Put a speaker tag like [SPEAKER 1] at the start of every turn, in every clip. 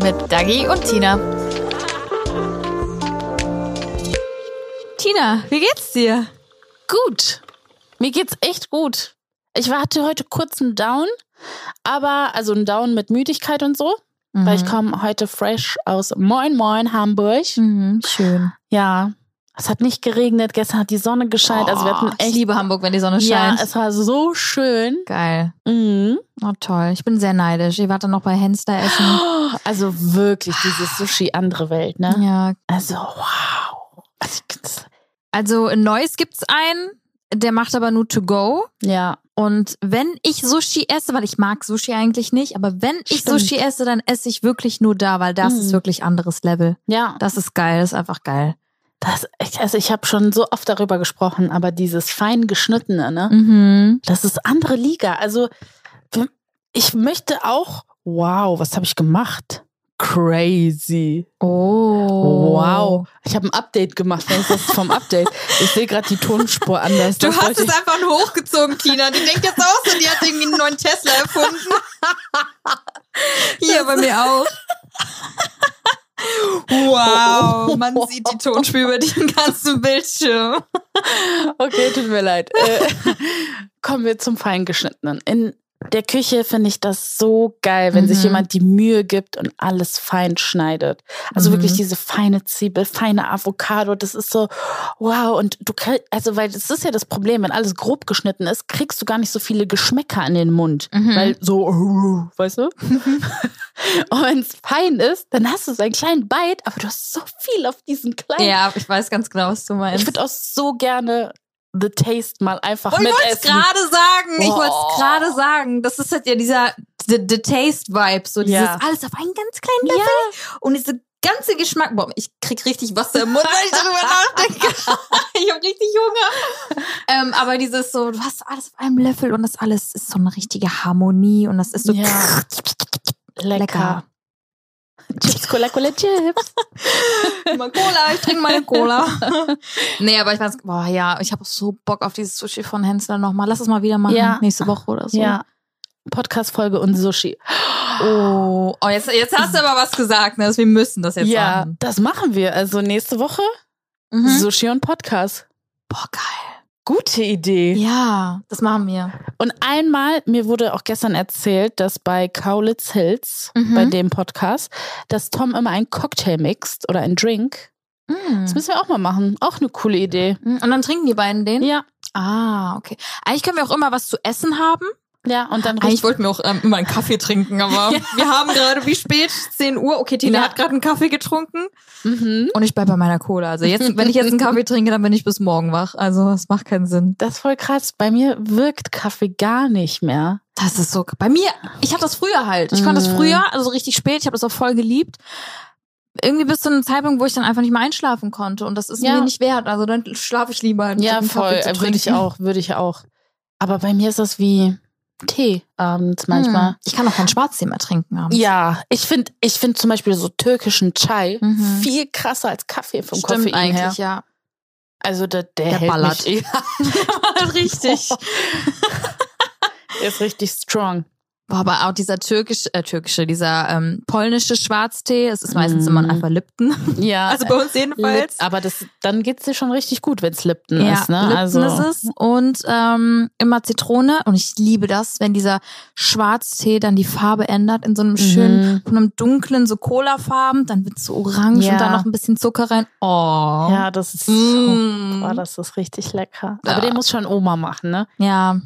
[SPEAKER 1] Mit Dagi und Tina.
[SPEAKER 2] Tina, wie geht's dir?
[SPEAKER 1] Gut. Mir geht's echt gut. Ich hatte heute kurz einen Down, aber also einen Down mit Müdigkeit und so, weil
[SPEAKER 3] Mhm.
[SPEAKER 1] ich komme heute fresh aus Moin Moin Hamburg.
[SPEAKER 2] Mhm, schön.
[SPEAKER 1] Ja, es hat nicht geregnet, gestern hat die Sonne gescheint, also wir
[SPEAKER 3] Oh,
[SPEAKER 1] hatten
[SPEAKER 2] Oh, ich
[SPEAKER 1] echt
[SPEAKER 2] liebe Hamburg, wenn die Sonne
[SPEAKER 1] ja,
[SPEAKER 2] scheint.
[SPEAKER 1] es war so schön.
[SPEAKER 2] Geil.
[SPEAKER 1] Mhm.
[SPEAKER 2] Oh toll. Ich bin sehr neidisch. Ihr wart dann noch bei Henster essen.
[SPEAKER 1] Also wirklich dieses Sushi andere Welt, ne?
[SPEAKER 2] Ja.
[SPEAKER 1] Also wow. Also, ich-
[SPEAKER 2] Also in Neuss gibt's einen, der macht aber nur to go.
[SPEAKER 1] ja.
[SPEAKER 2] Und wenn ich Sushi esse, weil ich mag Sushi eigentlich nicht, aber wenn ich
[SPEAKER 1] Stimmt.
[SPEAKER 2] Sushi esse, dann esse ich wirklich nur da, weil das
[SPEAKER 1] Mhm.
[SPEAKER 2] ist wirklich anderes Level.
[SPEAKER 1] Ja,
[SPEAKER 2] Das ist geil, das ist einfach geil.
[SPEAKER 1] das, ich- also ich habe schon so oft darüber gesprochen, aber dieses fein geschnittene, ne?
[SPEAKER 2] Mhm.
[SPEAKER 1] Das ist andere Liga. Also w- ich möchte auch, wow, was habe ich gemacht? Crazy.
[SPEAKER 2] Oh.
[SPEAKER 1] Wow. Ich habe ein Update gemacht, was ist das vom Update? Ich sehe gerade die Tonspur anders.
[SPEAKER 2] Du
[SPEAKER 1] Das
[SPEAKER 2] hast
[SPEAKER 1] wollte
[SPEAKER 2] es
[SPEAKER 1] ich-
[SPEAKER 2] einfach nur hochgezogen, Tina. Die denkt jetzt auch so, die hat irgendwie einen neuen Tesla erfunden. Hier bei mir auch. Wow, man sieht die Tonspur über den ganzen Bildschirm.
[SPEAKER 1] Okay, tut mir leid. Äh, kommen wir zum Feingeschnittenen. In der Küche finde ich das so geil, wenn sich
[SPEAKER 2] Mhm.
[SPEAKER 1] jemand die Mühe gibt und alles fein schneidet. Also
[SPEAKER 2] Mhm.
[SPEAKER 1] wirklich diese feine Zwiebel, feine Avocado, das ist so wow. Und du kriegst, also weil das ist ja das Problem, wenn alles grob geschnitten ist, kriegst du gar nicht so viele Geschmäcker in den Mund.
[SPEAKER 2] Mhm.
[SPEAKER 1] Weil so, weißt du? und wenn es fein ist, dann hast du so einen kleinen Bite, aber du hast so viel auf diesen kleinen
[SPEAKER 2] Ja, ich weiß ganz genau, was du meinst.
[SPEAKER 1] ich würde auch so gerne The Taste mal einfach
[SPEAKER 2] Oh, ich wollte es
[SPEAKER 1] mitessen.
[SPEAKER 2] gerade sagen. Ich
[SPEAKER 1] Oh.
[SPEAKER 2] wollte es gerade sagen. Das ist halt ja dieser The, the Taste Vibe. So dieses
[SPEAKER 1] Ja.
[SPEAKER 2] alles auf einen ganz kleinen Löffel. Und diese ganze Geschmack. Boah, ich krieg richtig Wasser im Mund, wenn ich darüber nachdenke. ich habe richtig Hunger. Ähm, aber dieses so, du hast alles auf einem Löffel und das alles ist so eine richtige Harmonie und das ist so.
[SPEAKER 1] Ja.
[SPEAKER 2] Lecker.
[SPEAKER 1] Lecker. Chips, Cola, Cola, Chips.
[SPEAKER 2] Mal Cola, ich trinke meine Cola. nee, aber ich weiß, boah, ja, ich habe so Bock auf dieses Sushi von Hensler nochmal. Lass es mal wieder machen.
[SPEAKER 1] Ja.
[SPEAKER 2] Nächste Woche oder so.
[SPEAKER 1] Ja. Podcast-Folge und Sushi.
[SPEAKER 2] Oh, oh jetzt, jetzt hast du aber was gesagt, ne? dass wir müssen das jetzt
[SPEAKER 1] ja,
[SPEAKER 2] machen.
[SPEAKER 1] das machen wir. Also nächste Woche
[SPEAKER 2] Mhm.
[SPEAKER 1] Sushi und Podcast.
[SPEAKER 2] Boah, geil.
[SPEAKER 1] Gute Idee.
[SPEAKER 2] Ja, das machen wir.
[SPEAKER 1] Und einmal, mir wurde auch gestern erzählt, dass bei Kaulitz Hills,
[SPEAKER 2] Mhm.
[SPEAKER 1] bei dem Podcast, dass Tom immer einen Cocktail mixt oder einen Drink. Das
[SPEAKER 2] Mhm.
[SPEAKER 1] müssen wir auch mal machen. Auch eine coole Idee.
[SPEAKER 2] Und dann trinken die beiden den?
[SPEAKER 1] Ja,
[SPEAKER 2] Ah, okay. Eigentlich können wir auch immer was zu essen haben.
[SPEAKER 1] ja. Und dann
[SPEAKER 2] Eigentlich wollten wir auch ähm, immer einen Kaffee trinken, aber wir haben gerade wie spät? 10 Uhr. Okay, Tina
[SPEAKER 1] Ja.
[SPEAKER 2] hat gerade einen Kaffee getrunken.
[SPEAKER 1] Mhm.
[SPEAKER 2] Und ich bleib bei meiner Cola. Also jetzt, wenn ich jetzt einen Kaffee trinke, dann bin ich bis morgen wach. Also das macht keinen Sinn.
[SPEAKER 1] Das ist voll krass. Bei mir wirkt Kaffee gar nicht mehr.
[SPEAKER 2] Das ist so. Bei mir, ich habe das früher halt. Ich konnte das
[SPEAKER 1] Mhm.
[SPEAKER 2] früher, also richtig spät, ich habe das auch voll geliebt. Irgendwie bis zu einem Zeitpunkt, wo ich dann einfach nicht mehr einschlafen konnte. Und das ist
[SPEAKER 1] Ja. Äh,
[SPEAKER 2] mir nicht wert. Also dann schlafe ich lieber. anstatt einen Kaffee zu
[SPEAKER 1] Würde ich
[SPEAKER 2] trinken.
[SPEAKER 1] auch, würde ich auch. Aber bei mir ist das wie Tee abends manchmal.
[SPEAKER 2] Hm. Ich kann auch keinen Schwarztee mehr trinken abends.
[SPEAKER 1] Ja, ich finde ich find zum Beispiel so türkischen Chai
[SPEAKER 2] Mhm.
[SPEAKER 1] viel krasser als Kaffee vom
[SPEAKER 2] Stimmt
[SPEAKER 1] Koffein her.
[SPEAKER 2] eigentlich, ja.
[SPEAKER 1] Also der, der,
[SPEAKER 2] Der
[SPEAKER 1] hält
[SPEAKER 2] ballert.
[SPEAKER 1] Mich, eh
[SPEAKER 2] richtig.
[SPEAKER 1] der ist richtig strong.
[SPEAKER 2] Boah, aber auch dieser türkische, äh, türkische, dieser ähm, polnische Schwarztee, es ist meistens
[SPEAKER 1] Mhm.
[SPEAKER 2] immer ein Alpha Lipton.
[SPEAKER 1] Ja,
[SPEAKER 2] Also bei uns jedenfalls.
[SPEAKER 1] Lip- aber das, dann geht's dir schon richtig gut, wenn's Lipton ist. Ne?
[SPEAKER 2] Lipton
[SPEAKER 1] also,
[SPEAKER 2] ist es und ähm, immer Zitrone und ich liebe das, wenn dieser Schwarztee dann die Farbe ändert in so einem schönen,
[SPEAKER 1] Mhm.
[SPEAKER 2] von einem dunklen so Colafarben, dann wird's so orange
[SPEAKER 1] Ja.
[SPEAKER 2] und dann noch ein bisschen Zucker rein. Oh.
[SPEAKER 1] Ja, das ist,
[SPEAKER 2] Mm.
[SPEAKER 1] oh, das ist richtig lecker.
[SPEAKER 2] Ja.
[SPEAKER 1] Aber den muss schon Oma machen, ne?
[SPEAKER 2] Ja,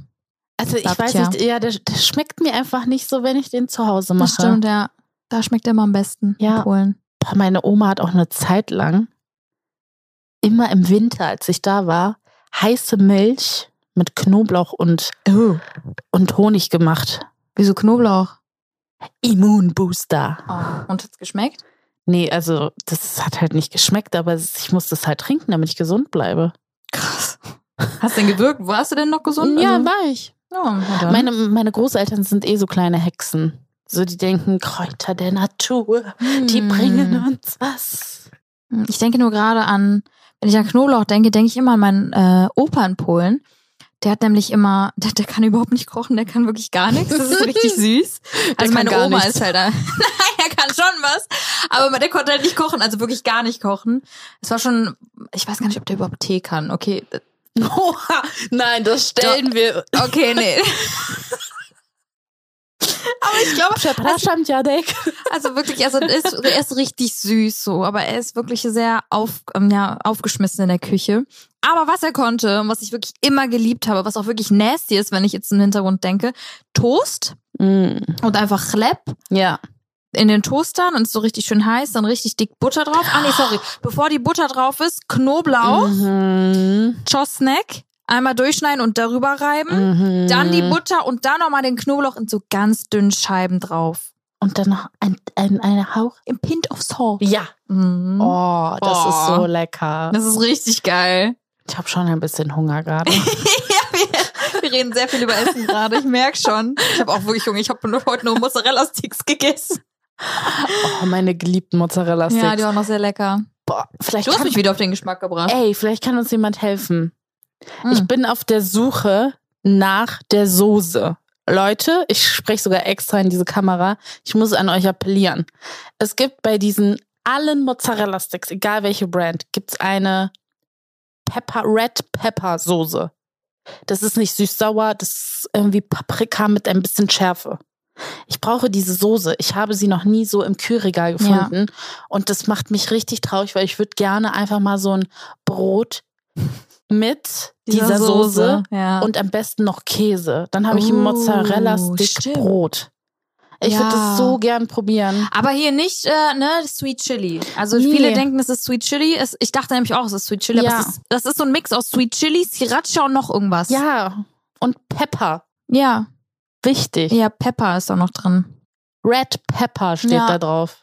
[SPEAKER 1] Also ich
[SPEAKER 2] Sagt
[SPEAKER 1] weiß
[SPEAKER 2] ja.
[SPEAKER 1] nicht, ja, der, der schmeckt mir einfach nicht so, wenn ich den zu Hause mache.
[SPEAKER 2] das stimmt, ja. Da schmeckt er immer am besten in
[SPEAKER 1] Ja.
[SPEAKER 2] Polen.
[SPEAKER 1] Boah, meine Oma hat auch eine Zeit lang, immer im Winter, als ich da war, heiße Milch mit Knoblauch und,
[SPEAKER 2] Oh.
[SPEAKER 1] und Honig gemacht.
[SPEAKER 2] Wieso Knoblauch?
[SPEAKER 1] Immunbooster.
[SPEAKER 2] Oh. Und hat's geschmeckt?
[SPEAKER 1] Nee, also das hat halt nicht geschmeckt, aber ich muss das halt trinken, damit ich gesund bleibe.
[SPEAKER 2] Krass. Hast denn gewirkt? Warst du denn noch gesund?
[SPEAKER 1] ja,
[SPEAKER 2] Also-
[SPEAKER 1] war ich.
[SPEAKER 2] ja na dann.
[SPEAKER 1] Meine, meine Großeltern sind eh so kleine Hexen. So, die denken, Kräuter der Natur, die
[SPEAKER 2] Hm.
[SPEAKER 1] bringen uns was.
[SPEAKER 2] Ich denke nur gerade an, wenn ich an Knoblauch denke, denke ich immer an meinen äh, Opa in Polen. Der hat nämlich immer, der, der kann überhaupt nicht kochen, der kann wirklich gar nichts. Das ist so richtig süß.
[SPEAKER 1] kann
[SPEAKER 2] Also meine
[SPEAKER 1] gar
[SPEAKER 2] Oma
[SPEAKER 1] nichts.
[SPEAKER 2] ist halt da. Nein, er kann schon was. Aber der konnte halt nicht kochen, also wirklich gar nicht kochen. Es war schon, ich weiß gar nicht, ob der überhaupt Tee kann. Okay,
[SPEAKER 1] Oha, nein, das
[SPEAKER 2] stellen
[SPEAKER 1] wir.
[SPEAKER 2] okay, nee. Aber ich glaube,
[SPEAKER 1] Przepraszam, Jadek.
[SPEAKER 2] Also wirklich, also er ist, er ist richtig süß so, aber er ist wirklich sehr auf, ähm, ja, aufgeschmissen in der Küche. Aber was er konnte und was ich wirklich immer geliebt habe, was auch wirklich nasty ist, wenn ich jetzt im Hintergrund denke, Toast und einfach Chlepp
[SPEAKER 1] Mm. Ja.
[SPEAKER 2] in den Toastern und ist so richtig schön heiß, dann richtig dick Butter drauf. Ah nee, sorry, bevor die Butter drauf ist, Knoblauch,
[SPEAKER 1] Mhm.
[SPEAKER 2] Chosnek, einmal durchschneiden und darüber reiben,
[SPEAKER 1] Mhm.
[SPEAKER 2] dann die Butter und dann nochmal den Knoblauch in so ganz dünnen Scheiben drauf.
[SPEAKER 1] Und dann noch ein, ein, ein Hauch.
[SPEAKER 2] Im Pint of Salt.
[SPEAKER 1] Ja.
[SPEAKER 2] Mhm.
[SPEAKER 1] Oh, das
[SPEAKER 2] Oh.
[SPEAKER 1] ist so lecker.
[SPEAKER 2] Das ist richtig geil.
[SPEAKER 1] Ich habe schon ein bisschen Hunger gerade.
[SPEAKER 2] Wir reden sehr viel über Essen gerade, ich merk schon. Ich habe auch wirklich Hunger. Ich habe nur heute nur Mozzarella-Sticks gegessen.
[SPEAKER 1] Oh, meine geliebten Mozzarella-Sticks.
[SPEAKER 2] Ja, die waren noch sehr lecker.
[SPEAKER 1] Boah, vielleicht
[SPEAKER 2] Du hast
[SPEAKER 1] kann,
[SPEAKER 2] mich wieder auf den Geschmack gebracht.
[SPEAKER 1] ey, vielleicht kann uns jemand helfen.
[SPEAKER 2] Hm.
[SPEAKER 1] Ich bin auf der Suche nach der Soße. Leute, ich spreche sogar extra in diese Kamera. Ich muss an euch appellieren. Es gibt bei diesen allen Mozzarella-Sticks, egal welche Brand, gibt's eine Pepper, Red Pepper Soße. Das ist nicht süß-sauer, das ist irgendwie Paprika mit ein bisschen Schärfe. Ich brauche diese Soße. Ich habe sie noch nie so im Kühlregal gefunden. Und das macht mich richtig traurig, weil ich würde gerne einfach mal so ein Brot mit dieser, Soße,
[SPEAKER 2] Ja.
[SPEAKER 1] und am besten noch Käse. Dann habe ich
[SPEAKER 2] Oh,
[SPEAKER 1] ein Mozzarella-Stick
[SPEAKER 2] stimmt.
[SPEAKER 1] Brot. Ich würde
[SPEAKER 2] Ja.
[SPEAKER 1] das so gern probieren.
[SPEAKER 2] aber hier nicht, äh, ne, Sweet Chili. Also
[SPEAKER 1] Nee.
[SPEAKER 2] viele denken, es ist Sweet Chili. Es, ich dachte nämlich auch, es ist Sweet Chili.
[SPEAKER 1] Ja.
[SPEAKER 2] Aber es ist, das ist so ein Mix aus Sweet Chili, Sriracha und noch irgendwas.
[SPEAKER 1] Ja. Und Pepper.
[SPEAKER 2] Ja.
[SPEAKER 1] Wichtig.
[SPEAKER 2] Ja, Pepper ist da noch drin.
[SPEAKER 1] Red Pepper steht
[SPEAKER 2] Ja.
[SPEAKER 1] da drauf.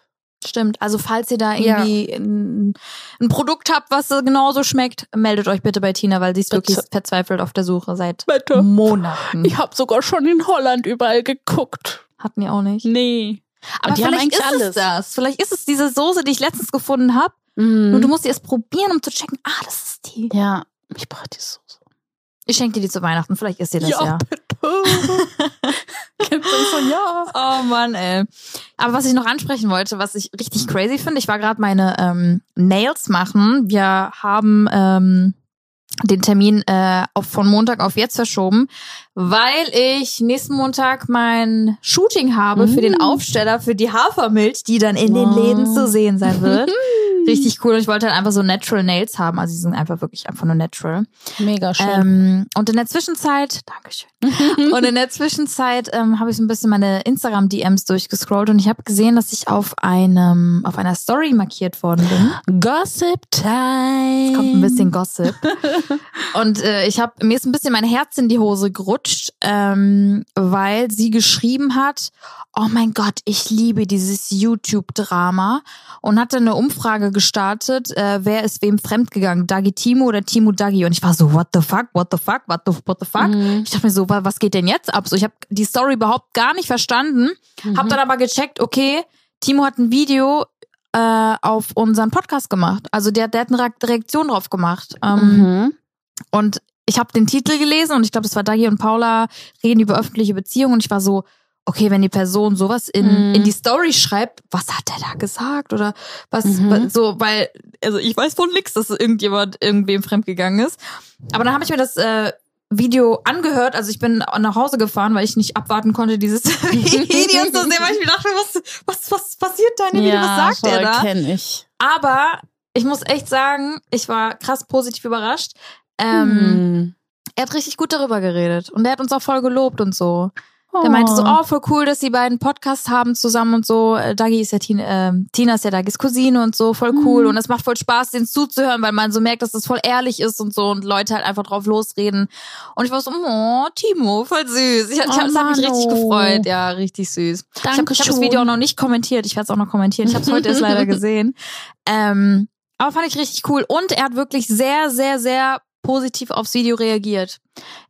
[SPEAKER 2] Stimmt. Also falls ihr da
[SPEAKER 1] Ja.
[SPEAKER 2] irgendwie ein, ein Produkt habt, was so genauso schmeckt, meldet euch bitte bei Tina, weil sie ist
[SPEAKER 1] Bitte.
[SPEAKER 2] wirklich verzweifelt auf der Suche seit
[SPEAKER 1] Bitte.
[SPEAKER 2] Monaten.
[SPEAKER 1] Ich habe sogar schon in Holland überall geguckt.
[SPEAKER 2] Hatten wir auch nicht.
[SPEAKER 1] Nee.
[SPEAKER 2] Aber
[SPEAKER 1] die haben
[SPEAKER 2] vielleicht ist
[SPEAKER 1] eigentlich alles.
[SPEAKER 2] es das. Vielleicht ist es diese Soße, die ich letztens gefunden habe. Nur du musst sie erst probieren, um zu checken, ah, das ist die.
[SPEAKER 1] Mm. ja, ich brauche die Soße.
[SPEAKER 2] Ich schenke dir die zu Weihnachten, vielleicht ist sie das ja.
[SPEAKER 1] bitte. Gibt es von ja.
[SPEAKER 2] Oh Mann, ey. Aber was ich noch ansprechen wollte, was ich richtig crazy finde, ich war gerade meine ähm, Nails machen. Wir haben ähm, den Termin äh, auf, von Montag auf jetzt verschoben, weil ich nächsten Montag mein Shooting habe für den
[SPEAKER 1] Mm.
[SPEAKER 2] Aufsteller für die Hafermilch, die dann in den
[SPEAKER 1] Wow.
[SPEAKER 2] Läden zu sehen sein wird. Richtig cool. Und ich wollte halt einfach so Natural Nails haben. Also die sind einfach wirklich einfach nur natural.
[SPEAKER 1] Mega schön.
[SPEAKER 2] Ähm, und in der Zwischenzeit, Dankeschön. Und in der Zwischenzeit ähm, habe ich so ein bisschen meine Instagram-DMs durchgescrollt und ich habe gesehen, dass ich auf einem, auf einer Story markiert worden bin.
[SPEAKER 1] Ähm, Gossip Time.
[SPEAKER 2] Es kommt ein bisschen Gossip. Und äh, ich habe mir ist ein bisschen mein Herz in die Hose gerutscht, ähm, weil sie geschrieben hat: Oh mein Gott, ich liebe dieses YouTube-Drama und hat dann eine Umfrage gestartet, äh, wer ist wem fremdgegangen, Dagi Timo oder Timo Dagi? Und ich war so What the fuck, What the fuck, What the, what the fuck?
[SPEAKER 1] Mhm.
[SPEAKER 2] Ich dachte mir so, wa- was geht denn jetzt ab? So, ich habe die Story überhaupt gar nicht verstanden. Hab
[SPEAKER 1] Mhm.
[SPEAKER 2] dann aber gecheckt, okay, Timo hat ein Video äh, auf unseren Podcast gemacht. Also der, der hat eine Reak- Reaktion drauf gemacht. Ähm,
[SPEAKER 1] Mhm.
[SPEAKER 2] Und ich habe den Titel gelesen und ich glaube, das war Dagi und Paula reden über öffentliche Beziehungen. Und ich war so, okay, wenn die Person sowas in,
[SPEAKER 1] Mhm.
[SPEAKER 2] in die Story schreibt, was hat der da gesagt? Oder was,
[SPEAKER 1] Mhm.
[SPEAKER 2] wa- so, weil, also ich weiß von nix, dass irgendjemand irgendwem fremdgegangen ist. Aber dann habe ich mir das äh, Video angehört. Also ich bin nach Hause gefahren, weil ich nicht abwarten konnte, dieses Video zu sehen, weil ich mir dachte, was, was, was passiert da in dem Video?
[SPEAKER 1] Ja,
[SPEAKER 2] Was sagt er
[SPEAKER 1] voll
[SPEAKER 2] da?
[SPEAKER 1] kenn ich.
[SPEAKER 2] Aber ich muss echt sagen, ich war krass positiv überrascht. Ähm,
[SPEAKER 1] Mhm.
[SPEAKER 2] er hat richtig gut darüber geredet und er hat uns auch voll gelobt und so. Der meinte so, oh, voll cool, dass die beiden Podcasts haben zusammen und so. Äh, Dagi ist ja Tina, ähm, Tina ist ja Dagis Cousine und so,
[SPEAKER 1] Mhm.
[SPEAKER 2] voll cool. Und es macht voll Spaß, denen zuzuhören, weil man so merkt, dass das voll ehrlich ist und so und Leute halt einfach drauf losreden. Und ich war so, oh, Timo, voll süß. Ich, ich,
[SPEAKER 1] Oh,
[SPEAKER 2] hab- das hat mich richtig
[SPEAKER 1] Manu.
[SPEAKER 2] gefreut. Ja, richtig süß.
[SPEAKER 1] Danke
[SPEAKER 2] ich habe hab das Video auch noch nicht kommentiert. Ich werde es auch noch kommentieren. Ich habe es heute erst leider gesehen. Ähm, aber fand ich richtig cool. Und er hat wirklich sehr, sehr, sehr positiv aufs Video reagiert.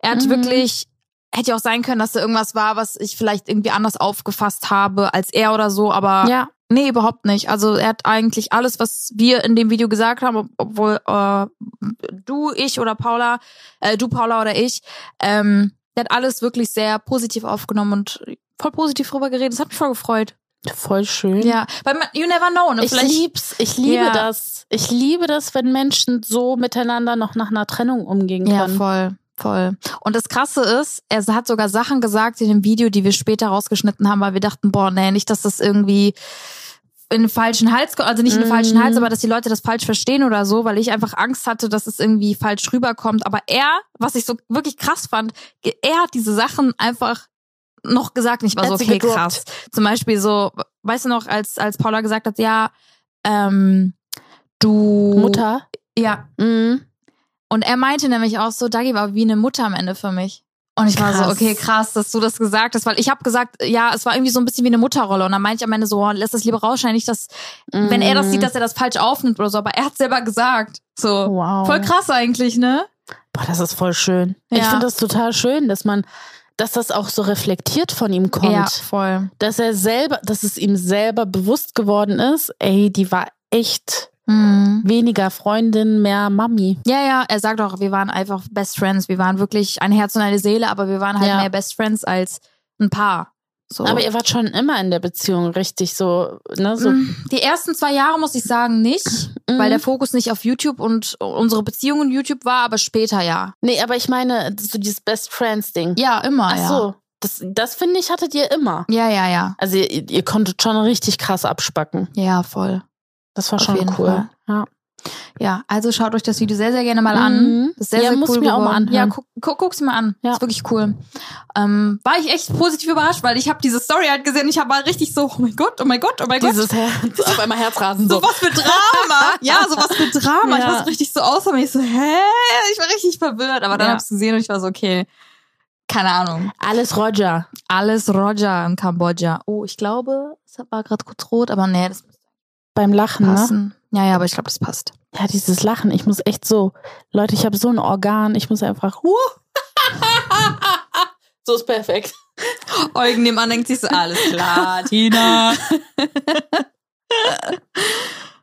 [SPEAKER 2] Er hat
[SPEAKER 1] Mhm.
[SPEAKER 2] wirklich, hätte ja auch sein können, dass da irgendwas war, was ich vielleicht irgendwie anders aufgefasst habe als er oder so, aber
[SPEAKER 1] Ja.
[SPEAKER 2] nee, überhaupt nicht. Also er hat eigentlich alles, was wir in dem Video gesagt haben, ob- obwohl äh, du, ich oder Paula, äh, du, Paula oder ich, ähm, der hat alles wirklich sehr positiv aufgenommen und voll positiv drüber geredet. Das hat mich voll gefreut.
[SPEAKER 1] Voll schön.
[SPEAKER 2] Ja, weil man, you never know, ne?
[SPEAKER 1] Mhm. Ich lieb's, ich liebe
[SPEAKER 2] Ja.
[SPEAKER 1] das. Ich liebe das, wenn Menschen so miteinander noch nach einer Trennung umgehen
[SPEAKER 2] Ja,
[SPEAKER 1] können.
[SPEAKER 2] voll, voll. Und das Krasse ist, er hat sogar Sachen gesagt in dem Video, die wir später rausgeschnitten haben, weil wir dachten, boah, nee, nicht, dass das irgendwie in den falschen Hals, kommt. also nicht in den
[SPEAKER 1] Mhm.
[SPEAKER 2] falschen Hals, aber dass die Leute das falsch verstehen oder so, weil ich einfach Angst hatte, dass es irgendwie falsch rüberkommt. Aber er, was ich so wirklich krass fand, ge- er hat diese Sachen einfach noch gesagt, nicht war so
[SPEAKER 1] Hat sie
[SPEAKER 2] okay,
[SPEAKER 1] gedroppt.
[SPEAKER 2] krass. Zum Beispiel so, weißt du noch, als, als Paula gesagt hat, ja, ähm, du
[SPEAKER 1] Mhm. Mutter.
[SPEAKER 2] ja,
[SPEAKER 1] Mhm.
[SPEAKER 2] und er meinte nämlich auch so, Dagi war wie eine Mutter am Ende für mich. Und ich war so,
[SPEAKER 1] Krass.
[SPEAKER 2] okay, krass, dass du das gesagt hast, weil ich habe gesagt, ja, es war irgendwie so ein bisschen wie eine Mutterrolle. Und dann meinte ich am Ende so, oh, lass das lieber rausschneiden, nicht, dass, wenn er
[SPEAKER 1] Mhm.
[SPEAKER 2] das sieht, dass er das falsch aufnimmt oder so. Aber er hat selber gesagt. So,
[SPEAKER 1] Wow.
[SPEAKER 2] voll krass eigentlich, ne?
[SPEAKER 1] Boah, das ist voll schön. Ich
[SPEAKER 2] Ja.
[SPEAKER 1] finde das total schön, dass man, dass das auch so reflektiert von ihm kommt.
[SPEAKER 2] Ja, voll.
[SPEAKER 1] Dass er selber, dass es ihm selber bewusst geworden ist, ey, die war echt
[SPEAKER 2] Mhm.
[SPEAKER 1] weniger Freundin, mehr Mami.
[SPEAKER 2] Ja, ja, er sagt auch, wir waren einfach Best Friends. Wir waren wirklich ein Herz und eine Seele, aber wir waren halt
[SPEAKER 1] Ja.
[SPEAKER 2] mehr Best Friends als ein Paar. So.
[SPEAKER 1] Aber ihr wart schon immer in der Beziehung richtig so, ne, so.
[SPEAKER 2] Mm, Die ersten zwei Jahre muss ich sagen nicht,
[SPEAKER 1] Mhm.
[SPEAKER 2] weil der Fokus nicht auf YouTube und unsere Beziehung in YouTube war, aber später ja.
[SPEAKER 1] Nee, aber ich meine, so dieses Best Friends Ding.
[SPEAKER 2] Ja, immer.
[SPEAKER 1] Ach so. Das, das finde ich, hattet ihr immer.
[SPEAKER 2] Ja, ja, ja.
[SPEAKER 1] Also ihr, ihr konntet schon richtig krass abspacken.
[SPEAKER 2] Ja, voll.
[SPEAKER 1] Das war
[SPEAKER 2] Auf
[SPEAKER 1] schon
[SPEAKER 2] jeden
[SPEAKER 1] cool.
[SPEAKER 2] Fall.
[SPEAKER 1] Ja.
[SPEAKER 2] Ja, also schaut euch das Video sehr, sehr gerne mal an.
[SPEAKER 1] Mhm.
[SPEAKER 2] Das ist sehr,
[SPEAKER 1] Ja,
[SPEAKER 2] sehr
[SPEAKER 1] muss
[SPEAKER 2] cool
[SPEAKER 1] ich mir auch
[SPEAKER 2] geworden.
[SPEAKER 1] mal anhören.
[SPEAKER 2] Ja, guck, guck, guck's mir an.
[SPEAKER 1] Ja.
[SPEAKER 2] Ist wirklich cool. Ähm, war ich echt positiv überrascht, weil ich habe diese Story halt gesehen. Ich hab- war richtig so, oh mein Gott, oh mein Gott, oh mein Gott.
[SPEAKER 1] Dieses Herz, auf einmal Herzrasen so.
[SPEAKER 2] So was für Drama. ja, so was für Drama. Ich
[SPEAKER 1] Ja.
[SPEAKER 2] war so richtig so aus, aber ich so, hä? Ich war richtig verwirrt. Aber dann
[SPEAKER 1] Ja.
[SPEAKER 2] hab's gesehen und ich war so, okay, keine Ahnung.
[SPEAKER 1] Alles Roger.
[SPEAKER 2] Alles Roger in Kambodscha. Oh, ich glaube, es war gerade kurz rot, aber nee, das muss
[SPEAKER 1] Beim Lachen, ne?
[SPEAKER 2] passen. Ja, ja, aber ich glaube, das passt.
[SPEAKER 1] Ja, dieses Lachen. Ich muss echt so, Leute, ich habe so ein Organ. Ich muss einfach. Uh. so ist perfekt.
[SPEAKER 2] Eugen nebenan denkt sich so, alles klar, Tina.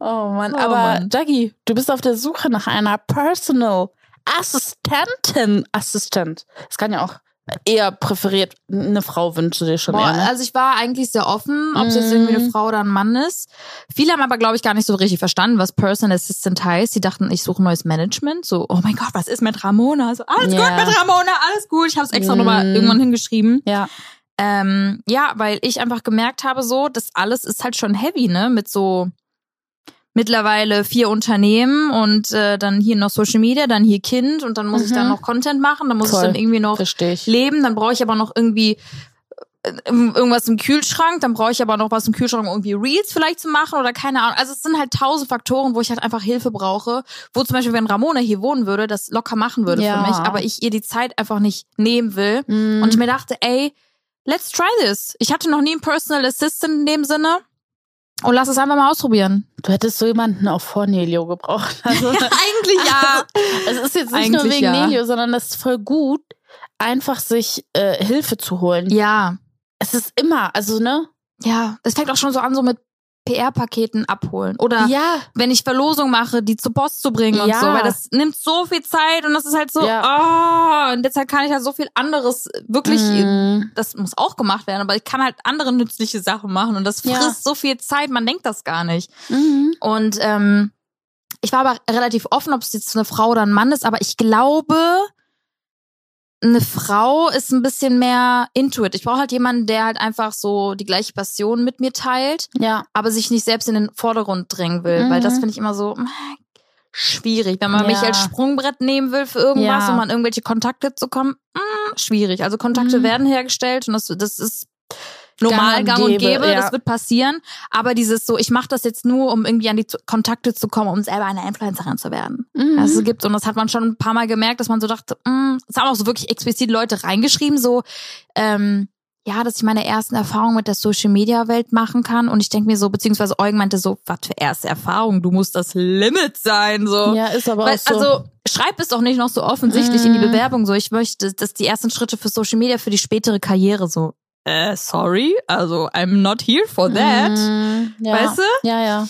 [SPEAKER 1] Oh Mann.
[SPEAKER 2] Oh
[SPEAKER 1] Aber
[SPEAKER 2] Mann.
[SPEAKER 1] Dagi, du bist auf der Suche nach einer Personal Assistentin. Assistent. Das kann ja auch eher präferiert. Eine Frau wünschst du dir schon
[SPEAKER 2] Boah,
[SPEAKER 1] eher. Ne?
[SPEAKER 2] also ich war eigentlich sehr offen, ob es jetzt irgendwie eine
[SPEAKER 1] Mm.
[SPEAKER 2] Frau oder ein Mann ist. Viele haben aber, glaube ich, gar nicht so richtig verstanden, was Personal Assistant heißt. Sie dachten, ich suche neues Management. So, oh mein Gott, was ist mit Ramona? So, alles
[SPEAKER 1] Ja.
[SPEAKER 2] gut mit Ramona, alles gut. Ich habe es extra
[SPEAKER 1] Mm.
[SPEAKER 2] nochmal irgendwann hingeschrieben.
[SPEAKER 1] Ja.
[SPEAKER 2] Ähm, ja, weil ich einfach gemerkt habe, so, das alles ist halt schon heavy, ne? Mit so mittlerweile vier Unternehmen und äh, dann hier noch Social Media, dann hier Kind und dann muss ich
[SPEAKER 1] Mhm.
[SPEAKER 2] dann noch Content machen, dann muss
[SPEAKER 1] Voll.
[SPEAKER 2] ich dann irgendwie noch
[SPEAKER 1] Verstehe ich.
[SPEAKER 2] leben, dann brauche ich aber noch irgendwie äh, irgendwas im Kühlschrank, dann brauche ich aber noch was im Kühlschrank, um irgendwie Reels vielleicht zu machen oder keine Ahnung. Also es sind halt tausend Faktoren, wo ich halt einfach Hilfe brauche, wo zum Beispiel, wenn Ramona hier wohnen würde, das locker machen würde
[SPEAKER 1] Ja.
[SPEAKER 2] für mich, aber ich ihr die Zeit einfach nicht nehmen will.
[SPEAKER 1] Hm.
[SPEAKER 2] Und ich mir dachte, ey, let's try this. Ich hatte noch nie einen Personal Assistant in dem Sinne. Und lass es einfach mal ausprobieren.
[SPEAKER 1] Du hättest so jemanden auf vor Nelio gebraucht. Also,
[SPEAKER 2] Eigentlich
[SPEAKER 1] es ist jetzt nicht nur
[SPEAKER 2] Eigentlich
[SPEAKER 1] wegen
[SPEAKER 2] ja.
[SPEAKER 1] Nelio, sondern das ist voll gut, einfach sich äh, Hilfe zu holen.
[SPEAKER 2] Ja,
[SPEAKER 1] Es ist immer, also ne?
[SPEAKER 2] ja. Das fängt auch schon so an, so mit PR-Paketen abholen. Oder
[SPEAKER 1] Ja.
[SPEAKER 2] wenn ich Verlosung mache, die zur Post zu bringen und
[SPEAKER 1] Ja.
[SPEAKER 2] so. Weil das nimmt so viel Zeit und das ist halt so, oh, und deshalb kann ich ja so viel anderes wirklich
[SPEAKER 1] Mhm.
[SPEAKER 2] das muss auch gemacht werden, aber ich kann halt andere nützliche Sachen machen und das
[SPEAKER 1] Ja.
[SPEAKER 2] frisst so viel Zeit, man denkt das gar nicht.
[SPEAKER 1] Mhm.
[SPEAKER 2] Und ähm, ich war aber relativ offen, ob es jetzt eine Frau oder ein Mann ist, aber ich glaube, eine Frau ist ein bisschen mehr into it. Ich brauche halt jemanden, der halt einfach so die gleiche Passion mit mir teilt,
[SPEAKER 1] Ja.
[SPEAKER 2] aber sich nicht selbst in den Vordergrund drängen will,
[SPEAKER 1] Mhm.
[SPEAKER 2] weil das finde ich immer so mh, schwierig, wenn man mich
[SPEAKER 1] Ja.
[SPEAKER 2] als Sprungbrett nehmen will für irgendwas,
[SPEAKER 1] Ja.
[SPEAKER 2] um an irgendwelche Kontakte zu kommen. Mh, schwierig. Also Kontakte
[SPEAKER 1] Mhm.
[SPEAKER 2] werden hergestellt und das, das ist normal gang und gäbe,
[SPEAKER 1] ja.
[SPEAKER 2] das wird passieren. Aber dieses so, ich mache das jetzt nur, um irgendwie an die zu Kontakte zu kommen, um selber eine Influencerin zu werden.
[SPEAKER 1] Mhm.
[SPEAKER 2] Das Also gibt und das hat man schon ein paar Mal gemerkt, dass man so dachte, mm, es haben auch so wirklich explizit Leute reingeschrieben, so ähm, ja, dass ich meine ersten Erfahrungen mit der Social Media Welt machen kann. Und ich denke mir so, beziehungsweise Eugen meinte so, was für erste Erfahrung, du musst das Limit sein, so.
[SPEAKER 1] ja, ist aber
[SPEAKER 2] Weil,
[SPEAKER 1] auch so.
[SPEAKER 2] Also schreib es doch nicht noch so offensichtlich in die
[SPEAKER 1] Mm.
[SPEAKER 2] Bewerbung. So, ich möchte, dass die ersten Schritte für Social Media für die spätere Karriere so. Äh, sorry, also I'm not here for that.
[SPEAKER 1] Mhm, ja.
[SPEAKER 2] Weißt du?
[SPEAKER 1] Ja, ja.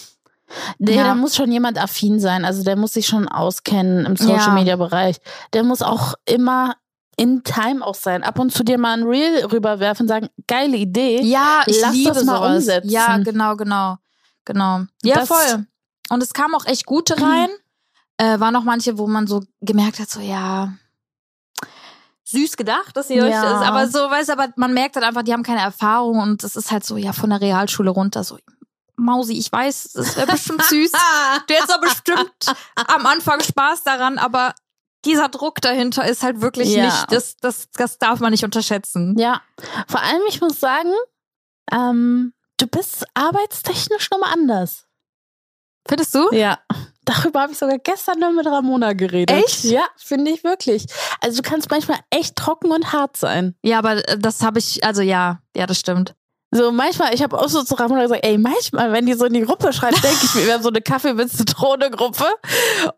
[SPEAKER 1] Der,
[SPEAKER 2] Ja.
[SPEAKER 1] Da muss schon jemand affin sein. Also der muss sich schon auskennen im
[SPEAKER 2] Ja.
[SPEAKER 1] Social-Media-Bereich. Der muss auch immer in Time auch sein. Ab und zu dir mal ein Reel rüberwerfen und sagen, geile Idee.
[SPEAKER 2] Ja, ich
[SPEAKER 1] Lass
[SPEAKER 2] liebe
[SPEAKER 1] das mal
[SPEAKER 2] sowas.
[SPEAKER 1] umsetzen.
[SPEAKER 2] Ja, genau, genau, genau. Ja,
[SPEAKER 1] Das- Mhm.
[SPEAKER 2] voll. Und es kamen auch echt gute rein. Äh, waren noch manche, wo man so gemerkt hat, so ja. Süß gedacht, dass ihr euch
[SPEAKER 1] Ja.
[SPEAKER 2] das, aber so, weißt du, aber man merkt halt einfach, die haben keine Erfahrung und es ist halt so, ja, von der Realschule runter, so, Mausi, ich weiß, es wäre bestimmt süß. Du hättest doch bestimmt am Anfang Spaß daran, aber dieser Druck dahinter ist halt wirklich
[SPEAKER 1] Ja.
[SPEAKER 2] nicht, das, das, das darf man nicht unterschätzen.
[SPEAKER 1] Ja. Vor allem, ich muss sagen, ähm, du bist arbeitstechnisch nochmal anders.
[SPEAKER 2] Findest du?
[SPEAKER 1] Ja. Darüber habe ich sogar gestern nur mit Ramona geredet.
[SPEAKER 2] Echt?
[SPEAKER 1] Ja, finde ich wirklich. Also du kannst manchmal echt trocken und hart sein.
[SPEAKER 2] Ja, aber äh, das habe ich, also ja, ja, das stimmt.
[SPEAKER 1] So manchmal, ich habe auch so zu Ramona gesagt, ey, manchmal, wenn die so in die Gruppe schreibt, denke ich mir, wir haben so eine Kaffee mit Zitrone Gruppe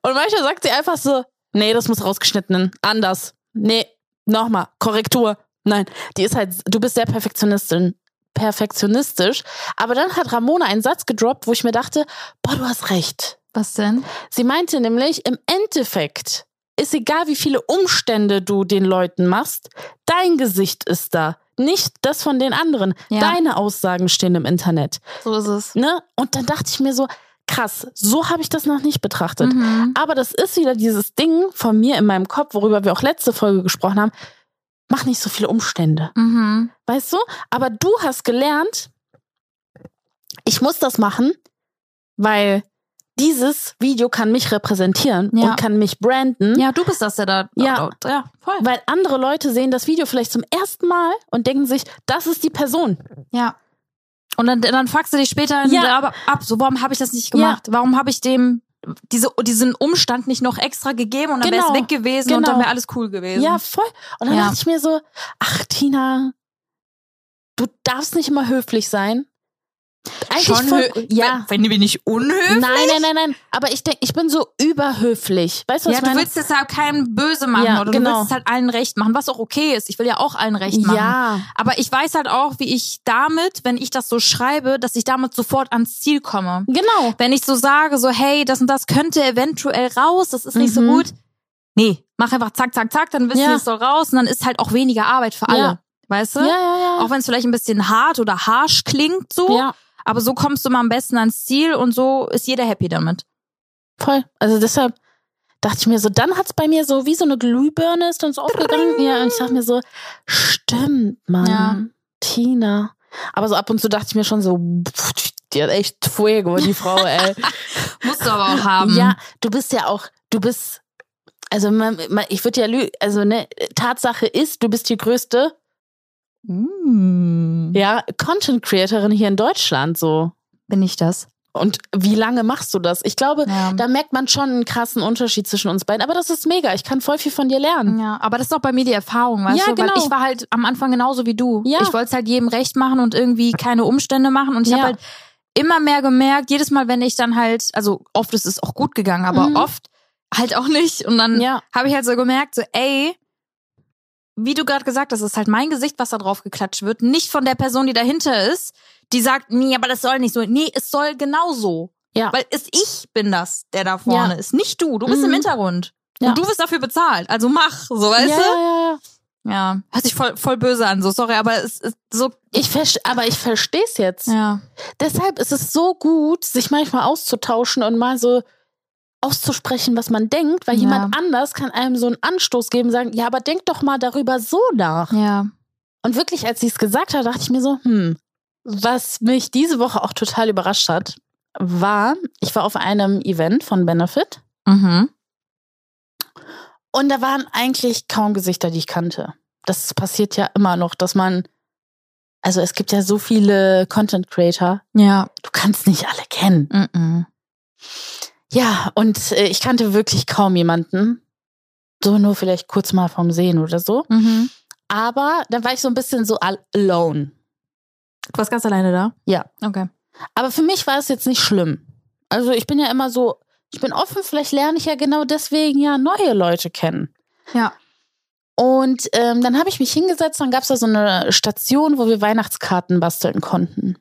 [SPEAKER 1] und manchmal sagt sie einfach so, nee, das muss rausgeschnitten, anders. Nee, nochmal, Korrektur. Nein, die ist halt du bist sehr Perfektionistin. Perfektionistisch, aber dann hat Ramona einen Satz gedroppt, wo ich mir dachte, boah, du hast recht.
[SPEAKER 2] Was denn?
[SPEAKER 1] Sie meinte nämlich, im Endeffekt ist egal, wie viele Umstände du den Leuten machst, dein Gesicht ist da, nicht das von den anderen.
[SPEAKER 2] Ja.
[SPEAKER 1] Deine Aussagen stehen im Internet.
[SPEAKER 2] So ist es.
[SPEAKER 1] Ne? Und dann dachte ich mir so, krass, so habe ich das noch nicht betrachtet.
[SPEAKER 2] Mhm.
[SPEAKER 1] Aber das ist wieder dieses Ding von mir in meinem Kopf, worüber wir auch letzte Folge gesprochen haben. Mach nicht so viele Umstände.
[SPEAKER 2] Mhm.
[SPEAKER 1] Weißt du? Aber du hast gelernt, ich muss das machen, weil dieses Video kann mich repräsentieren
[SPEAKER 2] Ja.
[SPEAKER 1] und kann mich branden.
[SPEAKER 2] Ja, du bist das, der da.
[SPEAKER 1] Ja.
[SPEAKER 2] Hm? ja, voll.
[SPEAKER 1] Weil andere Leute sehen das Video vielleicht zum ersten Mal und denken sich, das ist die Person.
[SPEAKER 2] Ja. Und dann, dann fuckst du dich später in
[SPEAKER 1] Ja.
[SPEAKER 2] der Arbeit ab. So, warum habe ich das nicht gemacht? Warum habe ich dem diese, diesen Umstand nicht noch extra gegeben und dann wäre es
[SPEAKER 1] Genau.
[SPEAKER 2] weg gewesen und
[SPEAKER 1] Genau.
[SPEAKER 2] dann wäre alles cool gewesen.
[SPEAKER 1] Ja, voll. Und dann
[SPEAKER 2] Ja.
[SPEAKER 1] dachte ich mir so, ach Tina, du darfst nicht immer höflich sein. Eigentlich voll,
[SPEAKER 2] hö-
[SPEAKER 1] ja.
[SPEAKER 2] Wenn wenn wir nicht unhöflich.
[SPEAKER 1] Nein, nein, nein, nein. Aber ich denke, ich bin so überhöflich. Weißt du, was ich
[SPEAKER 2] Ja, du
[SPEAKER 1] meine?
[SPEAKER 2] willst es ja keinem böse machen
[SPEAKER 1] Ja,
[SPEAKER 2] oder du
[SPEAKER 1] genau.
[SPEAKER 2] willst es halt allen recht machen, was auch okay ist. Ich will ja auch allen recht machen.
[SPEAKER 1] ja,
[SPEAKER 2] Aber ich weiß halt auch, wie ich damit, wenn ich das so schreibe, dass ich damit sofort ans Ziel komme.
[SPEAKER 1] genau.
[SPEAKER 2] Wenn ich so sage, so, hey, das und das könnte eventuell raus, das ist nicht so
[SPEAKER 1] Mhm.
[SPEAKER 2] gut. Nee, mach einfach zack, zack, zack, dann wissen
[SPEAKER 1] Ja.
[SPEAKER 2] wir es soll raus und dann ist halt auch weniger Arbeit für alle.
[SPEAKER 1] Ja.
[SPEAKER 2] Weißt du?
[SPEAKER 1] Ja, ja, ja.
[SPEAKER 2] Auch wenn es vielleicht ein bisschen hart oder harsch klingt, so.
[SPEAKER 1] Ja,
[SPEAKER 2] Aber so kommst du mal am besten ans Ziel und so ist jeder happy damit.
[SPEAKER 1] voll. Also deshalb dachte ich mir so, dann hat's bei mir so wie so eine Glühbirne ist uns aufgegangen. Ja, und ich dachte mir so, stimmt, Mann.
[SPEAKER 2] Ja.
[SPEAKER 1] Tina. Aber so ab und zu dachte ich mir schon so, pff, die hat echt Fuego, die Frau, ey.
[SPEAKER 2] Musst du aber auch haben.
[SPEAKER 1] Ja, du bist ja auch, du bist, also man, man, ich würde ja, lü also ne, Tatsache ist, du bist die größte,
[SPEAKER 2] Mm.
[SPEAKER 1] ja, Content-Creatorin hier in Deutschland so.
[SPEAKER 2] Bin ich das?
[SPEAKER 1] Und wie lange machst du das? Ich glaube,
[SPEAKER 2] Ja.
[SPEAKER 1] Da merkt man schon einen krassen Unterschied zwischen uns beiden. Aber das ist mega. Ich kann voll viel von dir lernen.
[SPEAKER 2] Ja, aber das ist auch bei mir die Erfahrung, weißt
[SPEAKER 1] Ja,
[SPEAKER 2] du? Weil
[SPEAKER 1] genau.
[SPEAKER 2] ich war halt am Anfang genauso wie du.
[SPEAKER 1] Ja.
[SPEAKER 2] Ich wollte es halt jedem recht machen und irgendwie keine Umstände machen. Und ich hab
[SPEAKER 1] Ja.
[SPEAKER 2] habe halt immer mehr gemerkt, jedes Mal, wenn ich dann halt, also oft ist es auch gut gegangen, aber
[SPEAKER 1] Mhm.
[SPEAKER 2] oft halt auch nicht. Und dann
[SPEAKER 1] Ja.
[SPEAKER 2] habe ich halt so gemerkt, so, ey, wie du gerade gesagt hast, ist halt mein Gesicht, was da drauf geklatscht wird, nicht von der Person, die dahinter ist, die sagt, nee, aber das soll nicht so. Nee, es soll genau so.
[SPEAKER 1] Ja.
[SPEAKER 2] Weil es ich bin das, der da vorne ist, nicht du. Du bist im
[SPEAKER 1] Mhm.
[SPEAKER 2] Hintergrund.
[SPEAKER 1] Ja.
[SPEAKER 2] Und du wirst dafür bezahlt. Also mach, so weißt
[SPEAKER 1] ja,
[SPEAKER 2] du?
[SPEAKER 1] ja, ja.
[SPEAKER 2] Ja, hört sich voll, voll böse an, so sorry, aber es ist so.
[SPEAKER 1] Ich verste- aber ich verstehe es jetzt.
[SPEAKER 2] Ja.
[SPEAKER 1] Deshalb ist es so gut, sich manchmal auszutauschen und mal so auszusprechen, was man denkt, weil
[SPEAKER 2] Ja.
[SPEAKER 1] jemand anders kann einem so einen Anstoß geben, sagen, ja, aber denk doch mal darüber so nach.
[SPEAKER 2] Ja.
[SPEAKER 1] Und wirklich, als sie es gesagt hat, dachte ich mir so, hm, was mich diese Woche auch total überrascht hat, war, ich war auf einem Event von Benefit
[SPEAKER 2] Mhm.
[SPEAKER 1] Und da waren eigentlich kaum Gesichter, die ich kannte. das passiert ja immer noch, dass man, also es gibt ja so viele Content Creator,
[SPEAKER 2] Ja.
[SPEAKER 1] du kannst nicht alle kennen.
[SPEAKER 2] Mhm.
[SPEAKER 1] Ja, und äh, ich kannte wirklich kaum jemanden. So nur vielleicht kurz mal vom Sehen oder so.
[SPEAKER 2] Mhm.
[SPEAKER 1] Aber dann war ich so ein bisschen so al- alone.
[SPEAKER 2] Du warst ganz alleine da?
[SPEAKER 1] Ja.
[SPEAKER 2] Okay.
[SPEAKER 1] Aber für mich war es jetzt nicht schlimm. Also ich bin ja immer so, ich bin offen, vielleicht lerne ich ja genau deswegen ja neue Leute kennen.
[SPEAKER 2] Ja.
[SPEAKER 1] Und ähm, dann habe ich mich hingesetzt, dann gab es da so eine Station, wo wir Weihnachtskarten basteln konnten.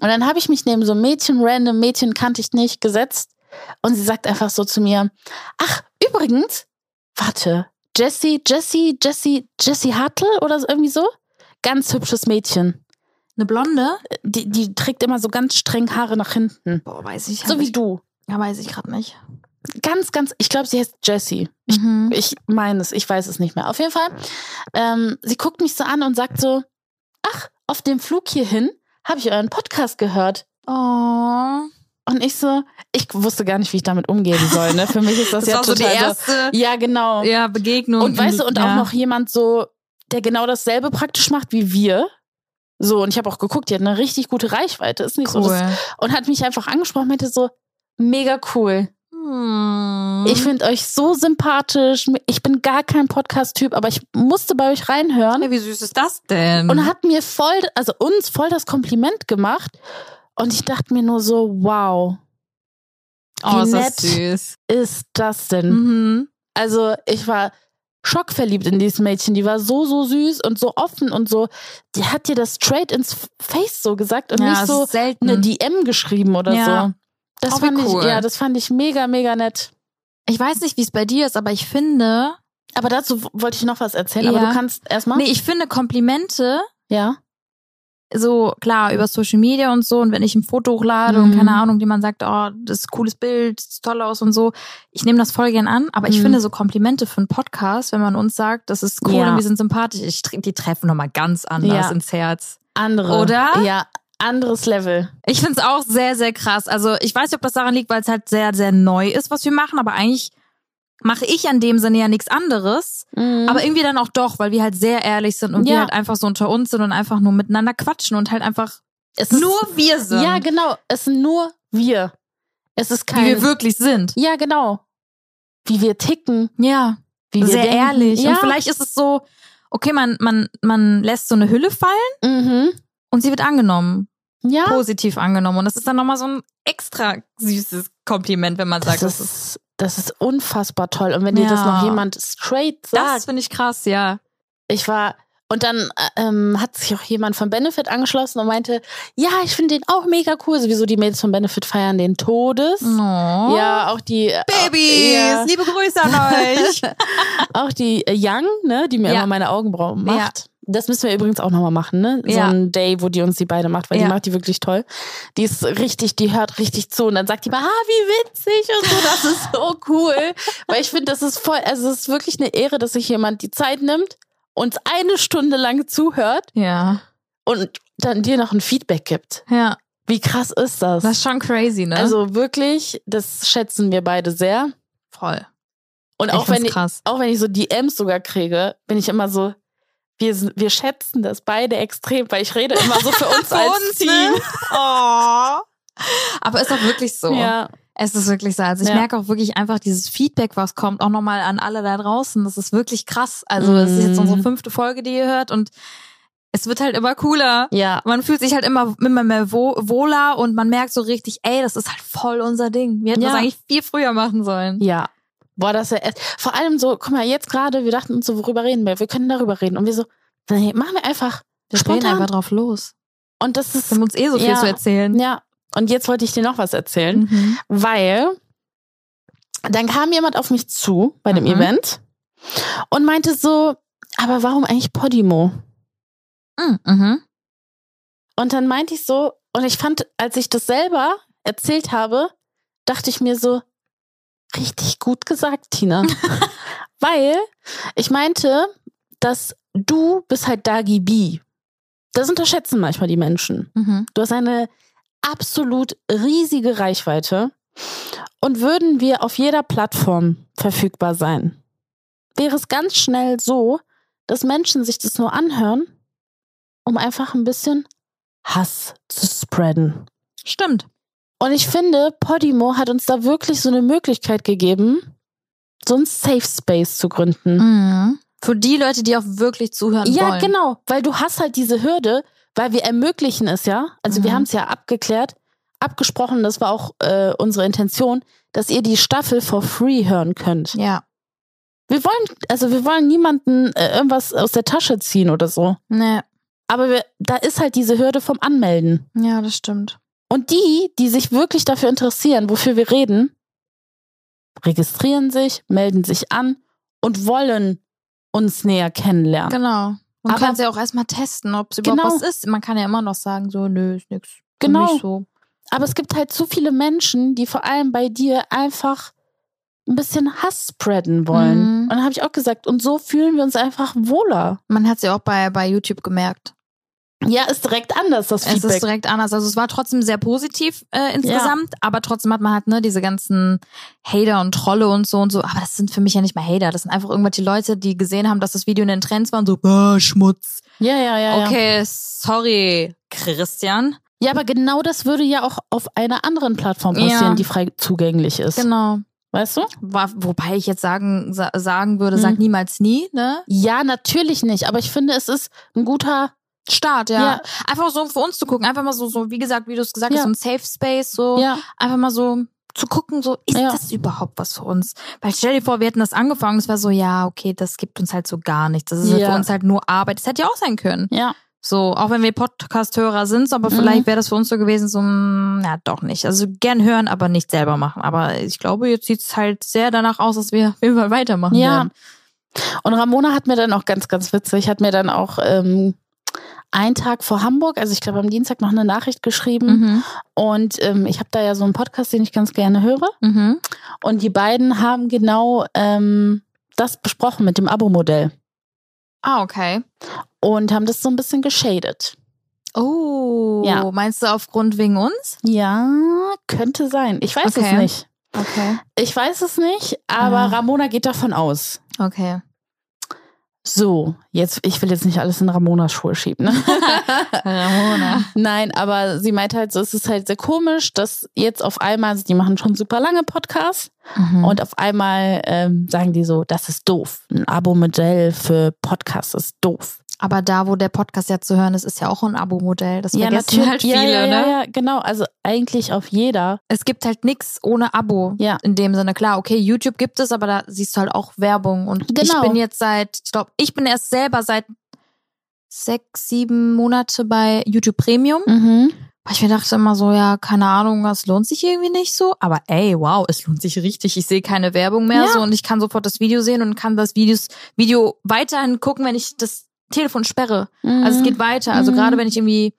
[SPEAKER 1] Und dann habe ich mich neben so ein Mädchen, random Mädchen, kannte ich nicht, gesetzt. Und sie sagt einfach so zu mir, ach, übrigens, warte, Jessie, Jessie, Jessie, Jessie Hartl oder so- irgendwie so? Ganz hübsches Mädchen.
[SPEAKER 2] Eine Blonde?
[SPEAKER 1] Die, die trägt immer so ganz streng Haare nach hinten.
[SPEAKER 2] Boah, weiß ich.
[SPEAKER 1] So wie
[SPEAKER 2] du.
[SPEAKER 1] du.
[SPEAKER 2] Ja, weiß ich gerade nicht.
[SPEAKER 1] Ganz, ganz, ich glaube, sie heißt Jessie.
[SPEAKER 2] Mhm.
[SPEAKER 1] Ich meine es, ich weiß es nicht mehr. Auf jeden Fall, ähm, sie guckt mich so an und sagt so, ach, auf dem Flug hierhin habe ich euren Podcast gehört.
[SPEAKER 2] Oh.
[SPEAKER 1] Und ich so, ich wusste gar nicht, wie ich damit umgehen soll. Ne? Für mich ist das,
[SPEAKER 2] Das,
[SPEAKER 1] ja
[SPEAKER 2] war so die
[SPEAKER 1] total
[SPEAKER 2] erste
[SPEAKER 1] ja, genau.
[SPEAKER 2] ja, Begegnung.
[SPEAKER 1] und weißt du, und auch
[SPEAKER 2] Ja.
[SPEAKER 1] noch jemand so, der genau dasselbe praktisch macht wie wir. So, und ich habe auch geguckt, die hat eine richtig gute Reichweite, ist nicht so. Das,
[SPEAKER 2] cool.
[SPEAKER 1] und hat mich einfach angesprochen, meinte so, mega cool.
[SPEAKER 2] Hm.
[SPEAKER 1] Ich finde euch so sympathisch. Ich bin gar kein Podcast-Typ, aber ich musste bei euch reinhören.
[SPEAKER 2] Ja, wie süß ist das denn?
[SPEAKER 1] und hat mir voll, also uns voll das Kompliment gemacht. Und ich dachte mir nur so, wow,
[SPEAKER 2] oh, ist
[SPEAKER 1] nett.
[SPEAKER 2] das süß.
[SPEAKER 1] ist das denn?
[SPEAKER 2] Mhm.
[SPEAKER 1] Also ich war schockverliebt in dieses Mädchen. Die war so, so süß und so offen und so, die hat dir das straight ins Face so gesagt und
[SPEAKER 2] ja,
[SPEAKER 1] nicht
[SPEAKER 2] es
[SPEAKER 1] so
[SPEAKER 2] ist selten.
[SPEAKER 1] eine DM geschrieben oder
[SPEAKER 2] Ja.
[SPEAKER 1] so. Das
[SPEAKER 2] Oh, wie
[SPEAKER 1] fand
[SPEAKER 2] cool.
[SPEAKER 1] ich, ja, das fand ich mega, mega nett.
[SPEAKER 2] ich weiß nicht, wie es bei dir ist, aber ich finde,
[SPEAKER 1] Aber dazu w- wollte ich noch was erzählen, aber
[SPEAKER 2] Ja.
[SPEAKER 1] du kannst erstmal.
[SPEAKER 2] nee, ich finde Komplimente
[SPEAKER 1] Ja.
[SPEAKER 2] so klar über Social Media und so und wenn ich ein Foto hochlade
[SPEAKER 1] Mhm.
[SPEAKER 2] und keine Ahnung, jemand sagt, oh, das ist ein cooles Bild, sieht toll aus und so, ich nehme das voll gern an, aber ich
[SPEAKER 1] Mhm.
[SPEAKER 2] finde so Komplimente für einen Podcast, wenn man uns sagt, das ist cool
[SPEAKER 1] Ja.
[SPEAKER 2] und wir sind sympathisch, ich, tre- die treffen nochmal ganz anders
[SPEAKER 1] Ja.
[SPEAKER 2] ins Herz.
[SPEAKER 1] Andere.
[SPEAKER 2] Oder?
[SPEAKER 1] Ja, anderes Level.
[SPEAKER 2] Ich finde es auch sehr, sehr krass. Also ich weiß nicht, ob das daran liegt, weil es halt sehr, sehr neu ist, was wir machen, aber eigentlich mache ich an dem Sinne ja nichts anderes. Aber irgendwie dann auch doch, weil wir halt sehr ehrlich sind und wir
[SPEAKER 1] Mhm. Ja.
[SPEAKER 2] halt einfach so unter uns sind und einfach nur miteinander quatschen und halt einfach
[SPEAKER 1] es ist-
[SPEAKER 2] nur wir sind,
[SPEAKER 1] Ja, genau. Es sind nur wir. Es ist
[SPEAKER 2] wie
[SPEAKER 1] kein.
[SPEAKER 2] wir wirklich sind.
[SPEAKER 1] ja, genau. Wie wir ticken.
[SPEAKER 2] Ja,
[SPEAKER 1] Wie wir
[SPEAKER 2] sehr
[SPEAKER 1] denken.
[SPEAKER 2] ehrlich.
[SPEAKER 1] Ja.
[SPEAKER 2] Und vielleicht ist es so, okay, man, man, man lässt so eine Hülle fallen
[SPEAKER 1] Mhm.
[SPEAKER 2] und sie wird angenommen,
[SPEAKER 1] Ja.
[SPEAKER 2] positiv angenommen. Und das ist dann nochmal so ein extra süßes Kompliment, wenn man
[SPEAKER 1] Das
[SPEAKER 2] sagt, das ist,
[SPEAKER 1] ist, das ist unfassbar toll. Und wenn dir
[SPEAKER 2] Ja.
[SPEAKER 1] das noch jemand straight
[SPEAKER 2] das
[SPEAKER 1] sagt,
[SPEAKER 2] finde ich krass, ja.
[SPEAKER 1] ich war. Und dann äh, ähm, hat sich auch jemand von Benefit angeschlossen und meinte, ja, ich finde den auch mega cool. Sowieso die Mädels von Benefit feiern den Todes.
[SPEAKER 2] Oh.
[SPEAKER 1] Ja, auch die äh,
[SPEAKER 2] Babys,
[SPEAKER 1] ja,
[SPEAKER 2] liebe Grüße an euch.
[SPEAKER 1] auch die äh, Young, ne, die mir
[SPEAKER 2] Ja.
[SPEAKER 1] immer meine Augenbrauen macht. Das müssen wir übrigens auch nochmal machen, ne? So
[SPEAKER 2] Ja.
[SPEAKER 1] ein Day, wo die uns die beide macht, weil
[SPEAKER 2] Ja.
[SPEAKER 1] die macht die wirklich toll. Die ist richtig, die hört richtig zu und dann sagt die mal, ah, wie witzig und so, das ist so cool. weil ich finde, das ist voll, also es ist wirklich eine Ehre, dass sich jemand die Zeit nimmt, uns eine Stunde lang zuhört
[SPEAKER 2] ja,
[SPEAKER 1] und dann dir noch ein Feedback gibt.
[SPEAKER 2] ja,
[SPEAKER 1] Wie krass ist das?
[SPEAKER 2] das ist schon crazy, ne?
[SPEAKER 1] also wirklich, das schätzen wir beide sehr.
[SPEAKER 2] voll.
[SPEAKER 1] Und
[SPEAKER 2] Ich
[SPEAKER 1] auch
[SPEAKER 2] find's
[SPEAKER 1] wenn,
[SPEAKER 2] krass.
[SPEAKER 1] auch wenn ich so DMs sogar kriege, bin ich immer so, wir, sind- wir schätzen das beide extrem, weil ich rede immer so für uns als Team.
[SPEAKER 2] ne? Oh. Aber ist auch wirklich so.
[SPEAKER 1] Ja,
[SPEAKER 2] Es ist wirklich so. Also ich
[SPEAKER 1] Ja.
[SPEAKER 2] merke auch wirklich einfach dieses Feedback, was kommt, auch nochmal an alle da draußen. Das ist wirklich krass. Also es ist jetzt
[SPEAKER 1] Mhm.
[SPEAKER 2] unsere fünfte Folge, die ihr hört und es wird halt immer cooler.
[SPEAKER 1] ja,
[SPEAKER 2] Man fühlt sich halt immer, immer mehr wo, wohler und man merkt so richtig, ey, das ist halt voll unser Ding. Wir hätten
[SPEAKER 1] Ja.
[SPEAKER 2] das eigentlich viel früher machen sollen.
[SPEAKER 1] ja. Boah, das ist ja erst- vor allem so, guck mal, jetzt gerade, wir dachten uns so, worüber reden wir? Wir können darüber reden. Und wir so, nee, machen wir einfach
[SPEAKER 2] Wir reden
[SPEAKER 1] spontan.
[SPEAKER 2] einfach drauf los.
[SPEAKER 1] Und das
[SPEAKER 2] Wir
[SPEAKER 1] ist,
[SPEAKER 2] haben uns eh so viel
[SPEAKER 1] Ja.
[SPEAKER 2] zu erzählen.
[SPEAKER 1] ja. Und jetzt wollte ich dir noch was erzählen,
[SPEAKER 2] Mhm.
[SPEAKER 1] weil dann kam jemand auf mich zu bei dem
[SPEAKER 2] Mhm.
[SPEAKER 1] Event und meinte so, aber warum eigentlich Podimo?
[SPEAKER 2] Mhm. Mhm.
[SPEAKER 1] Und dann meinte ich so, und ich fand, als ich das selber erzählt habe, dachte ich mir so, richtig gut gesagt, Tina. Weil ich meinte, dass du bist halt Dagi B. Das unterschätzen manchmal die Menschen.
[SPEAKER 2] Mhm.
[SPEAKER 1] Du hast eine absolut riesige Reichweite. Und würden wir auf jeder Plattform verfügbar sein, wäre es ganz schnell so, dass Menschen sich das nur anhören, um einfach ein bisschen Hass zu spreaden.
[SPEAKER 2] Stimmt.
[SPEAKER 1] Und ich finde, Podimo hat uns da wirklich so eine Möglichkeit gegeben, so ein Safe Space zu gründen.
[SPEAKER 2] Mhm. Für die Leute, die auch wirklich zuhören
[SPEAKER 1] ja,
[SPEAKER 2] wollen.
[SPEAKER 1] genau, weil du hast halt diese Hürde, weil wir ermöglichen es ja. Also wir
[SPEAKER 2] Mhm.
[SPEAKER 1] haben es ja abgeklärt, abgesprochen, das war auch äh, unsere Intention, dass ihr die Staffel for free hören könnt.
[SPEAKER 2] Ja.
[SPEAKER 1] Wir wollen, also wir wollen niemanden äh, irgendwas aus der Tasche ziehen oder so.
[SPEAKER 2] Nee.
[SPEAKER 1] Aber wir, da ist halt diese Hürde vom Anmelden.
[SPEAKER 2] Ja, das stimmt.
[SPEAKER 1] Und die, die sich wirklich dafür interessieren, wofür wir reden, registrieren sich, melden sich an und wollen uns näher kennenlernen.
[SPEAKER 2] Genau. Man
[SPEAKER 1] Aber-
[SPEAKER 2] kann es ja auch erstmal testen, ob es überhaupt
[SPEAKER 1] Genau.
[SPEAKER 2] was ist. Man kann ja immer noch sagen, so, nö, ist nix. Für
[SPEAKER 1] Genau.
[SPEAKER 2] mich So.
[SPEAKER 1] Aber es gibt halt so viele Menschen, die vor allem bei dir einfach ein bisschen Hass spreaden wollen.
[SPEAKER 2] Mhm.
[SPEAKER 1] Und dann habe ich auch gesagt, und so fühlen wir uns einfach wohler.
[SPEAKER 2] Man hat es ja auch bei, bei YouTube gemerkt.
[SPEAKER 1] Ja, ist direkt anders, das
[SPEAKER 2] Es ist
[SPEAKER 1] Feedback.
[SPEAKER 2] direkt anders. Also es war trotzdem sehr positiv äh, insgesamt, aber trotzdem hat man halt ne diese ganzen Hater und Trolle und so und so. Aber das sind für mich ja nicht mal Hater. Das sind einfach irgendwelche Leute, die gesehen haben, dass das Video in den Trends war und so, ah, Schmutz.
[SPEAKER 1] Ja, ja, ja. Okay.
[SPEAKER 2] Okay, sorry, Christian.
[SPEAKER 1] Ja. ja, aber genau das würde ja auch auf einer anderen Plattform
[SPEAKER 2] Ja.
[SPEAKER 1] passieren, die frei zugänglich ist.
[SPEAKER 2] Genau.
[SPEAKER 1] Weißt du?
[SPEAKER 2] War, wobei ich jetzt sagen, sa sagen würde,
[SPEAKER 1] Mhm.
[SPEAKER 2] sag niemals nie, ne?
[SPEAKER 1] Ja, natürlich nicht. Aber ich finde, es ist ein guter
[SPEAKER 2] Start, ja.
[SPEAKER 1] Ja.
[SPEAKER 2] Einfach so um für uns zu gucken. Einfach mal so, so wie gesagt, wie du es gesagt
[SPEAKER 1] Ja.
[SPEAKER 2] hast, so ein Safe Space, so.
[SPEAKER 1] Ja,
[SPEAKER 2] einfach mal so zu gucken, so ist
[SPEAKER 1] Ja.
[SPEAKER 2] das überhaupt was für uns? Weil stell dir vor, wir hätten das angefangen, es war so, ja, okay, das gibt uns halt so gar nichts. Das ist halt
[SPEAKER 1] Ja.
[SPEAKER 2] für uns halt nur Arbeit. Das hätte ja auch sein können.
[SPEAKER 1] ja.
[SPEAKER 2] So, auch wenn wir Podcast-Hörer sind, so, aber
[SPEAKER 1] Mhm.
[SPEAKER 2] vielleicht wäre das für uns so gewesen, so, mm, ja, doch nicht. Also gern hören, aber nicht selber machen. Aber ich glaube, jetzt sieht's halt sehr danach aus, dass wir auf jeden Fall weitermachen
[SPEAKER 1] Ja.
[SPEAKER 2] werden.
[SPEAKER 1] Und Ramona hat mir dann auch ganz, ganz witzig, hat mir dann auch ähm, einen Tag vor Hamburg, also ich glaube am Dienstag noch eine Nachricht geschrieben.
[SPEAKER 2] Mhm.
[SPEAKER 1] Und ähm, ich habe da ja so einen Podcast, den ich ganz gerne höre.
[SPEAKER 2] Mhm.
[SPEAKER 1] Und die beiden haben genau ähm, das besprochen mit dem Abo-Modell
[SPEAKER 2] Ah, okay.
[SPEAKER 1] und haben das so ein bisschen geshadet.
[SPEAKER 2] Oh,
[SPEAKER 1] Ja.
[SPEAKER 2] meinst du aufgrund wegen uns?
[SPEAKER 1] Ja, könnte sein. Ich weiß
[SPEAKER 2] Okay.
[SPEAKER 1] es nicht.
[SPEAKER 2] Okay.
[SPEAKER 1] Ich weiß es nicht, aber
[SPEAKER 2] Ja.
[SPEAKER 1] Ramona geht davon aus.
[SPEAKER 2] Okay.
[SPEAKER 1] So, jetzt, ich will jetzt nicht alles in Ramonas Schuhe schieben. Ne?
[SPEAKER 2] Äh, Ramona.
[SPEAKER 1] Nein, aber sie meinte halt, so es ist halt sehr komisch, dass jetzt auf einmal, also die machen schon super lange Podcasts
[SPEAKER 2] Mhm.
[SPEAKER 1] und auf einmal ähm, sagen die so, das ist doof. Ein Abo-Modell für Podcasts ist doof.
[SPEAKER 2] Aber da, wo der Podcast ja zu hören ist, ist ja auch ein Abo-Modell. Das vergessen halt viele,
[SPEAKER 1] ja, ja,
[SPEAKER 2] ne?
[SPEAKER 1] ja, ja, genau. Also eigentlich auf jeder.
[SPEAKER 2] Es gibt halt nix ohne Abo.
[SPEAKER 1] Ja.
[SPEAKER 2] In dem Sinne, klar, okay, YouTube gibt es, aber da siehst du halt auch Werbung. Und ich
[SPEAKER 1] Genau.
[SPEAKER 2] bin jetzt seit, ich glaube, ich bin erst selber seit sechs, sieben Monate bei YouTube Premium.
[SPEAKER 1] Mhm.
[SPEAKER 2] Weil ich mir dachte immer so, ja, keine Ahnung, das lohnt sich irgendwie nicht so. Aber ey, wow, es lohnt sich richtig. Ich sehe keine Werbung mehr
[SPEAKER 1] Ja.
[SPEAKER 2] so und ich kann sofort das Video sehen und kann das Videos, Video weiterhin gucken, wenn ich das Telefon sperre. Also es geht weiter. Also
[SPEAKER 1] Mhm.
[SPEAKER 2] gerade wenn ich irgendwie,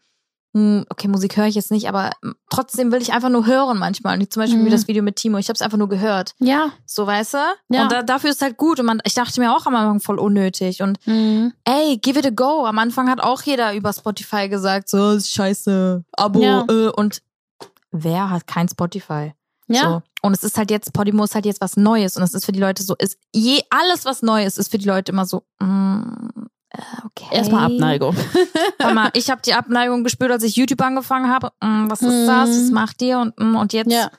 [SPEAKER 2] hm, okay, Musik höre ich jetzt nicht, aber hm, trotzdem will ich einfach nur hören manchmal. Und Zum Beispiel
[SPEAKER 1] Mhm.
[SPEAKER 2] wie das Video mit Timo. Ich habe es einfach nur gehört.
[SPEAKER 1] Ja.
[SPEAKER 2] So, weißt du?
[SPEAKER 1] Ja.
[SPEAKER 2] Und da, dafür ist halt gut. Und man, ich dachte mir auch am Anfang voll unnötig. Und
[SPEAKER 1] Mhm.
[SPEAKER 2] ey, give it a go. Am Anfang hat auch jeder über Spotify gesagt, so, ist scheiße, Abo.
[SPEAKER 1] Ja.
[SPEAKER 2] Äh. Und wer hat kein Spotify?
[SPEAKER 1] Ja.
[SPEAKER 2] So. Und es ist halt jetzt, Podimo ist halt jetzt was Neues. Und es ist für die Leute so, ist je, alles was Neues ist für die Leute immer so, mm, äh, okay.
[SPEAKER 1] Erstmal Abneigung.
[SPEAKER 2] Hör mal, ich habe die Abneigung gespürt, als ich YouTube angefangen habe. Mm, was ist
[SPEAKER 1] Mhm.
[SPEAKER 2] das? Was macht ihr? Und, mm, und jetzt,
[SPEAKER 1] Ja.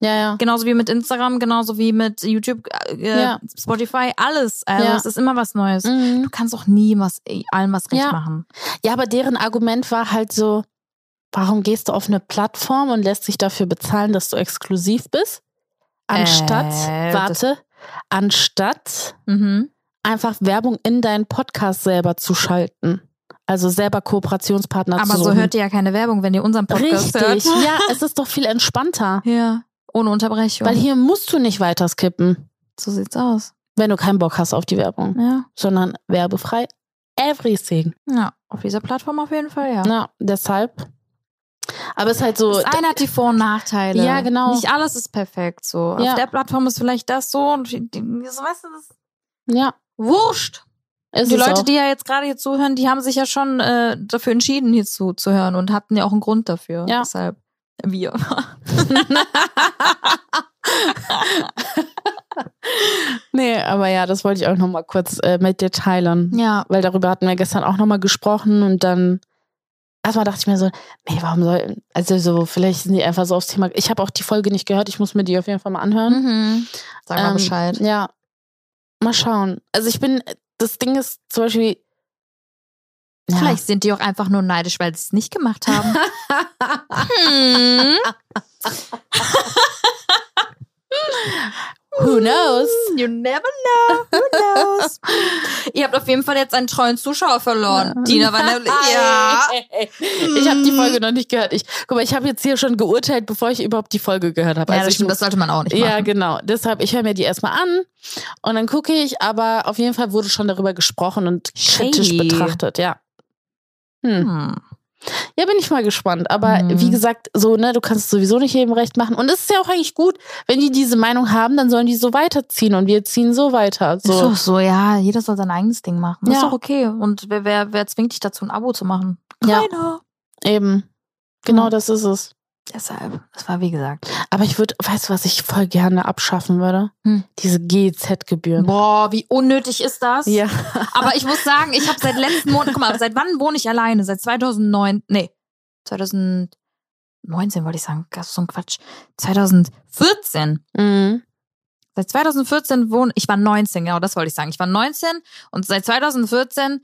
[SPEAKER 1] Ja, ja.
[SPEAKER 2] genauso wie mit Instagram, genauso wie mit YouTube, äh,
[SPEAKER 1] Ja.
[SPEAKER 2] Spotify, alles. Also
[SPEAKER 1] Ja.
[SPEAKER 2] es ist immer was Neues.
[SPEAKER 1] Mhm.
[SPEAKER 2] Du kannst auch nie was, eh, allem was recht
[SPEAKER 1] Ja.
[SPEAKER 2] machen.
[SPEAKER 1] Ja, aber deren Argument war halt so, warum gehst du auf eine Plattform und lässt dich dafür bezahlen, dass du exklusiv bist? Anstatt,
[SPEAKER 2] Äh, das-
[SPEAKER 1] warte, anstatt
[SPEAKER 2] Mhm.
[SPEAKER 1] einfach Werbung in deinen Podcast selber zu schalten. Also selber Kooperationspartner
[SPEAKER 2] Aber
[SPEAKER 1] zu
[SPEAKER 2] so
[SPEAKER 1] suchen.
[SPEAKER 2] hört ihr ja keine Werbung, wenn ihr unseren Podcast
[SPEAKER 1] Richtig,
[SPEAKER 2] hört.
[SPEAKER 1] ja, es ist doch viel entspannter.
[SPEAKER 2] Ja, ohne Unterbrechung.
[SPEAKER 1] Weil hier musst du nicht weiter skippen,
[SPEAKER 2] so sieht's aus.
[SPEAKER 1] wenn du keinen Bock hast auf die Werbung,
[SPEAKER 2] Ja.
[SPEAKER 1] sondern werbefrei everything.
[SPEAKER 2] ja, auf dieser Plattform auf jeden Fall, ja.
[SPEAKER 1] Na, deshalb. Aber es ist halt so,
[SPEAKER 2] Das eine hat die Vor- und Nachteile.
[SPEAKER 1] Ja, genau.
[SPEAKER 2] Nicht alles ist perfekt so.
[SPEAKER 1] Ja.
[SPEAKER 2] Auf der Plattform ist vielleicht das so und die- die- so, weißt du, das ist
[SPEAKER 1] ja,
[SPEAKER 2] wurscht.
[SPEAKER 1] ist
[SPEAKER 2] die
[SPEAKER 1] es
[SPEAKER 2] Leute,
[SPEAKER 1] auch.
[SPEAKER 2] die ja jetzt gerade hier zuhören, die haben sich ja schon äh, dafür entschieden, hier zu, zu hören und hatten ja auch einen Grund dafür.
[SPEAKER 1] Ja.
[SPEAKER 2] Deshalb wir.
[SPEAKER 1] Nee, aber ja, das wollte ich auch nochmal kurz äh, mit dir teilen.
[SPEAKER 2] Ja.
[SPEAKER 1] Weil darüber hatten wir gestern auch nochmal gesprochen und dann erstmal dachte ich mir so, nee, warum soll, also so, vielleicht sind die einfach so aufs Thema. Ich habe auch die Folge nicht gehört, ich muss mir die auf jeden Fall mal anhören.
[SPEAKER 2] Mhm. Sag mal
[SPEAKER 1] Ähm,
[SPEAKER 2] Bescheid.
[SPEAKER 1] Ja. Mal schauen. Also ich bin, das Ding ist zum Beispiel. Ja.
[SPEAKER 2] Vielleicht sind die auch einfach nur neidisch, weil sie es nicht gemacht haben.
[SPEAKER 1] Hm. Who knows?
[SPEAKER 2] You never know. Who knows? Ihr habt auf jeden Fall jetzt einen treuen Zuschauer verloren. Dina war nämlich. Ja.
[SPEAKER 1] Ich habe die Folge noch nicht gehört. Ich, guck mal, ich habe jetzt hier schon geurteilt, bevor ich überhaupt die Folge gehört habe.
[SPEAKER 2] Ja,
[SPEAKER 1] Also
[SPEAKER 2] das
[SPEAKER 1] ich
[SPEAKER 2] stimmt,
[SPEAKER 1] muss-
[SPEAKER 2] das sollte man auch nicht machen.
[SPEAKER 1] ja, genau. Deshalb, ich höre mir die erstmal an und dann gucke ich, aber auf jeden Fall wurde schon darüber gesprochen und kritisch
[SPEAKER 2] Shady.
[SPEAKER 1] betrachtet, ja. Hm.
[SPEAKER 2] Hm.
[SPEAKER 1] Ja, bin ich mal gespannt. Aber
[SPEAKER 2] Mhm.
[SPEAKER 1] wie gesagt, so, ne, du kannst es sowieso nicht jedem recht machen. Und es ist ja auch eigentlich gut, wenn die diese Meinung haben, dann sollen die so weiterziehen und wir ziehen so weiter.
[SPEAKER 2] So. Ist
[SPEAKER 1] So.
[SPEAKER 2] doch so, ja, jeder soll sein eigenes Ding machen.
[SPEAKER 1] Ja.
[SPEAKER 2] Ist doch okay. Und wer, wer, wer zwingt dich dazu, ein Abo zu machen?
[SPEAKER 1] Ja.
[SPEAKER 2] Keiner.
[SPEAKER 1] Eben. Genau
[SPEAKER 2] Ja.
[SPEAKER 1] das ist es.
[SPEAKER 2] Deshalb, das war wie gesagt.
[SPEAKER 1] Aber ich würde, weißt du, was ich voll gerne abschaffen würde?
[SPEAKER 2] Hm.
[SPEAKER 1] Diese GZ-Gebühren.
[SPEAKER 2] Boah, wie unnötig ist das?
[SPEAKER 1] Ja.
[SPEAKER 2] Aber ich muss sagen, ich habe seit letzten Monat, guck mal, seit wann wohne ich alleine? Seit 2009, nee, 2019 wollte ich sagen, das ist so ein Quatsch. 2014.
[SPEAKER 1] Mhm.
[SPEAKER 2] Seit 2014 wohne ich war 19, genau, das wollte ich sagen. Ich war 19 und seit 2014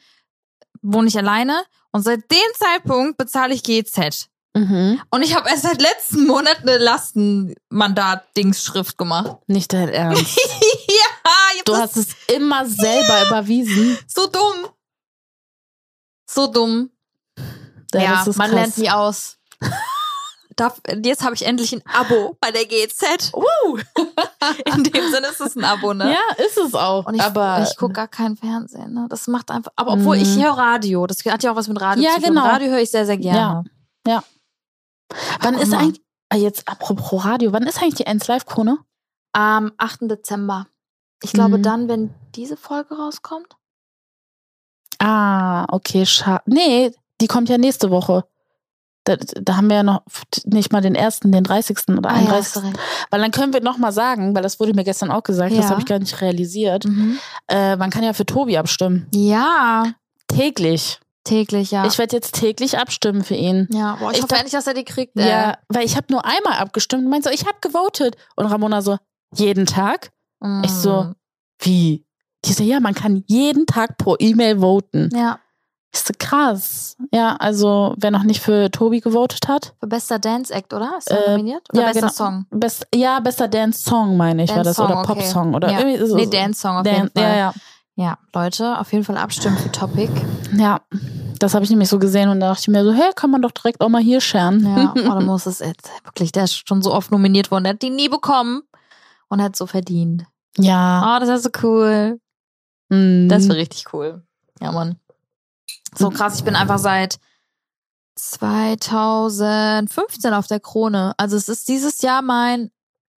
[SPEAKER 2] wohne ich alleine und seit dem Zeitpunkt bezahle ich GZ.
[SPEAKER 1] Mhm.
[SPEAKER 2] Und ich habe erst seit letzten Monat eine Lastenmandat-Dingsschrift gemacht.
[SPEAKER 1] Nicht dein Ernst.
[SPEAKER 2] ja, ich hab
[SPEAKER 1] Du
[SPEAKER 2] das
[SPEAKER 1] hast es immer selber überwiesen.
[SPEAKER 2] so dumm. So dumm.
[SPEAKER 1] Ja,
[SPEAKER 2] Ja,
[SPEAKER 1] das ist
[SPEAKER 2] man
[SPEAKER 1] krass.
[SPEAKER 2] lernt nie aus. Darf, jetzt habe ich endlich ein Abo bei der GZ. In dem Sinne ist es ein Abo, ne?
[SPEAKER 1] Ja, ist es auch.
[SPEAKER 2] Und ich,
[SPEAKER 1] aber
[SPEAKER 2] ich gucke gar kein Fernsehen. Ne? Das macht einfach. Aber obwohl ich
[SPEAKER 1] Mhm.
[SPEAKER 2] höre Radio. Das hat ja auch was mit Radio
[SPEAKER 1] Ja,
[SPEAKER 2] zu tun.
[SPEAKER 1] genau.
[SPEAKER 2] Radio höre ich sehr, sehr gerne.
[SPEAKER 1] wann
[SPEAKER 2] guck
[SPEAKER 1] ist
[SPEAKER 2] mal.
[SPEAKER 1] eigentlich. Ah, Jetzt apropos Radio, wann ist eigentlich die 1 Live-Krone?
[SPEAKER 2] Am 8. Dezember. Ich glaube
[SPEAKER 1] Mhm.
[SPEAKER 2] dann, wenn diese Folge rauskommt.
[SPEAKER 1] Ah, okay, schade. Nee, die kommt ja nächste Woche. Da, da haben wir ja noch nicht mal den 1., den 30. oder
[SPEAKER 2] Ah, ja, hast
[SPEAKER 1] 31.
[SPEAKER 2] du recht.
[SPEAKER 1] weil dann können wir nochmal sagen, weil das wurde mir gestern auch gesagt, das
[SPEAKER 2] Ja.
[SPEAKER 1] habe ich gar nicht realisiert.
[SPEAKER 2] Mhm.
[SPEAKER 1] Äh, man kann ja für Tobi abstimmen.
[SPEAKER 2] Ja,
[SPEAKER 1] Täglich.
[SPEAKER 2] täglich, ja.
[SPEAKER 1] Ich werde jetzt täglich abstimmen für ihn.
[SPEAKER 2] ja, boah, ich,
[SPEAKER 1] ich
[SPEAKER 2] hoffe
[SPEAKER 1] glaub-
[SPEAKER 2] endlich, dass er die kriegt. äh.
[SPEAKER 1] Ja,
[SPEAKER 2] ey.
[SPEAKER 1] weil ich habe nur einmal abgestimmt und meinte so, ich habe gewotet. Und Ramona so, jeden Tag?
[SPEAKER 2] Mm.
[SPEAKER 1] Ich so- Wie? Die so, ja, man kann jeden Tag pro E-Mail voten.
[SPEAKER 2] Ja,
[SPEAKER 1] Ich so, krass. Ja, also wer noch nicht für Tobi gewotet hat,
[SPEAKER 2] für bester Dance Act, oder? Ist er
[SPEAKER 1] Äh,
[SPEAKER 2] nominiert? Oder
[SPEAKER 1] ja,
[SPEAKER 2] bester
[SPEAKER 1] genau.
[SPEAKER 2] Song?
[SPEAKER 1] best, ja, bester Dance-Song, meine ich, war das.
[SPEAKER 2] Dance-Song,
[SPEAKER 1] Oder
[SPEAKER 2] okay.
[SPEAKER 1] Pop-Song. Oder
[SPEAKER 2] Ja.
[SPEAKER 1] irgendwie so.
[SPEAKER 2] Nee, Dance Song auf
[SPEAKER 1] Dan-
[SPEAKER 2] jeden Fall.
[SPEAKER 1] Ja, ja.
[SPEAKER 2] Ja, Leute, auf jeden Fall abstimmen für Topic.
[SPEAKER 1] Ja, das habe ich nämlich so gesehen und da dachte ich mir so, hey, kann man doch direkt auch mal hier scheren.
[SPEAKER 2] Ja, oder muss es jetzt wirklich, der ist schon so oft nominiert worden, der hat die nie bekommen und hat so verdient.
[SPEAKER 1] Ja.
[SPEAKER 2] Oh, das ist so cool.
[SPEAKER 1] Mhm.
[SPEAKER 2] Das wäre richtig cool. Ja, Mann. So krass, ich bin einfach seit 2015 auf der Krone. Also es ist dieses Jahr mein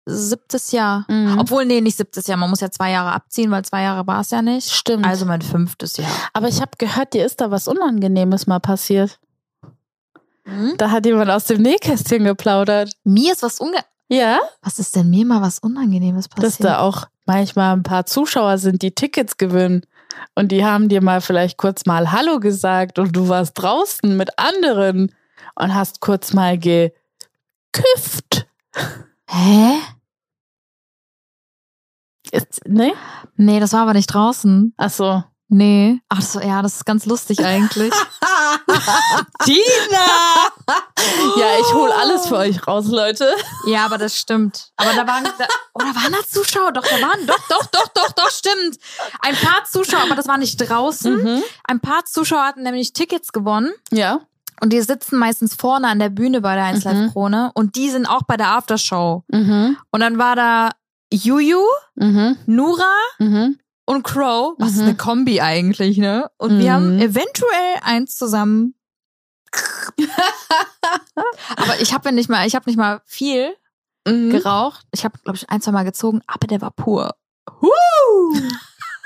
[SPEAKER 2] siebtes Jahr.
[SPEAKER 1] Mhm.
[SPEAKER 2] Obwohl, nee, nicht siebtes Jahr. Man muss ja zwei Jahre abziehen, weil zwei Jahre war es ja nicht.
[SPEAKER 1] Stimmt.
[SPEAKER 2] Also mein fünftes Jahr.
[SPEAKER 1] Aber ich habe gehört, dir ist da was Unangenehmes mal passiert.
[SPEAKER 2] Hm?
[SPEAKER 1] Da hat jemand aus dem Nähkästchen geplaudert.
[SPEAKER 2] Mir ist was unge...
[SPEAKER 1] Ja?
[SPEAKER 2] Was ist denn mir mal was Unangenehmes
[SPEAKER 1] Dass
[SPEAKER 2] passiert?
[SPEAKER 1] da auch manchmal ein paar Zuschauer sind, die Tickets gewinnen. Und die haben dir mal vielleicht kurz mal Hallo gesagt und du warst draußen mit anderen und hast kurz mal geküfft.
[SPEAKER 2] Hä?
[SPEAKER 1] Ist, ne? Ah.
[SPEAKER 2] Nee, das war aber nicht draußen.
[SPEAKER 1] Ach so.
[SPEAKER 2] Nee. Ach so, ja, das ist ganz lustig eigentlich.
[SPEAKER 1] Tina! ja, ich hol alles für euch raus, Leute.
[SPEAKER 2] ja, aber das stimmt. Aber da waren, da, oder waren da Zuschauer? Doch, da waren, doch, doch, doch, doch, doch, stimmt. Ein paar Zuschauer, aber das war nicht draußen.
[SPEAKER 1] Mhm.
[SPEAKER 2] Ein paar Zuschauer hatten nämlich Tickets gewonnen.
[SPEAKER 1] Ja.
[SPEAKER 2] Und die sitzen meistens vorne an der Bühne bei der 1 Live Krone. Und die sind auch bei der Aftershow.
[SPEAKER 1] Mhm.
[SPEAKER 2] Und dann war da Juju,
[SPEAKER 1] Mhm.
[SPEAKER 2] Nura,
[SPEAKER 1] Mhm.
[SPEAKER 2] und Crow, was ist
[SPEAKER 1] Mhm.
[SPEAKER 2] eine Kombi eigentlich, ne? Und
[SPEAKER 1] Mhm.
[SPEAKER 2] wir haben eventuell eins zusammen. aber ich habe nicht mal, ich habe nicht mal viel
[SPEAKER 1] Mhm.
[SPEAKER 2] geraucht. Ich habe glaube ich ein, zwei mal gezogen, aber der war pur.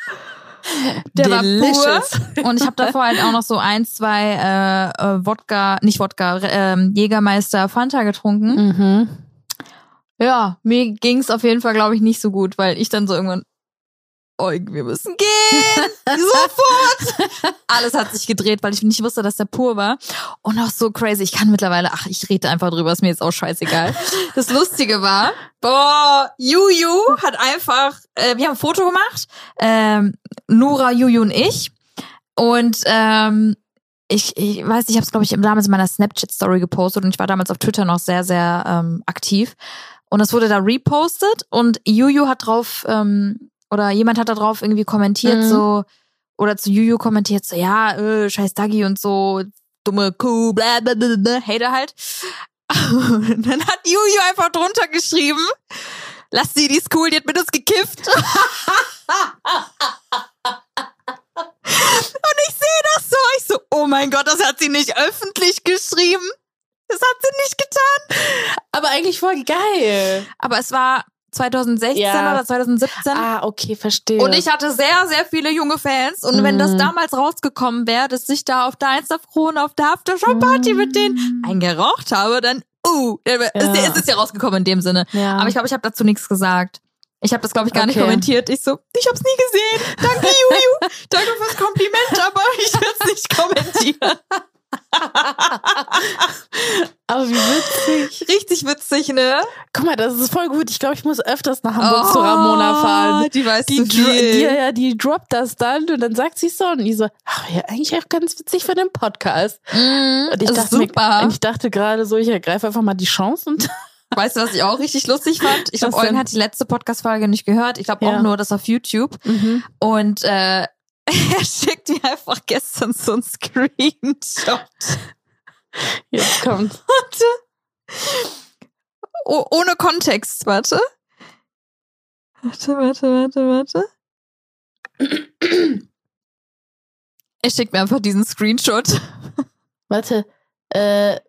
[SPEAKER 2] Der war
[SPEAKER 1] Delicious.
[SPEAKER 2] Und ich habe davor halt auch noch so ein, zwei äh, äh, Wodka, nicht Wodka, ähm, Jägermeister Fanta getrunken.
[SPEAKER 1] Mhm.
[SPEAKER 2] Ja, mir ging's auf jeden Fall glaube ich nicht so gut, weil ich dann so irgendwann Eugen, wir müssen gehen. Sofort. Alles hat sich gedreht, weil ich nicht wusste, dass der pur war. Und auch so crazy. Ich kann mittlerweile, ach, ich rede einfach drüber, ist mir jetzt auch scheißegal. Das Lustige war, boah, Juju hat einfach, äh, wir haben ein Foto gemacht, ähm, Nora, Juju und ich. Und ähm, ich, ich weiß, ich habe es, glaube ich, damals in meiner Snapchat-Story gepostet und ich war damals auf Twitter noch sehr, sehr ähm, aktiv. Und das wurde da repostet und Juju hat drauf, ähm, oder jemand hat da drauf irgendwie kommentiert,
[SPEAKER 1] Mhm.
[SPEAKER 2] so, oder zu Juju kommentiert, so, ja, äh, scheiß Dagi und so, dumme Kuh, bla, bla, bla, bla, Hater halt. Und dann hat Juju einfach drunter geschrieben, lass sie, die ist cool, die hat mit uns gekifft. Und ich sehe das so. Ich so, oh mein Gott, das hat sie nicht öffentlich geschrieben. Das hat sie nicht getan.
[SPEAKER 1] Aber eigentlich voll geil.
[SPEAKER 2] Aber es war 2016
[SPEAKER 1] Ja.
[SPEAKER 2] oder 2017.
[SPEAKER 1] Ah, okay, verstehe.
[SPEAKER 2] Und ich hatte sehr, sehr viele junge Fans. Und wenn das
[SPEAKER 1] Mhm.
[SPEAKER 2] damals rausgekommen wäre, dass ich da auf der Instafro und auf der Aftershow-Party mit denen eingeraucht habe, dann, uh, dann wär- ist,
[SPEAKER 1] Mhm. Ja.
[SPEAKER 2] ist es ja rausgekommen in dem Sinne.
[SPEAKER 1] ja.
[SPEAKER 2] Aber ich glaube, ich habe dazu nichts gesagt. Ich habe das, glaube ich, gar nicht
[SPEAKER 1] Okay.
[SPEAKER 2] kommentiert. Ich so, ich habe es nie gesehen. Danke, Juju. Danke fürs Kompliment, aber ich werde es nicht kommentieren.
[SPEAKER 1] Aber wie witzig.
[SPEAKER 2] Richtig witzig, ne?
[SPEAKER 1] Guck mal, das ist voll gut. Ich glaube, ich muss öfters nach Hamburg zu
[SPEAKER 2] Oh,
[SPEAKER 1] Ramona fahren.
[SPEAKER 2] Die weiß
[SPEAKER 1] Die,
[SPEAKER 2] zu
[SPEAKER 1] dro
[SPEAKER 2] viel.
[SPEAKER 1] die, ja, die droppt das dann und dann sagt sie so und ich so, ach ja, eigentlich auch ganz witzig für den Podcast.
[SPEAKER 2] Mhm,
[SPEAKER 1] Und ich,
[SPEAKER 2] das ist
[SPEAKER 1] dachte, mir-
[SPEAKER 2] super.
[SPEAKER 1] und ich dachte gerade so, ich ergreife einfach mal die Chance und
[SPEAKER 2] weißt du, was ich auch richtig lustig fand? Ich glaube,
[SPEAKER 1] Was denn?
[SPEAKER 2] Eugen hat die letzte Podcast-Folge nicht gehört. Ich glaube
[SPEAKER 1] Ja.
[SPEAKER 2] auch nur das auf YouTube. Und äh, er schickt mir einfach gestern so ein Screenshot.
[SPEAKER 1] jetzt kommt.
[SPEAKER 2] Oh, ohne Kontext, warte. Warte, warte, warte, warte. Er schickt mir einfach diesen Screenshot.
[SPEAKER 1] Warte, äh,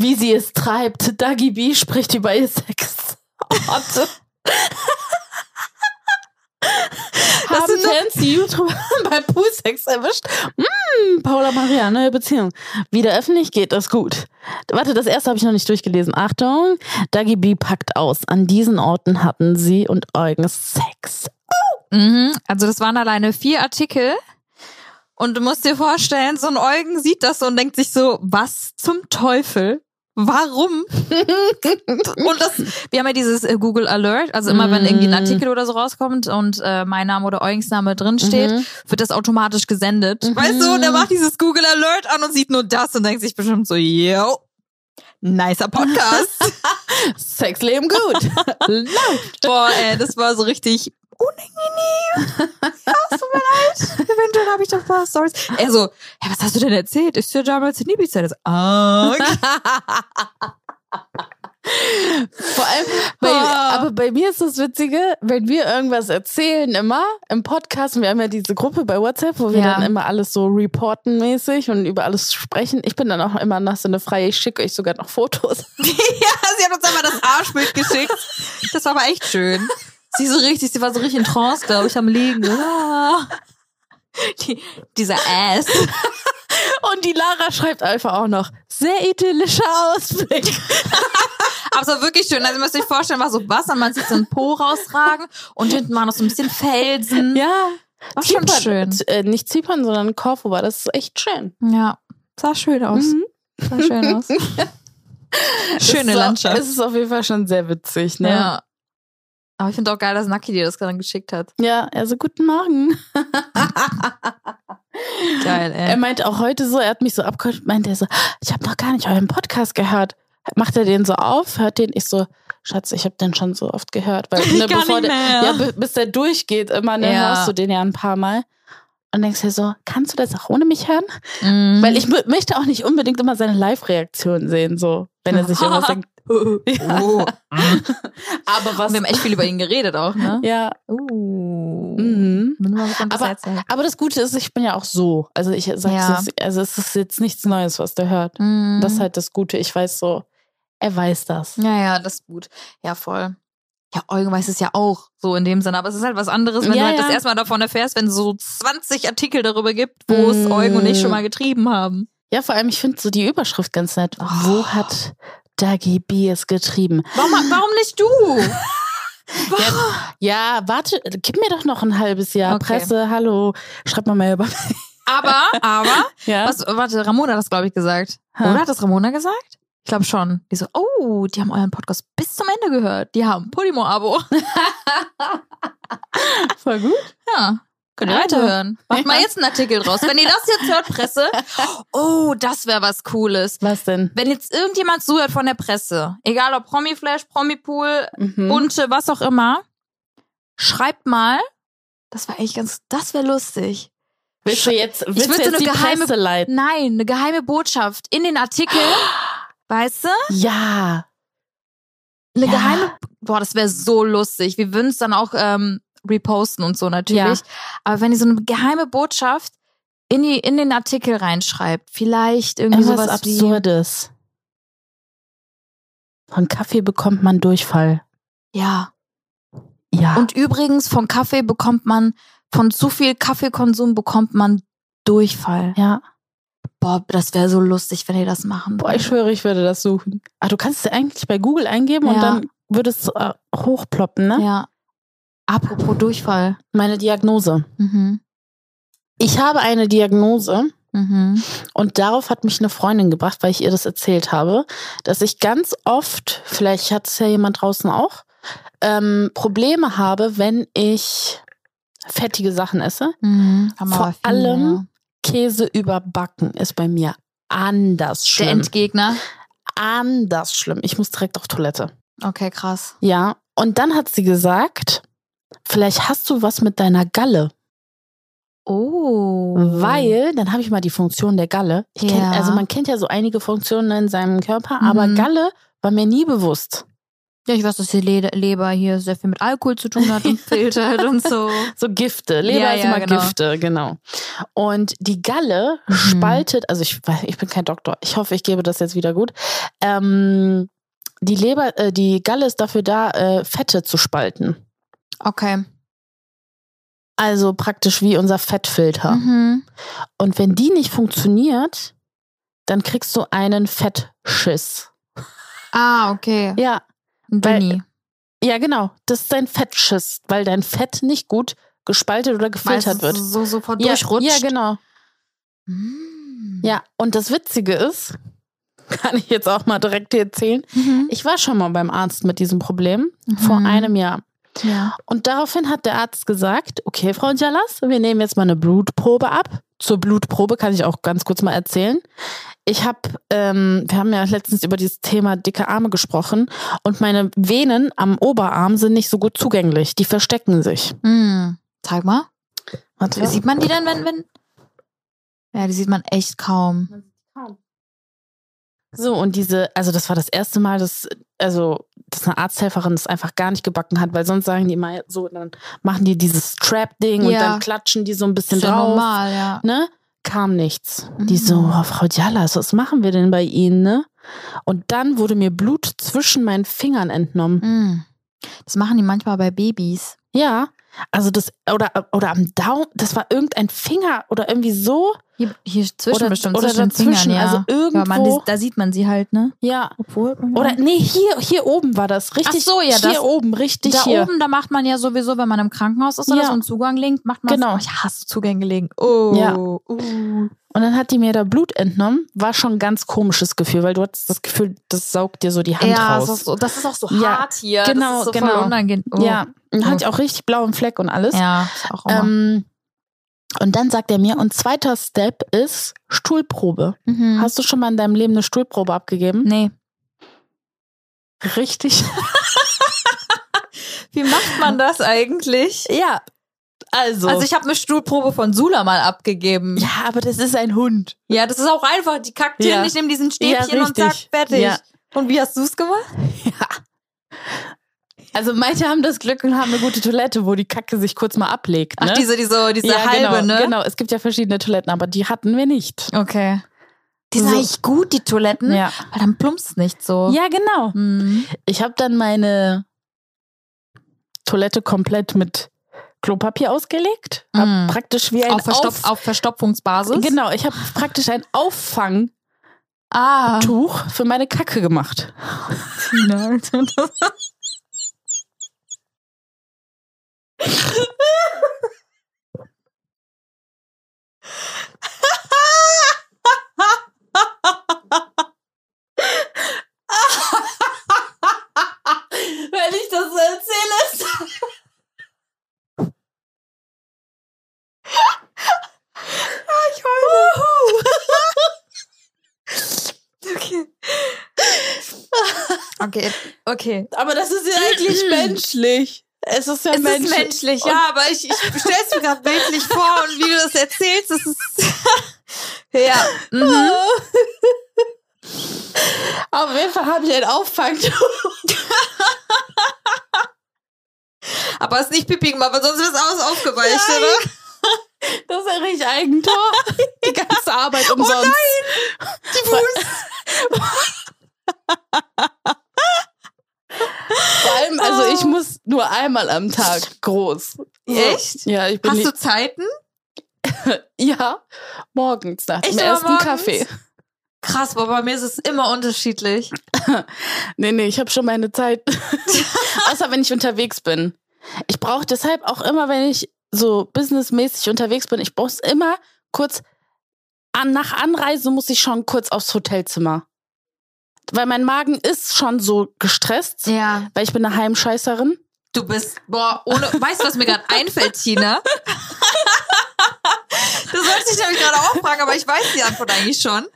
[SPEAKER 1] wie sie es treibt. Dagi B spricht über ihr Sex. Warte. Haben
[SPEAKER 2] sind doch-
[SPEAKER 1] Fans die YouTuber bei Poolsex erwischt? Mm, Paula Maria, neue Beziehung. Wieder öffentlich geht das gut. Warte, das erste habe ich noch nicht durchgelesen. Achtung, Dagi B packt aus. An diesen Orten hatten sie und Eugen Sex.
[SPEAKER 2] Mhm. Also das waren alleine vier Artikel. Und du musst dir vorstellen, so ein Eugen sieht das und denkt sich so, was zum Teufel? Warum? und das, wir haben ja dieses äh, Google Alert, also immer wenn irgendwie ein
[SPEAKER 1] Mhm.
[SPEAKER 2] Artikel oder so rauskommt und äh, mein Name oder Eugens Name drinsteht,
[SPEAKER 1] Mhm.
[SPEAKER 2] wird das automatisch gesendet.
[SPEAKER 1] Mhm.
[SPEAKER 2] Weißt du, und er macht dieses Google Alert an und sieht nur das und denkt sich bestimmt so, yo, nicer Podcast.
[SPEAKER 1] Sexleben gut. Läuft.
[SPEAKER 2] Boah, ey, das war so richtig unangenehm. Ja, es tut mir leid. Eventuell habe ich doch ein paar Stories. Er so, hey, was hast du denn erzählt? Ist dir damals in Ibiza? Das, ah, okay.
[SPEAKER 1] Vor allem, bei,
[SPEAKER 2] Ah.
[SPEAKER 1] aber bei mir ist das Witzige, wenn wir irgendwas erzählen, immer im Podcast, und wir haben ja diese Gruppe bei WhatsApp, wo wir
[SPEAKER 2] Ja.
[SPEAKER 1] dann immer alles so reporten mäßig und über alles sprechen. Ich bin dann auch immer nach so eine freie, ich schicke euch sogar noch Fotos.
[SPEAKER 2] ja, sie hat uns einmal das Arschbild geschickt. Das war aber echt schön. Sie so richtig, sie war so richtig in Trance, glaube ich, am Liegen. Ah. Die, dieser Ass.
[SPEAKER 1] Und die Lara schreibt einfach auch noch, sehr idyllischer Ausblick.
[SPEAKER 2] Aber es war wirklich schön. Also, ihr müsst euch vorstellen, war so Wasser, man sieht so einen Po rausragen und hinten war noch so ein bisschen Felsen.
[SPEAKER 1] Ja.
[SPEAKER 2] war schon schön.
[SPEAKER 1] Z- Äh, nicht Zypern, sondern Korfuba. Das ist echt schön.
[SPEAKER 2] Ja, sah schön aus.
[SPEAKER 1] Mhm.
[SPEAKER 2] Sah schön aus. Schöne
[SPEAKER 1] Es ist au-
[SPEAKER 2] Landschaft.
[SPEAKER 1] Es ist auf jeden Fall schon sehr witzig, ne?
[SPEAKER 2] Ja. Aber ich finde auch geil, dass Naki dir das dann geschickt hat.
[SPEAKER 1] Ja, also guten Morgen.
[SPEAKER 2] Geil,
[SPEAKER 1] Er
[SPEAKER 2] ey.
[SPEAKER 1] meint auch heute so, er hat mich so abgeholt, meinte er so, ich habe noch gar nicht euren Podcast gehört. Macht er den so auf, hört den, ich so, Schatz, ich habe den schon so oft gehört, weil ne,
[SPEAKER 2] Gar
[SPEAKER 1] bevor
[SPEAKER 2] nicht
[SPEAKER 1] der,
[SPEAKER 2] mehr.
[SPEAKER 1] ja, bi- bis der durchgeht, immer ne,
[SPEAKER 2] Ja.
[SPEAKER 1] hörst du den ja ein paar Mal. Und denkst dir so, kannst du das auch ohne mich hören?
[SPEAKER 2] Mhm.
[SPEAKER 1] Weil ich mö- möchte auch nicht unbedingt immer seine Live-Reaktion sehen, so, wenn er sich irgendwas denkt.
[SPEAKER 2] Oh.
[SPEAKER 1] Aber was?
[SPEAKER 2] Wir haben echt viel über ihn geredet auch, ne?
[SPEAKER 1] Ja.
[SPEAKER 2] Uh.
[SPEAKER 1] Mhm.
[SPEAKER 2] Bin mal gespannt, was
[SPEAKER 1] Aber-
[SPEAKER 2] er erzählt.
[SPEAKER 1] Aber das Gute ist, ich bin ja auch so. Also ich sag's,
[SPEAKER 2] Ja.
[SPEAKER 1] jetzt- also es ist jetzt nichts Neues, was der hört.
[SPEAKER 2] Mhm.
[SPEAKER 1] Das ist halt das Gute. Ich weiß so, er weiß das.
[SPEAKER 2] Ja, ja, das ist gut. Ja, voll. Ja, Eugen weiß es ja auch, so in dem Sinne. Aber es ist halt was anderes, wenn
[SPEAKER 1] Ja,
[SPEAKER 2] du halt
[SPEAKER 1] ja.
[SPEAKER 2] das erstmal davon erfährst, wenn es so 20 Artikel darüber gibt, wo es
[SPEAKER 1] Mhm.
[SPEAKER 2] Eugen und ich schon mal getrieben haben.
[SPEAKER 1] Ja, vor allem, ich finde so die Überschrift ganz nett.
[SPEAKER 2] Oh.
[SPEAKER 1] Wo hat Dagi B es getrieben?
[SPEAKER 2] Warum, warum nicht du?
[SPEAKER 1] Ja, warte, gib mir doch noch ein halbes Jahr.
[SPEAKER 2] Okay.
[SPEAKER 1] Presse, hallo, schreib mal mehr über.
[SPEAKER 2] Aber, aber,
[SPEAKER 1] Ja.
[SPEAKER 2] was, warte, Ramona hat das, glaube ich, gesagt.
[SPEAKER 1] Hä?
[SPEAKER 2] Oder hat das Ramona gesagt? Ich glaube schon. Die so, oh, die haben euren Podcast bis zum Ende gehört. Die haben Podimo-Abo.
[SPEAKER 1] Voll gut.
[SPEAKER 2] Ja. Könnt ihr
[SPEAKER 1] Also.
[SPEAKER 2] weiterhören. Macht mal
[SPEAKER 1] Ja.
[SPEAKER 2] jetzt einen Artikel draus. Wenn ihr das jetzt hört, Presse. Oh, das wäre was Cooles.
[SPEAKER 1] Was denn?
[SPEAKER 2] Wenn jetzt irgendjemand zuhört von der Presse, egal ob Promiflash, Promipool,
[SPEAKER 1] Mhm.
[SPEAKER 2] Bunte, was auch immer, schreibt mal. Das war echt ganz, das wäre lustig.
[SPEAKER 1] willst du jetzt, willst
[SPEAKER 2] würd
[SPEAKER 1] du
[SPEAKER 2] so
[SPEAKER 1] jetzt
[SPEAKER 2] eine
[SPEAKER 1] die
[SPEAKER 2] geheime-
[SPEAKER 1] Presse leiten?
[SPEAKER 2] Nein, eine geheime Botschaft in den Artikel. Weißt du?
[SPEAKER 1] Ja.
[SPEAKER 2] Eine
[SPEAKER 1] Ja.
[SPEAKER 2] geheime. Boah, das wäre so lustig. Wir würden es dann auch ähm, reposten und so natürlich. Aber wenn ihr so eine geheime Botschaft in, die, in den Artikel reinschreibt, vielleicht irgendwie
[SPEAKER 1] Irgendwas
[SPEAKER 2] sowas
[SPEAKER 1] Absurdes. Von Kaffee bekommt man Durchfall.
[SPEAKER 2] wie. Ja.
[SPEAKER 1] Ja.
[SPEAKER 2] Und übrigens, von Kaffee bekommt man, von zu viel Kaffeekonsum bekommt man Durchfall.
[SPEAKER 1] ja.
[SPEAKER 2] Boah, das wäre so lustig, wenn ihr das machen
[SPEAKER 1] Boah, ich
[SPEAKER 2] würdet.
[SPEAKER 1] schwöre, ich würde das suchen. Ah, du kannst es eigentlich bei Google eingeben
[SPEAKER 2] Ja.
[SPEAKER 1] und dann würde es äh, hochploppen, ne?
[SPEAKER 2] Ja. Apropos Durchfall.
[SPEAKER 1] Meine Diagnose.
[SPEAKER 2] Mhm.
[SPEAKER 1] Ich habe eine Diagnose.
[SPEAKER 2] Mhm.
[SPEAKER 1] Und darauf hat mich eine Freundin gebracht, weil ich ihr das erzählt habe, dass ich ganz oft, vielleicht hat es ja jemand draußen auch, ähm, Probleme habe, wenn ich fettige Sachen esse.
[SPEAKER 2] Mhm. Haben
[SPEAKER 1] Vor
[SPEAKER 2] aber viele,
[SPEAKER 1] allem
[SPEAKER 2] ja.
[SPEAKER 1] Käse überbacken ist bei mir anders
[SPEAKER 2] der
[SPEAKER 1] schlimm.
[SPEAKER 2] Endgegner.
[SPEAKER 1] Anders schlimm. Ich muss direkt auf Toilette.
[SPEAKER 2] Okay, krass.
[SPEAKER 1] Ja. Und dann hat sie gesagt, vielleicht hast du was mit deiner Galle.
[SPEAKER 2] Oh.
[SPEAKER 1] Weil, dann habe ich mal die Funktion der Galle. Ich kenn,
[SPEAKER 2] Ja.
[SPEAKER 1] Also man kennt ja so einige Funktionen in seinem Körper, aber
[SPEAKER 2] Mhm.
[SPEAKER 1] Galle war mir nie bewusst.
[SPEAKER 2] Ja, ich weiß, dass die Le Leber hier sehr viel mit Alkohol zu tun hat und filtert und so.
[SPEAKER 1] So Gifte, Leber
[SPEAKER 2] Ja,
[SPEAKER 1] ist
[SPEAKER 2] ja,
[SPEAKER 1] immer
[SPEAKER 2] genau.
[SPEAKER 1] Gifte, genau. Und die Galle
[SPEAKER 2] Mhm.
[SPEAKER 1] spaltet, also ich, weiß- ich bin kein Doktor, ich hoffe, ich gebe das jetzt wieder gut. Ähm, die Leber, äh, die Galle ist dafür da, äh, Fette zu spalten.
[SPEAKER 2] Okay.
[SPEAKER 1] Also praktisch wie unser Fettfilter.
[SPEAKER 2] Mhm.
[SPEAKER 1] Und wenn die nicht funktioniert, dann kriegst du einen Fettschiss.
[SPEAKER 2] Ah, okay.
[SPEAKER 1] Ja,
[SPEAKER 2] Ein
[SPEAKER 1] Weil-
[SPEAKER 2] Dünni.
[SPEAKER 1] ja, genau. Das ist dein Fettschiss, weil dein Fett nicht gut gespaltet oder gefiltert
[SPEAKER 2] Meistens
[SPEAKER 1] wird.
[SPEAKER 2] So sofort
[SPEAKER 1] Ja,
[SPEAKER 2] durchrutscht.
[SPEAKER 1] Ja, genau.
[SPEAKER 2] Mm.
[SPEAKER 1] Ja, und das Witzige ist, kann ich jetzt auch mal direkt dir erzählen,
[SPEAKER 2] Mhm.
[SPEAKER 1] ich war schon mal beim Arzt mit diesem Problem vor
[SPEAKER 2] Mhm.
[SPEAKER 1] einem Jahr.
[SPEAKER 2] ja.
[SPEAKER 1] Und daraufhin hat der Arzt gesagt, okay, Frau Jalas, wir nehmen jetzt mal eine Blutprobe ab. Zur Blutprobe kann ich auch ganz kurz mal erzählen. Ich habe, ähm, wir haben ja letztens über dieses Thema dicke Arme gesprochen und meine Venen am Oberarm sind nicht so gut zugänglich. Die verstecken sich.
[SPEAKER 2] Mm. Zeig mal.
[SPEAKER 1] Warte,
[SPEAKER 2] Sieht man die denn, wenn, wenn. Ja, die sieht man echt kaum.
[SPEAKER 1] So, und diese, also das war das erste Mal, dass, also, dass eine Arzthelferin das einfach gar nicht gebacken hat, weil sonst sagen die immer so, dann machen die dieses Trap-Ding und
[SPEAKER 2] Ja.
[SPEAKER 1] dann klatschen die so ein bisschen
[SPEAKER 2] Ist ja
[SPEAKER 1] drauf.
[SPEAKER 2] normal, ja.
[SPEAKER 1] Ne? Kam nichts. Die so,
[SPEAKER 2] Mhm.
[SPEAKER 1] oh, Frau Dialas, was machen wir denn bei Ihnen, ne? Und dann wurde mir Blut zwischen meinen Fingern entnommen.
[SPEAKER 2] Mm. Das machen die manchmal bei Babys.
[SPEAKER 1] Ja. Also das, oder, oder am Daumen, das war irgendein Finger oder irgendwie so.
[SPEAKER 2] Hier, hier zwischen
[SPEAKER 1] oder
[SPEAKER 2] bestimmt,
[SPEAKER 1] oder
[SPEAKER 2] zwischen den
[SPEAKER 1] dazwischen.
[SPEAKER 2] Fingern, ja.
[SPEAKER 1] Also
[SPEAKER 2] Aber man,
[SPEAKER 1] irgendwo.
[SPEAKER 2] da sieht man sie halt, ne?
[SPEAKER 1] ja.
[SPEAKER 2] Obwohl.
[SPEAKER 1] Oder nee, hier, hier oben war das. Richtig.
[SPEAKER 2] so, ja,
[SPEAKER 1] hier
[SPEAKER 2] das-
[SPEAKER 1] oben, richtig
[SPEAKER 2] da
[SPEAKER 1] hier.
[SPEAKER 2] oben, da macht man ja sowieso, wenn man im Krankenhaus ist oder
[SPEAKER 1] Ja.
[SPEAKER 2] so einen Zugang legt, macht man
[SPEAKER 1] Genau.
[SPEAKER 2] Oh, ich hasse Zugänge legen. Oh.
[SPEAKER 1] Ja.
[SPEAKER 2] Uh.
[SPEAKER 1] Und dann hat die mir da Blut entnommen. War schon ein ganz komisches Gefühl, weil du hattest das Gefühl, das saugt dir so die Hand
[SPEAKER 2] Ja, das
[SPEAKER 1] raus.
[SPEAKER 2] ist, so, das ist auch so
[SPEAKER 1] Ja,
[SPEAKER 2] hart hier.
[SPEAKER 1] genau,
[SPEAKER 2] das ist so
[SPEAKER 1] genau.
[SPEAKER 2] voll unangenehm. Oh.
[SPEAKER 1] Ja, und dann hatte ich auch richtig blauen Fleck und alles.
[SPEAKER 2] Ja, ist auch immer.
[SPEAKER 1] ähm, und dann sagt er mir, und zweiter Step ist Stuhlprobe.
[SPEAKER 2] mhm.
[SPEAKER 1] Hast du schon mal in deinem Leben eine Stuhlprobe abgegeben?
[SPEAKER 2] nee. Mhm.
[SPEAKER 1] Richtig.
[SPEAKER 2] Wie macht man das eigentlich?
[SPEAKER 1] ja. Also.
[SPEAKER 2] Also mhm. ich habe eine Stuhlprobe von Sula mal abgegeben.
[SPEAKER 1] ja, aber das ist ein Hund.
[SPEAKER 2] Ja, das ist auch einfach. Die kackt hier
[SPEAKER 1] Ja.
[SPEAKER 2] nicht, nimm diesen Stäbchen
[SPEAKER 1] Ja,
[SPEAKER 2] und zack,
[SPEAKER 1] richtig.
[SPEAKER 2] fertig.
[SPEAKER 1] Ja.
[SPEAKER 2] Und wie hast du es gemacht?
[SPEAKER 1] Also manche haben das Glück und haben eine gute Toilette, wo die Kacke sich kurz mal ablegt. Ne?
[SPEAKER 2] Ach, diese, diese, diese
[SPEAKER 1] ja,
[SPEAKER 2] halbe,
[SPEAKER 1] genau,
[SPEAKER 2] ne?
[SPEAKER 1] Genau, es gibt ja verschiedene Toiletten, aber die hatten wir nicht.
[SPEAKER 2] Okay. genau. Die sind
[SPEAKER 1] So.
[SPEAKER 2] eigentlich gut, die Toiletten,
[SPEAKER 1] Ja.
[SPEAKER 2] weil dann plumpst nicht so.
[SPEAKER 1] Ja, genau.
[SPEAKER 2] Mhm.
[SPEAKER 1] Ich habe dann meine Toilette komplett mit Klopapier ausgelegt. Hab
[SPEAKER 2] Mm.
[SPEAKER 1] praktisch wie ein
[SPEAKER 2] Auf, Verstopf
[SPEAKER 1] Auf-
[SPEAKER 2] auf Verstopfungsbasis.
[SPEAKER 1] Genau, ich habe praktisch ein Auffangtuch
[SPEAKER 2] Ah.
[SPEAKER 1] für meine Kacke gemacht.
[SPEAKER 2] Tina, Alter, das- Wenn ich das so erzähle, ist Ah, ich heule. okay. Okay, okay.
[SPEAKER 1] Aber das ist ja eigentlich menschlich. Es ist ja
[SPEAKER 2] Es
[SPEAKER 1] menschlich.
[SPEAKER 2] ist menschlich, ja, aber ich, ich stell's mir gerade bildlich vor und wie du das erzählst, das ist. ja. Mhm.
[SPEAKER 1] Auf jeden Fall habe ich einen Auffang.
[SPEAKER 2] Aber es ist nicht Pipping, aber sonst ist alles aufgeweicht,
[SPEAKER 1] Nein.
[SPEAKER 2] oder?
[SPEAKER 1] Das ist ein richtig Eigentor. Die ganze
[SPEAKER 2] Oh
[SPEAKER 1] Arbeit umsonst.
[SPEAKER 2] Die Fuß.
[SPEAKER 1] Vor allem, also
[SPEAKER 2] Oh.
[SPEAKER 1] ich muss nur einmal am Tag groß. So.
[SPEAKER 2] Echt?
[SPEAKER 1] Ja, ich bin
[SPEAKER 2] Hast
[SPEAKER 1] li-
[SPEAKER 2] du Zeiten?
[SPEAKER 1] ja morgens nach dem
[SPEAKER 2] Echt, aber
[SPEAKER 1] ersten
[SPEAKER 2] morgens?
[SPEAKER 1] Kaffee.
[SPEAKER 2] Krass, aber bei mir ist es immer unterschiedlich.
[SPEAKER 1] Nee, nee, ich habe schon meine Zeit. Außer wenn ich unterwegs bin. Ich brauche deshalb auch immer, wenn ich so businessmäßig unterwegs bin, ich brauche es immer kurz an, nach Anreise muss ich schon kurz aufs Hotelzimmer. Weil mein Magen ist schon so gestresst,
[SPEAKER 2] Ja.
[SPEAKER 1] weil ich bin eine Heimscheißerin.
[SPEAKER 2] Du bist, boah, ohne, weißt du, was mir gerade einfällt, Tina? du sollst dich nämlich gerade auch fragen, aber ich weiß die Antwort eigentlich schon.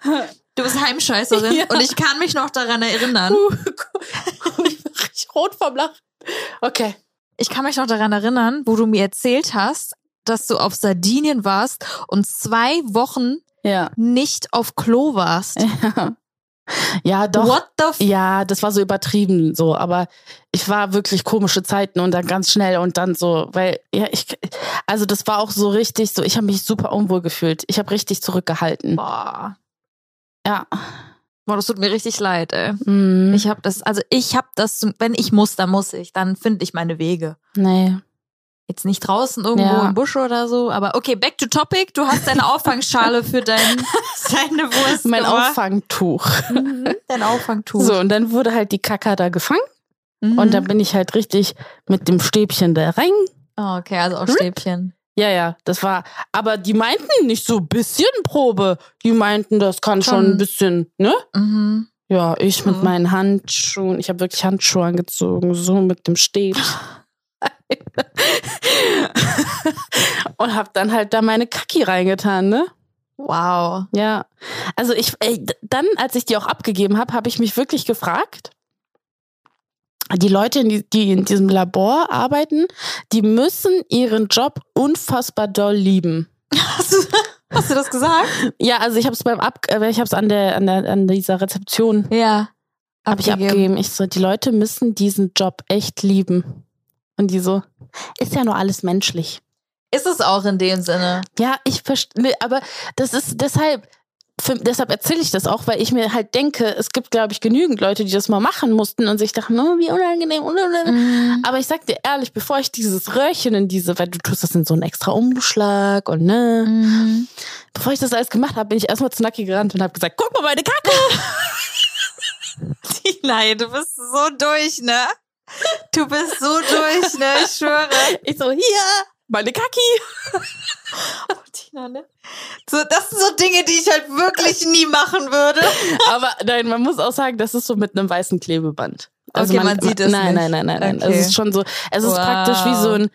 [SPEAKER 2] Du bist Heimscheißerin
[SPEAKER 1] Ja.
[SPEAKER 2] und ich kann mich noch daran erinnern.
[SPEAKER 1] ich bin richtig rot vom Lachen. Okay.
[SPEAKER 2] Ich kann mich noch daran erinnern, wo du mir erzählt hast, dass du auf Sardinien warst und zwei Wochen
[SPEAKER 1] Ja.
[SPEAKER 2] nicht auf Klo warst.
[SPEAKER 1] Ja, Äh, doch.
[SPEAKER 2] What the f
[SPEAKER 1] Ja, das war so übertrieben so, aber ich war wirklich komische Zeiten und dann ganz schnell und dann so, weil ja, ich also das war auch so richtig so, ich habe mich super unwohl gefühlt. Ich habe richtig zurückgehalten.
[SPEAKER 2] Boah.
[SPEAKER 1] Ja.
[SPEAKER 2] Boah, das tut mir richtig leid, ey.
[SPEAKER 1] Mhm.
[SPEAKER 2] Ich habe das, also ich habe das, zum- wenn ich muss, dann muss ich, dann finde ich meine Wege.
[SPEAKER 1] nee.
[SPEAKER 2] Jetzt nicht draußen irgendwo
[SPEAKER 1] Ja.
[SPEAKER 2] im Busch oder so, aber okay, back to topic. Du hast deine Auffangschale für dein, deine Wurst.
[SPEAKER 1] Mein
[SPEAKER 2] gemacht.
[SPEAKER 1] Auffangtuch.
[SPEAKER 2] Mhm, dein Auffangtuch.
[SPEAKER 1] So, und dann wurde halt die Kaka da gefangen
[SPEAKER 2] Mhm.
[SPEAKER 1] und dann bin ich halt richtig mit dem Stäbchen da rein.
[SPEAKER 2] oh, okay, also
[SPEAKER 1] Mhm.
[SPEAKER 2] auch Stäbchen.
[SPEAKER 1] Ja, ja, das war, aber die meinten nicht so ein bisschen Probe. Die meinten, das kann schon,
[SPEAKER 2] Schon.
[SPEAKER 1] ein bisschen, ne?
[SPEAKER 2] Mhm.
[SPEAKER 1] Ja, ich mit
[SPEAKER 2] Mhm.
[SPEAKER 1] meinen Handschuhen. Ich habe wirklich Handschuhe angezogen, so mit dem Stäbchen. und habe dann halt da meine Kacki reingetan, ne?
[SPEAKER 2] Wow.
[SPEAKER 1] Ja. Also ich ey, d- dann als ich die auch abgegeben habe, habe ich mich wirklich gefragt, die Leute, in die, die in diesem Labor arbeiten, die müssen ihren Job unfassbar doll lieben.
[SPEAKER 2] Hast du, hast du das gesagt?
[SPEAKER 1] Ja, also ich habe es beim Ab äh, ich habe es an der an der an dieser Rezeption
[SPEAKER 2] Ja.
[SPEAKER 1] Hab ich abgegeben. Ich so, die Leute müssen diesen Job echt lieben. Und die so, ist ja nur alles menschlich.
[SPEAKER 2] Ist es auch in dem Sinne.
[SPEAKER 1] Ja, ich verstehe, nee, aber das ist deshalb, für, deshalb erzähle ich das auch, weil ich mir halt denke, es gibt, glaube ich, genügend Leute, die das mal machen mussten und sich dachten, oh, wie unangenehm, unangenehm.
[SPEAKER 2] Mm,
[SPEAKER 1] Aber ich sag dir ehrlich, bevor ich dieses Röhrchen in diese, weil du tust das in so einen extra Umschlag und ne,
[SPEAKER 2] Mhm.
[SPEAKER 1] bevor ich das alles gemacht habe, bin ich erstmal zu Naki gerannt und habe gesagt, guck mal meine Kacke.
[SPEAKER 2] Nein, du bist so durch, ne? Du bist so durch, ne? Ich schwöre.
[SPEAKER 1] Ich so, hier, meine Kacki.
[SPEAKER 2] Tina, ne? So, das sind so Dinge, die ich halt wirklich nie machen würde.
[SPEAKER 1] Aber nein, man muss auch sagen, das ist so mit einem weißen Klebeband. Also
[SPEAKER 2] Okay, man sieht es
[SPEAKER 1] Nein, nein,
[SPEAKER 2] nicht.
[SPEAKER 1] nein, nein, nein.
[SPEAKER 2] Okay.
[SPEAKER 1] Es ist schon so, es ist
[SPEAKER 2] Wow.
[SPEAKER 1] praktisch wie so ein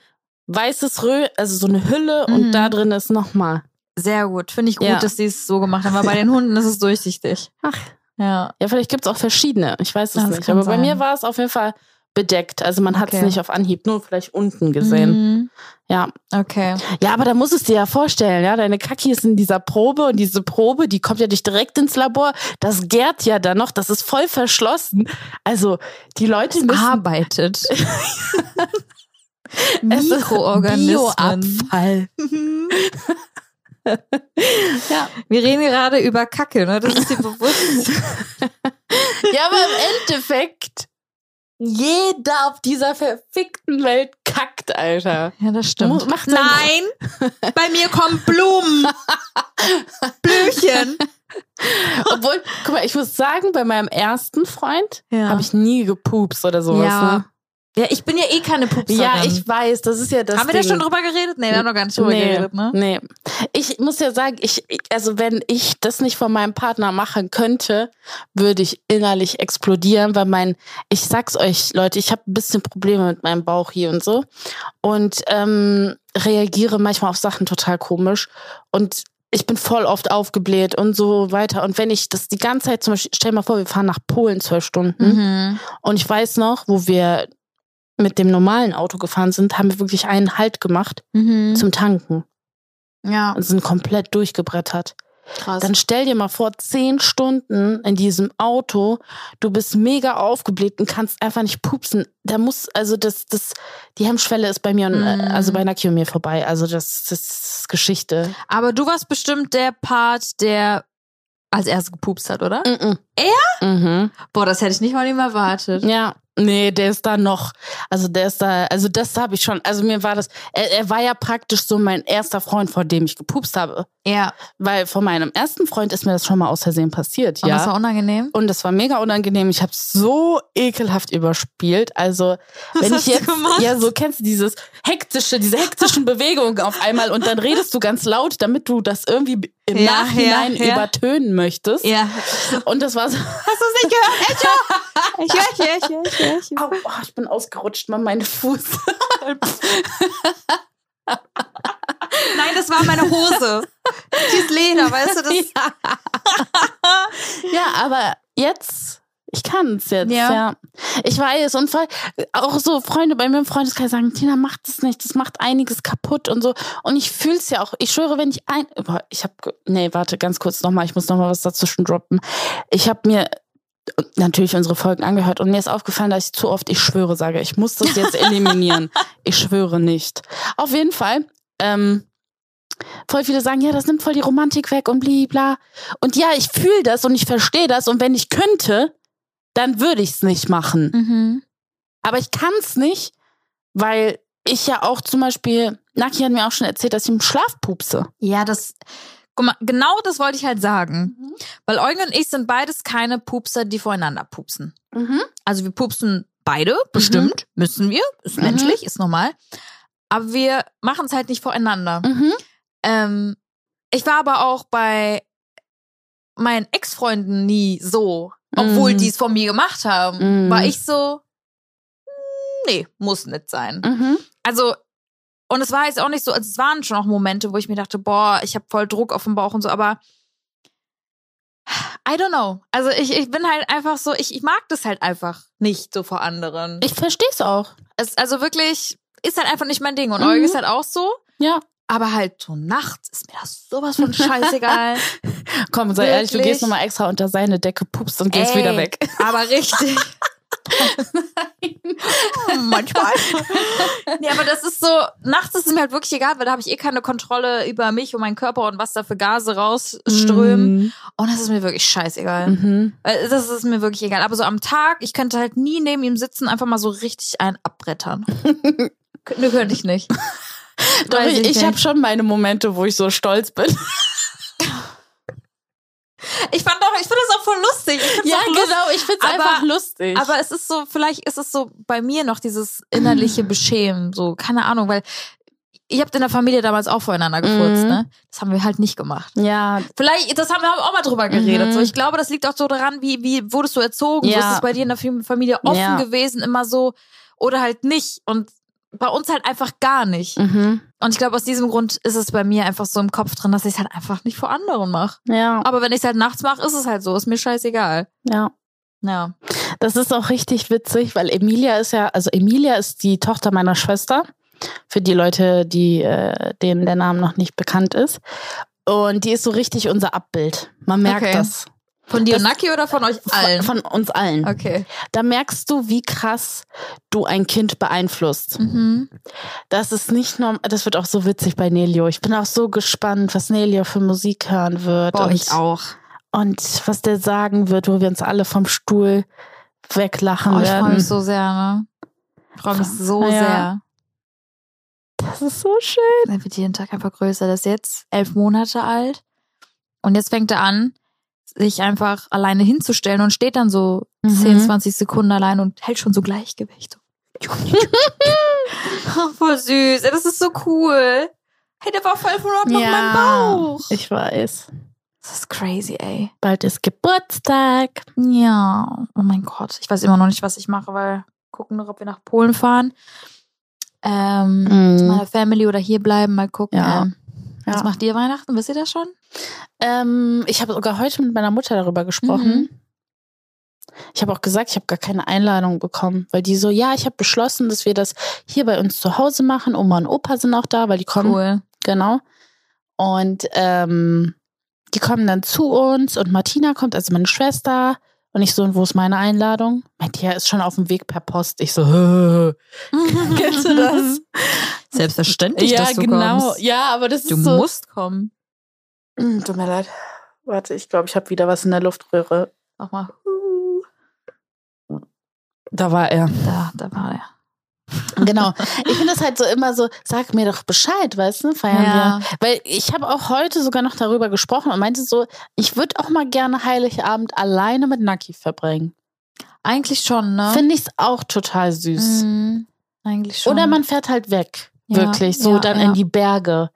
[SPEAKER 1] weißes Rö, also so eine Hülle
[SPEAKER 2] Mhm.
[SPEAKER 1] und da drin ist nochmal.
[SPEAKER 2] Sehr gut. Finde ich gut,
[SPEAKER 1] Ja.
[SPEAKER 2] dass die es so gemacht haben. Aber bei den Hunden ist es durchsichtig.
[SPEAKER 1] Ach.
[SPEAKER 2] Ja.
[SPEAKER 1] Ja, vielleicht gibt's auch verschiedene. Ich weiß es
[SPEAKER 2] Das
[SPEAKER 1] nicht.
[SPEAKER 2] kann
[SPEAKER 1] Aber bei
[SPEAKER 2] sein.
[SPEAKER 1] mir war es auf jeden Fall bedeckt. Also man hat es
[SPEAKER 2] Okay.
[SPEAKER 1] nicht auf Anhieb, nur vielleicht unten gesehen.
[SPEAKER 2] Mhm.
[SPEAKER 1] Ja.
[SPEAKER 2] Okay.
[SPEAKER 1] Ja, aber da muss es dir ja vorstellen, ja, deine Kacki ist in dieser Probe und diese Probe, die kommt ja nicht direkt ins Labor. Das gärt ja dann noch, das ist voll verschlossen. Also, die Leute müssen
[SPEAKER 2] Arbeitet.
[SPEAKER 1] Es ist
[SPEAKER 2] Mikroorganismen.
[SPEAKER 1] Bioabfall. ja.
[SPEAKER 2] Wir reden gerade über Kacke, ne? Das ist dir bewusst.
[SPEAKER 1] ja, aber im Endeffekt, jeder auf dieser verfickten Welt kackt, Alter.
[SPEAKER 2] Ja, das
[SPEAKER 1] Mu-
[SPEAKER 2] stimmt.
[SPEAKER 1] macht sein-
[SPEAKER 2] Nein, bei mir kommen Blumen. Blümchen.
[SPEAKER 1] Obwohl, guck mal, ich muss sagen, bei meinem ersten Freund
[SPEAKER 2] Ja.
[SPEAKER 1] habe ich nie gepupst oder sowas.
[SPEAKER 2] Ja.
[SPEAKER 1] Ne?
[SPEAKER 2] Ja, ich bin ja eh keine Pupserin.
[SPEAKER 1] Ja, ich weiß, das ist ja das.
[SPEAKER 2] Haben wir da
[SPEAKER 1] Ding.
[SPEAKER 2] schon drüber geredet? Nee, da haben wir noch gar nicht drüber geredet, ne?
[SPEAKER 1] Nee. Ich muss ja sagen, ich, ich- also wenn ich das nicht von meinem Partner machen könnte, würde ich innerlich explodieren, weil mein, ich sag's euch, Leute, ich habe ein bisschen Probleme mit meinem Bauch hier und so. Und ähm, reagiere manchmal auf Sachen total komisch. Und ich bin voll oft aufgebläht und so weiter. Und wenn ich das die ganze Zeit zum Beispiel, stell dir mal vor, wir fahren nach Polen zwölf Stunden.
[SPEAKER 2] Mhm.
[SPEAKER 1] Und ich weiß noch, wo wir mit dem normalen Auto gefahren sind, haben wir wirklich einen Halt gemacht
[SPEAKER 2] Mhm.
[SPEAKER 1] zum Tanken
[SPEAKER 2] ja,
[SPEAKER 1] und sind komplett durchgebrettert.
[SPEAKER 2] krass.
[SPEAKER 1] Dann stell dir mal vor, zehn Stunden in diesem Auto, du bist mega aufgebläht und kannst einfach nicht pupsen. Da muss, also das, das, die Hemmschwelle ist bei mir, und, äh,
[SPEAKER 2] Mhm.
[SPEAKER 1] also bei Naki und mir vorbei. Also das, das ist Geschichte.
[SPEAKER 2] Aber du warst bestimmt der Part, der als erstes gepupst hat, oder?
[SPEAKER 1] Mhm. Er? Mhm.
[SPEAKER 2] Boah, das hätte ich nicht mal ihm erwartet.
[SPEAKER 1] Ja. Nee, der ist da noch. Also der ist da, also das habe ich schon, also mir war das, er, er war ja praktisch so mein erster Freund, vor dem ich gepupst habe.
[SPEAKER 2] Ja.
[SPEAKER 1] Weil von meinem ersten Freund ist mir das schon mal aus Versehen passiert,
[SPEAKER 2] Und
[SPEAKER 1] ja.
[SPEAKER 2] das war unangenehm.
[SPEAKER 1] Und das war mega unangenehm. Ich habe so ekelhaft überspielt. Also, wenn
[SPEAKER 2] hast
[SPEAKER 1] ich jetzt
[SPEAKER 2] du gemacht?
[SPEAKER 1] ja so kennst du dieses hektische, diese hektischen Bewegungen auf einmal und dann redest du ganz laut, damit du das irgendwie im
[SPEAKER 2] Ja,
[SPEAKER 1] Nachhinein
[SPEAKER 2] ja, ja.
[SPEAKER 1] übertönen möchtest.
[SPEAKER 2] Ja.
[SPEAKER 1] Und das war so,
[SPEAKER 2] Hast du es nicht gehört? Echo! Echo, Echo, Echo, Echo.
[SPEAKER 1] au, oh, ich bin ausgerutscht, mal meine Fuß.
[SPEAKER 2] Nein, das war meine Hose. Die ist Leder, weißt du? Das
[SPEAKER 1] Ja, aber jetzt, ich kann's jetzt, ja.
[SPEAKER 2] Ja.
[SPEAKER 1] Ich weiß, und vor, auch so Freunde bei mir im Freundeskreis sagen, Tina, mach das nicht, das macht einiges kaputt und so. Und ich fühl's ja auch. Ich schwöre, wenn ich ein, boah, ich hab, ge- nee, warte, ganz kurz nochmal, ich muss nochmal was dazwischen droppen. Ich hab mir natürlich unsere Folgen angehört und mir ist aufgefallen, dass ich zu oft ich schwöre sage. Ich muss das jetzt eliminieren. ich schwöre nicht. Auf jeden Fall, ähm, voll viele sagen, ja, das nimmt voll die Romantik weg und blibla. Und ja, ich fühle das und ich verstehe das und wenn ich könnte, dann würde ich es nicht machen.
[SPEAKER 2] mhm.
[SPEAKER 1] Aber ich kann es nicht, weil ich ja auch zum Beispiel, Naki hat mir auch schon erzählt, dass ich im Schlaf pupse.
[SPEAKER 2] Ja, das. Guck mal, genau das wollte ich halt sagen. Weil Eugen und ich sind beides keine Pupser, die voreinander pupsen.
[SPEAKER 1] Mhm.
[SPEAKER 2] Also wir pupsen beide, bestimmt, müssen wir, ist
[SPEAKER 1] Mhm.
[SPEAKER 2] menschlich, ist normal. Aber wir machen es halt nicht voreinander.
[SPEAKER 1] Mhm.
[SPEAKER 2] Ähm, ich war aber auch bei meinen Ex-Freunden nie so, obwohl
[SPEAKER 1] Mhm.
[SPEAKER 2] die es von mir gemacht haben,
[SPEAKER 1] Mhm.
[SPEAKER 2] war ich so, "Mm, nee, muss nicht sein.
[SPEAKER 1] Mhm.
[SPEAKER 2] Also, und es war jetzt auch nicht so, also es waren schon auch Momente, wo ich mir dachte, boah, ich habe voll Druck auf dem Bauch und so, aber I don't know. Also ich, ich bin halt einfach so, ich, ich mag das halt einfach nicht so vor anderen.
[SPEAKER 1] Ich verstehe es auch.
[SPEAKER 2] es, also wirklich, ist halt einfach nicht mein Ding. Und
[SPEAKER 1] Mhm.
[SPEAKER 2] Eugen ist halt auch so.
[SPEAKER 1] Ja.
[SPEAKER 2] Aber halt so nachts ist mir das sowas von scheißegal.
[SPEAKER 1] Komm, sei ehrlich, du
[SPEAKER 2] Wirklich?
[SPEAKER 1] gehst nochmal extra unter seine Decke, pupst und gehst
[SPEAKER 2] Ey,
[SPEAKER 1] wieder weg.
[SPEAKER 2] Aber richtig. Manchmal. nee, aber das ist so, nachts ist es mir halt wirklich egal, weil da habe ich eh keine Kontrolle über mich und meinen Körper und was da für Gase rausströmen. Und das ist mir wirklich scheißegal.
[SPEAKER 1] Mhm.
[SPEAKER 2] Äh, Das ist mir wirklich egal. Aber so am Tag, ich könnte halt nie neben ihm sitzen, einfach mal so richtig einen abbrettern. Kö- nee, könnte ich nicht.
[SPEAKER 1] Doch,
[SPEAKER 2] Weiß
[SPEAKER 1] ich ich
[SPEAKER 2] nicht.
[SPEAKER 1] habe schon meine Momente, wo ich so stolz bin.
[SPEAKER 2] Ich fand auch, ich finde das auch voll lustig. Ich find's auch lustig.
[SPEAKER 1] genau, ich find's
[SPEAKER 2] Aber-
[SPEAKER 1] lustig.
[SPEAKER 2] Aber es ist so, vielleicht ist es so bei mir noch dieses innerliche Beschämen, so, keine Ahnung, weil ihr habt in der Familie damals auch voreinander gefurzt,
[SPEAKER 1] Mhm.
[SPEAKER 2] ne? Das haben wir halt nicht gemacht.
[SPEAKER 1] ja,
[SPEAKER 2] Vielleicht, das haben wir auch mal drüber geredet.
[SPEAKER 1] Mhm.
[SPEAKER 2] So, ich glaube, das liegt auch so daran, wie, wie wurdest du erzogen? So
[SPEAKER 1] Ja.
[SPEAKER 2] ist es bei dir in der Fam- Familie offen
[SPEAKER 1] Ja.
[SPEAKER 2] gewesen, immer so oder halt nicht. Und bei uns halt einfach gar nicht.
[SPEAKER 1] mhm.
[SPEAKER 2] Und ich glaube, aus diesem Grund ist es bei mir einfach so im Kopf drin, dass ich es halt einfach nicht vor anderen mache.
[SPEAKER 1] ja,
[SPEAKER 2] Aber wenn ich es halt nachts mache, ist es halt so. Ist mir scheißegal.
[SPEAKER 1] ja.
[SPEAKER 2] Ja.
[SPEAKER 1] Das ist auch richtig witzig, weil Emilia ist ja, also Emilia ist die Tochter meiner Schwester. Für die Leute, die äh, denen der Name noch nicht bekannt ist. Und die ist so richtig unser Abbild. Man merkt
[SPEAKER 2] Okay.
[SPEAKER 1] das.
[SPEAKER 2] Von dir,
[SPEAKER 1] Das-
[SPEAKER 2] Naki, oder von euch allen?
[SPEAKER 1] Von, von uns allen.
[SPEAKER 2] Okay.
[SPEAKER 1] Da merkst du, wie krass du ein Kind beeinflusst.
[SPEAKER 2] Mhm.
[SPEAKER 1] Das ist nicht normal. Das wird auch so witzig bei Nelio. Ich bin auch so gespannt, was Nelio für Musik hören wird.
[SPEAKER 2] Boah,
[SPEAKER 1] und,
[SPEAKER 2] ich auch.
[SPEAKER 1] und was der sagen wird, wo wir uns alle vom Stuhl weglachen
[SPEAKER 2] Oh, ich freue
[SPEAKER 1] werden.
[SPEAKER 2] mich so sehr, ne? Ich freue mich so
[SPEAKER 1] mhm. Ja.
[SPEAKER 2] sehr.
[SPEAKER 1] das ist so schön.
[SPEAKER 2] Er wird jeden Tag einfach größer. Der ist jetzt elf Monate alt. Und jetzt fängt er an, sich einfach alleine hinzustellen und steht dann so
[SPEAKER 1] Mhm.
[SPEAKER 2] 10, 20 Sekunden allein und hält schon so Gleichgewicht. Ach, voll süß. Ey, Das ist so cool. Hey, der war voll verrückt auf meinem Bauch.
[SPEAKER 1] Ich weiß.
[SPEAKER 2] Das ist crazy, ey.
[SPEAKER 1] Bald ist Geburtstag.
[SPEAKER 2] Ja, oh mein Gott. Ich weiß immer noch nicht, was ich mache, weil gucken noch, ob wir nach Polen fahren. Ähm,
[SPEAKER 1] Mhm.
[SPEAKER 2] Zu meiner Family oder hier bleiben, mal gucken.
[SPEAKER 1] Ja.
[SPEAKER 2] Ähm, Was
[SPEAKER 1] Ja.
[SPEAKER 2] macht ihr Weihnachten? Wisst ihr das schon?
[SPEAKER 1] Ähm, ich habe sogar heute mit meiner Mutter darüber
[SPEAKER 2] Mhm.
[SPEAKER 1] gesprochen. Ich habe auch gesagt, ich habe gar keine Einladung bekommen, weil die so, ja, ich habe beschlossen, dass wir das hier bei uns zu Hause machen. Oma und Opa sind auch da, weil die kommen,
[SPEAKER 2] Cool.
[SPEAKER 1] genau. Und ähm, die kommen dann zu uns und Martina kommt, also meine Schwester. Und ich so, und wo ist meine Einladung? Meint die, ja, ist schon auf dem Weg per Post. Ich so, kennst du das?
[SPEAKER 2] Selbstverständlich, dass du kommst.
[SPEAKER 1] genau. Ja, aber das
[SPEAKER 2] Du
[SPEAKER 1] ist so.
[SPEAKER 2] musst kommen.
[SPEAKER 1] Mm, Tut mir leid. Warte, ich glaube, ich habe wieder was in der Luftröhre.
[SPEAKER 2] Nochmal.
[SPEAKER 1] Da war er.
[SPEAKER 2] Da, da war er.
[SPEAKER 1] Genau. Ich finde das halt so immer so, sag mir doch Bescheid, weißt du? Feiern
[SPEAKER 2] Ja.
[SPEAKER 1] wir. Weil ich habe auch heute sogar noch darüber gesprochen und meinte so, ich würde auch mal gerne Heiligabend alleine mit Naki verbringen.
[SPEAKER 2] Eigentlich schon, ne?
[SPEAKER 1] Finde ich es auch total süß.
[SPEAKER 2] Mhm. Eigentlich schon.
[SPEAKER 1] Oder man fährt halt weg.
[SPEAKER 2] Ja,
[SPEAKER 1] Wirklich. So
[SPEAKER 2] ja,
[SPEAKER 1] dann
[SPEAKER 2] ja.
[SPEAKER 1] in die Berge.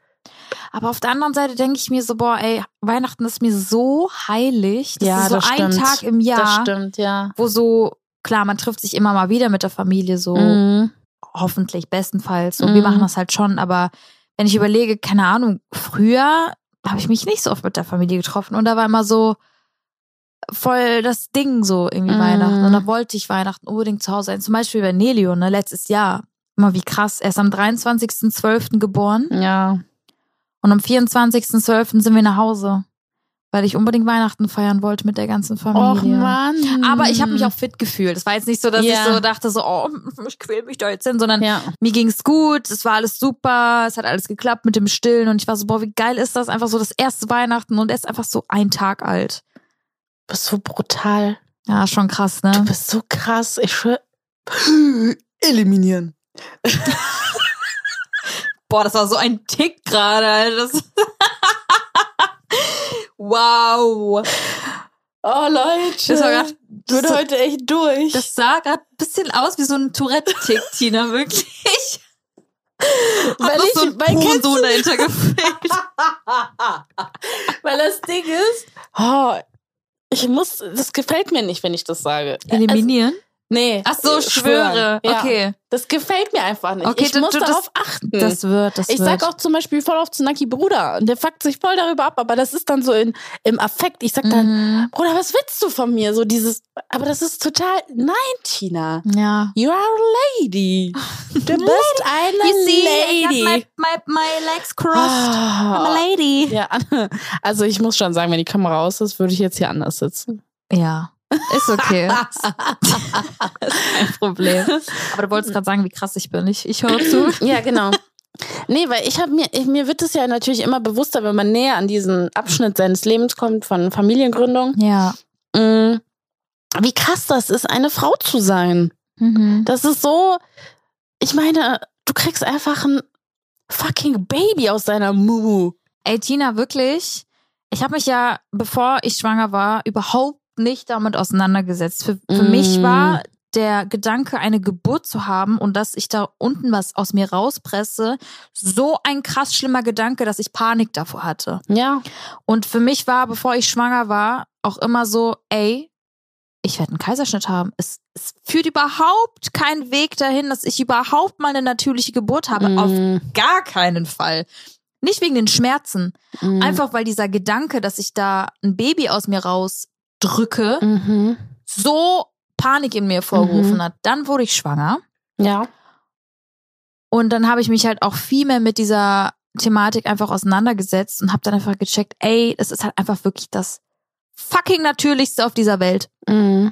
[SPEAKER 2] Aber auf der anderen Seite denke ich mir so, boah, ey, Weihnachten ist mir so heilig. Das
[SPEAKER 1] Ja,
[SPEAKER 2] ist so
[SPEAKER 1] das
[SPEAKER 2] ein
[SPEAKER 1] stimmt.
[SPEAKER 2] Tag im
[SPEAKER 1] Das
[SPEAKER 2] Jahr,
[SPEAKER 1] stimmt, ja.
[SPEAKER 2] wo so, klar, man trifft sich immer mal wieder mit der Familie, so
[SPEAKER 1] Mhm.
[SPEAKER 2] hoffentlich bestenfalls. So,
[SPEAKER 1] Mhm.
[SPEAKER 2] wir machen das halt schon, aber wenn ich überlege, keine Ahnung, früher habe ich mich nicht so oft mit der Familie getroffen und da war immer so voll das Ding so irgendwie
[SPEAKER 1] Mhm.
[SPEAKER 2] Weihnachten und da wollte ich Weihnachten unbedingt zu Hause sein. Zum Beispiel bei Nelio, ne, letztes Jahr. Immer wie krass, er ist am 23.12. geboren.
[SPEAKER 1] Ja.
[SPEAKER 2] Und am 24.12. sind wir nach Hause, weil ich unbedingt Weihnachten feiern wollte mit der ganzen
[SPEAKER 1] Och,
[SPEAKER 2] Familie.
[SPEAKER 1] Mann.
[SPEAKER 2] Aber ich habe mich auch fit gefühlt. Es war jetzt nicht so, dass
[SPEAKER 1] Ja.
[SPEAKER 2] ich so dachte, so, oh, ich quäl mich da jetzt hin, sondern
[SPEAKER 1] Ja.
[SPEAKER 2] mir ging's gut, es war alles super, es hat alles geklappt mit dem Stillen und ich war so, boah, wie geil ist das? Einfach so das erste Weihnachten und er ist einfach so ein Tag alt.
[SPEAKER 1] Bist so brutal.
[SPEAKER 2] Ja, schon krass,
[SPEAKER 1] Du
[SPEAKER 2] ne?
[SPEAKER 1] bist so krass. Ich schwör. Eliminieren.
[SPEAKER 2] Boah, das war so ein Tick gerade, Alter. Das- wow.
[SPEAKER 1] Oh, Leute.
[SPEAKER 2] Das war grad-
[SPEAKER 1] ich bin heute echt durch.
[SPEAKER 2] Das sah gerade ein bisschen aus wie so ein Tourette-Tick, Tina, wirklich.
[SPEAKER 1] weil,
[SPEAKER 2] noch
[SPEAKER 1] ich,
[SPEAKER 2] so ein
[SPEAKER 1] weil, kennst,
[SPEAKER 2] Hurensohn dahinter gefällt.
[SPEAKER 1] weil das Ding ist, oh, ich muss, das gefällt mir nicht, wenn ich das sage. Also,
[SPEAKER 2] Eliminieren?
[SPEAKER 1] nee.
[SPEAKER 2] Ach so,
[SPEAKER 1] äh,
[SPEAKER 2] schwöre.
[SPEAKER 1] schwören. Ja.
[SPEAKER 2] Okay.
[SPEAKER 1] Das gefällt mir einfach nicht.
[SPEAKER 2] Okay,
[SPEAKER 1] ich
[SPEAKER 2] du-
[SPEAKER 1] muss
[SPEAKER 2] du- das-
[SPEAKER 1] darauf achten.
[SPEAKER 2] Das wird, das
[SPEAKER 1] Hm. ich
[SPEAKER 2] wird.
[SPEAKER 1] sag auch zum Beispiel voll auf zu Naki Bruder und der fuckt sich voll darüber ab, aber das ist dann so in, im Affekt. Ich sag dann,
[SPEAKER 2] Mhm.
[SPEAKER 1] Bruder, was willst du von mir? So dieses, aber das ist total, nein, Tina.
[SPEAKER 2] Ja.
[SPEAKER 1] You are a lady. Du
[SPEAKER 2] Lady.
[SPEAKER 1] bist eine
[SPEAKER 2] I got
[SPEAKER 1] Lady.
[SPEAKER 2] my, my, my legs crossed. I'm a
[SPEAKER 1] Ah.
[SPEAKER 2] lady.
[SPEAKER 1] Ja, also ich muss schon sagen, wenn die Kamera aus ist, würde ich jetzt hier anders sitzen.
[SPEAKER 2] Ja. Ist okay. Kein Problem. Aber du
[SPEAKER 1] Hm.
[SPEAKER 2] wolltest gerade sagen, wie krass ich bin. Ich, ich höre zu.
[SPEAKER 1] Ja, genau. Nee, weil ich habe mir, ich, mir wird es ja natürlich immer bewusster, wenn man näher an diesen Abschnitt seines Lebens kommt von Familiengründung,
[SPEAKER 2] Ja.
[SPEAKER 1] mh, Mm, wie krass das ist, eine Frau zu sein.
[SPEAKER 2] Mhm.
[SPEAKER 1] Das ist so, ich meine, du kriegst einfach ein fucking Baby aus deiner Mumu.
[SPEAKER 2] Ey, Tina, wirklich. Ich habe mich ja, bevor ich schwanger war, überhaupt nicht damit auseinandergesetzt. Für, für
[SPEAKER 1] Mm.
[SPEAKER 2] mich war der Gedanke, eine Geburt zu haben und dass ich da unten was aus mir rauspresse, so ein krass schlimmer Gedanke, dass ich Panik davor hatte.
[SPEAKER 1] Ja.
[SPEAKER 2] Und für mich war, bevor ich schwanger war, auch immer so, ey, ich werde einen Kaiserschnitt haben. Es, es führt überhaupt keinen Weg dahin, dass ich überhaupt mal eine natürliche Geburt habe.
[SPEAKER 1] Mm.
[SPEAKER 2] Auf gar keinen Fall. Nicht wegen den Schmerzen,
[SPEAKER 1] mm, Mhm.
[SPEAKER 2] Einfach weil dieser Gedanke, dass ich da ein Baby aus mir rausdrücke,
[SPEAKER 1] Mhm.
[SPEAKER 2] so Panik in mir vorgerufen
[SPEAKER 1] Mhm.
[SPEAKER 2] hat. Dann wurde ich schwanger
[SPEAKER 1] Ja.
[SPEAKER 2] und dann habe ich mich halt auch viel mehr mit dieser Thematik einfach auseinandergesetzt und habe dann einfach gecheckt, ey, das ist halt einfach wirklich das fucking Natürlichste auf dieser Welt.
[SPEAKER 1] Mhm.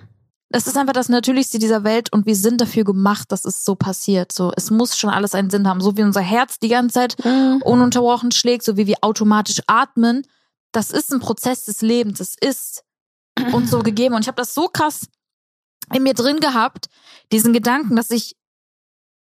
[SPEAKER 2] Das ist einfach das Natürlichste dieser Welt und wir sind dafür gemacht, dass es so passiert. So, es muss schon alles einen Sinn haben. So wie unser Herz die ganze Zeit
[SPEAKER 1] mm,
[SPEAKER 2] ununterbrochen schlägt, so wie wir automatisch atmen. Das ist ein Prozess des Lebens. Es ist uns so gegeben. Und ich habe das so krass in mir drin gehabt, diesen Gedanken, dass ich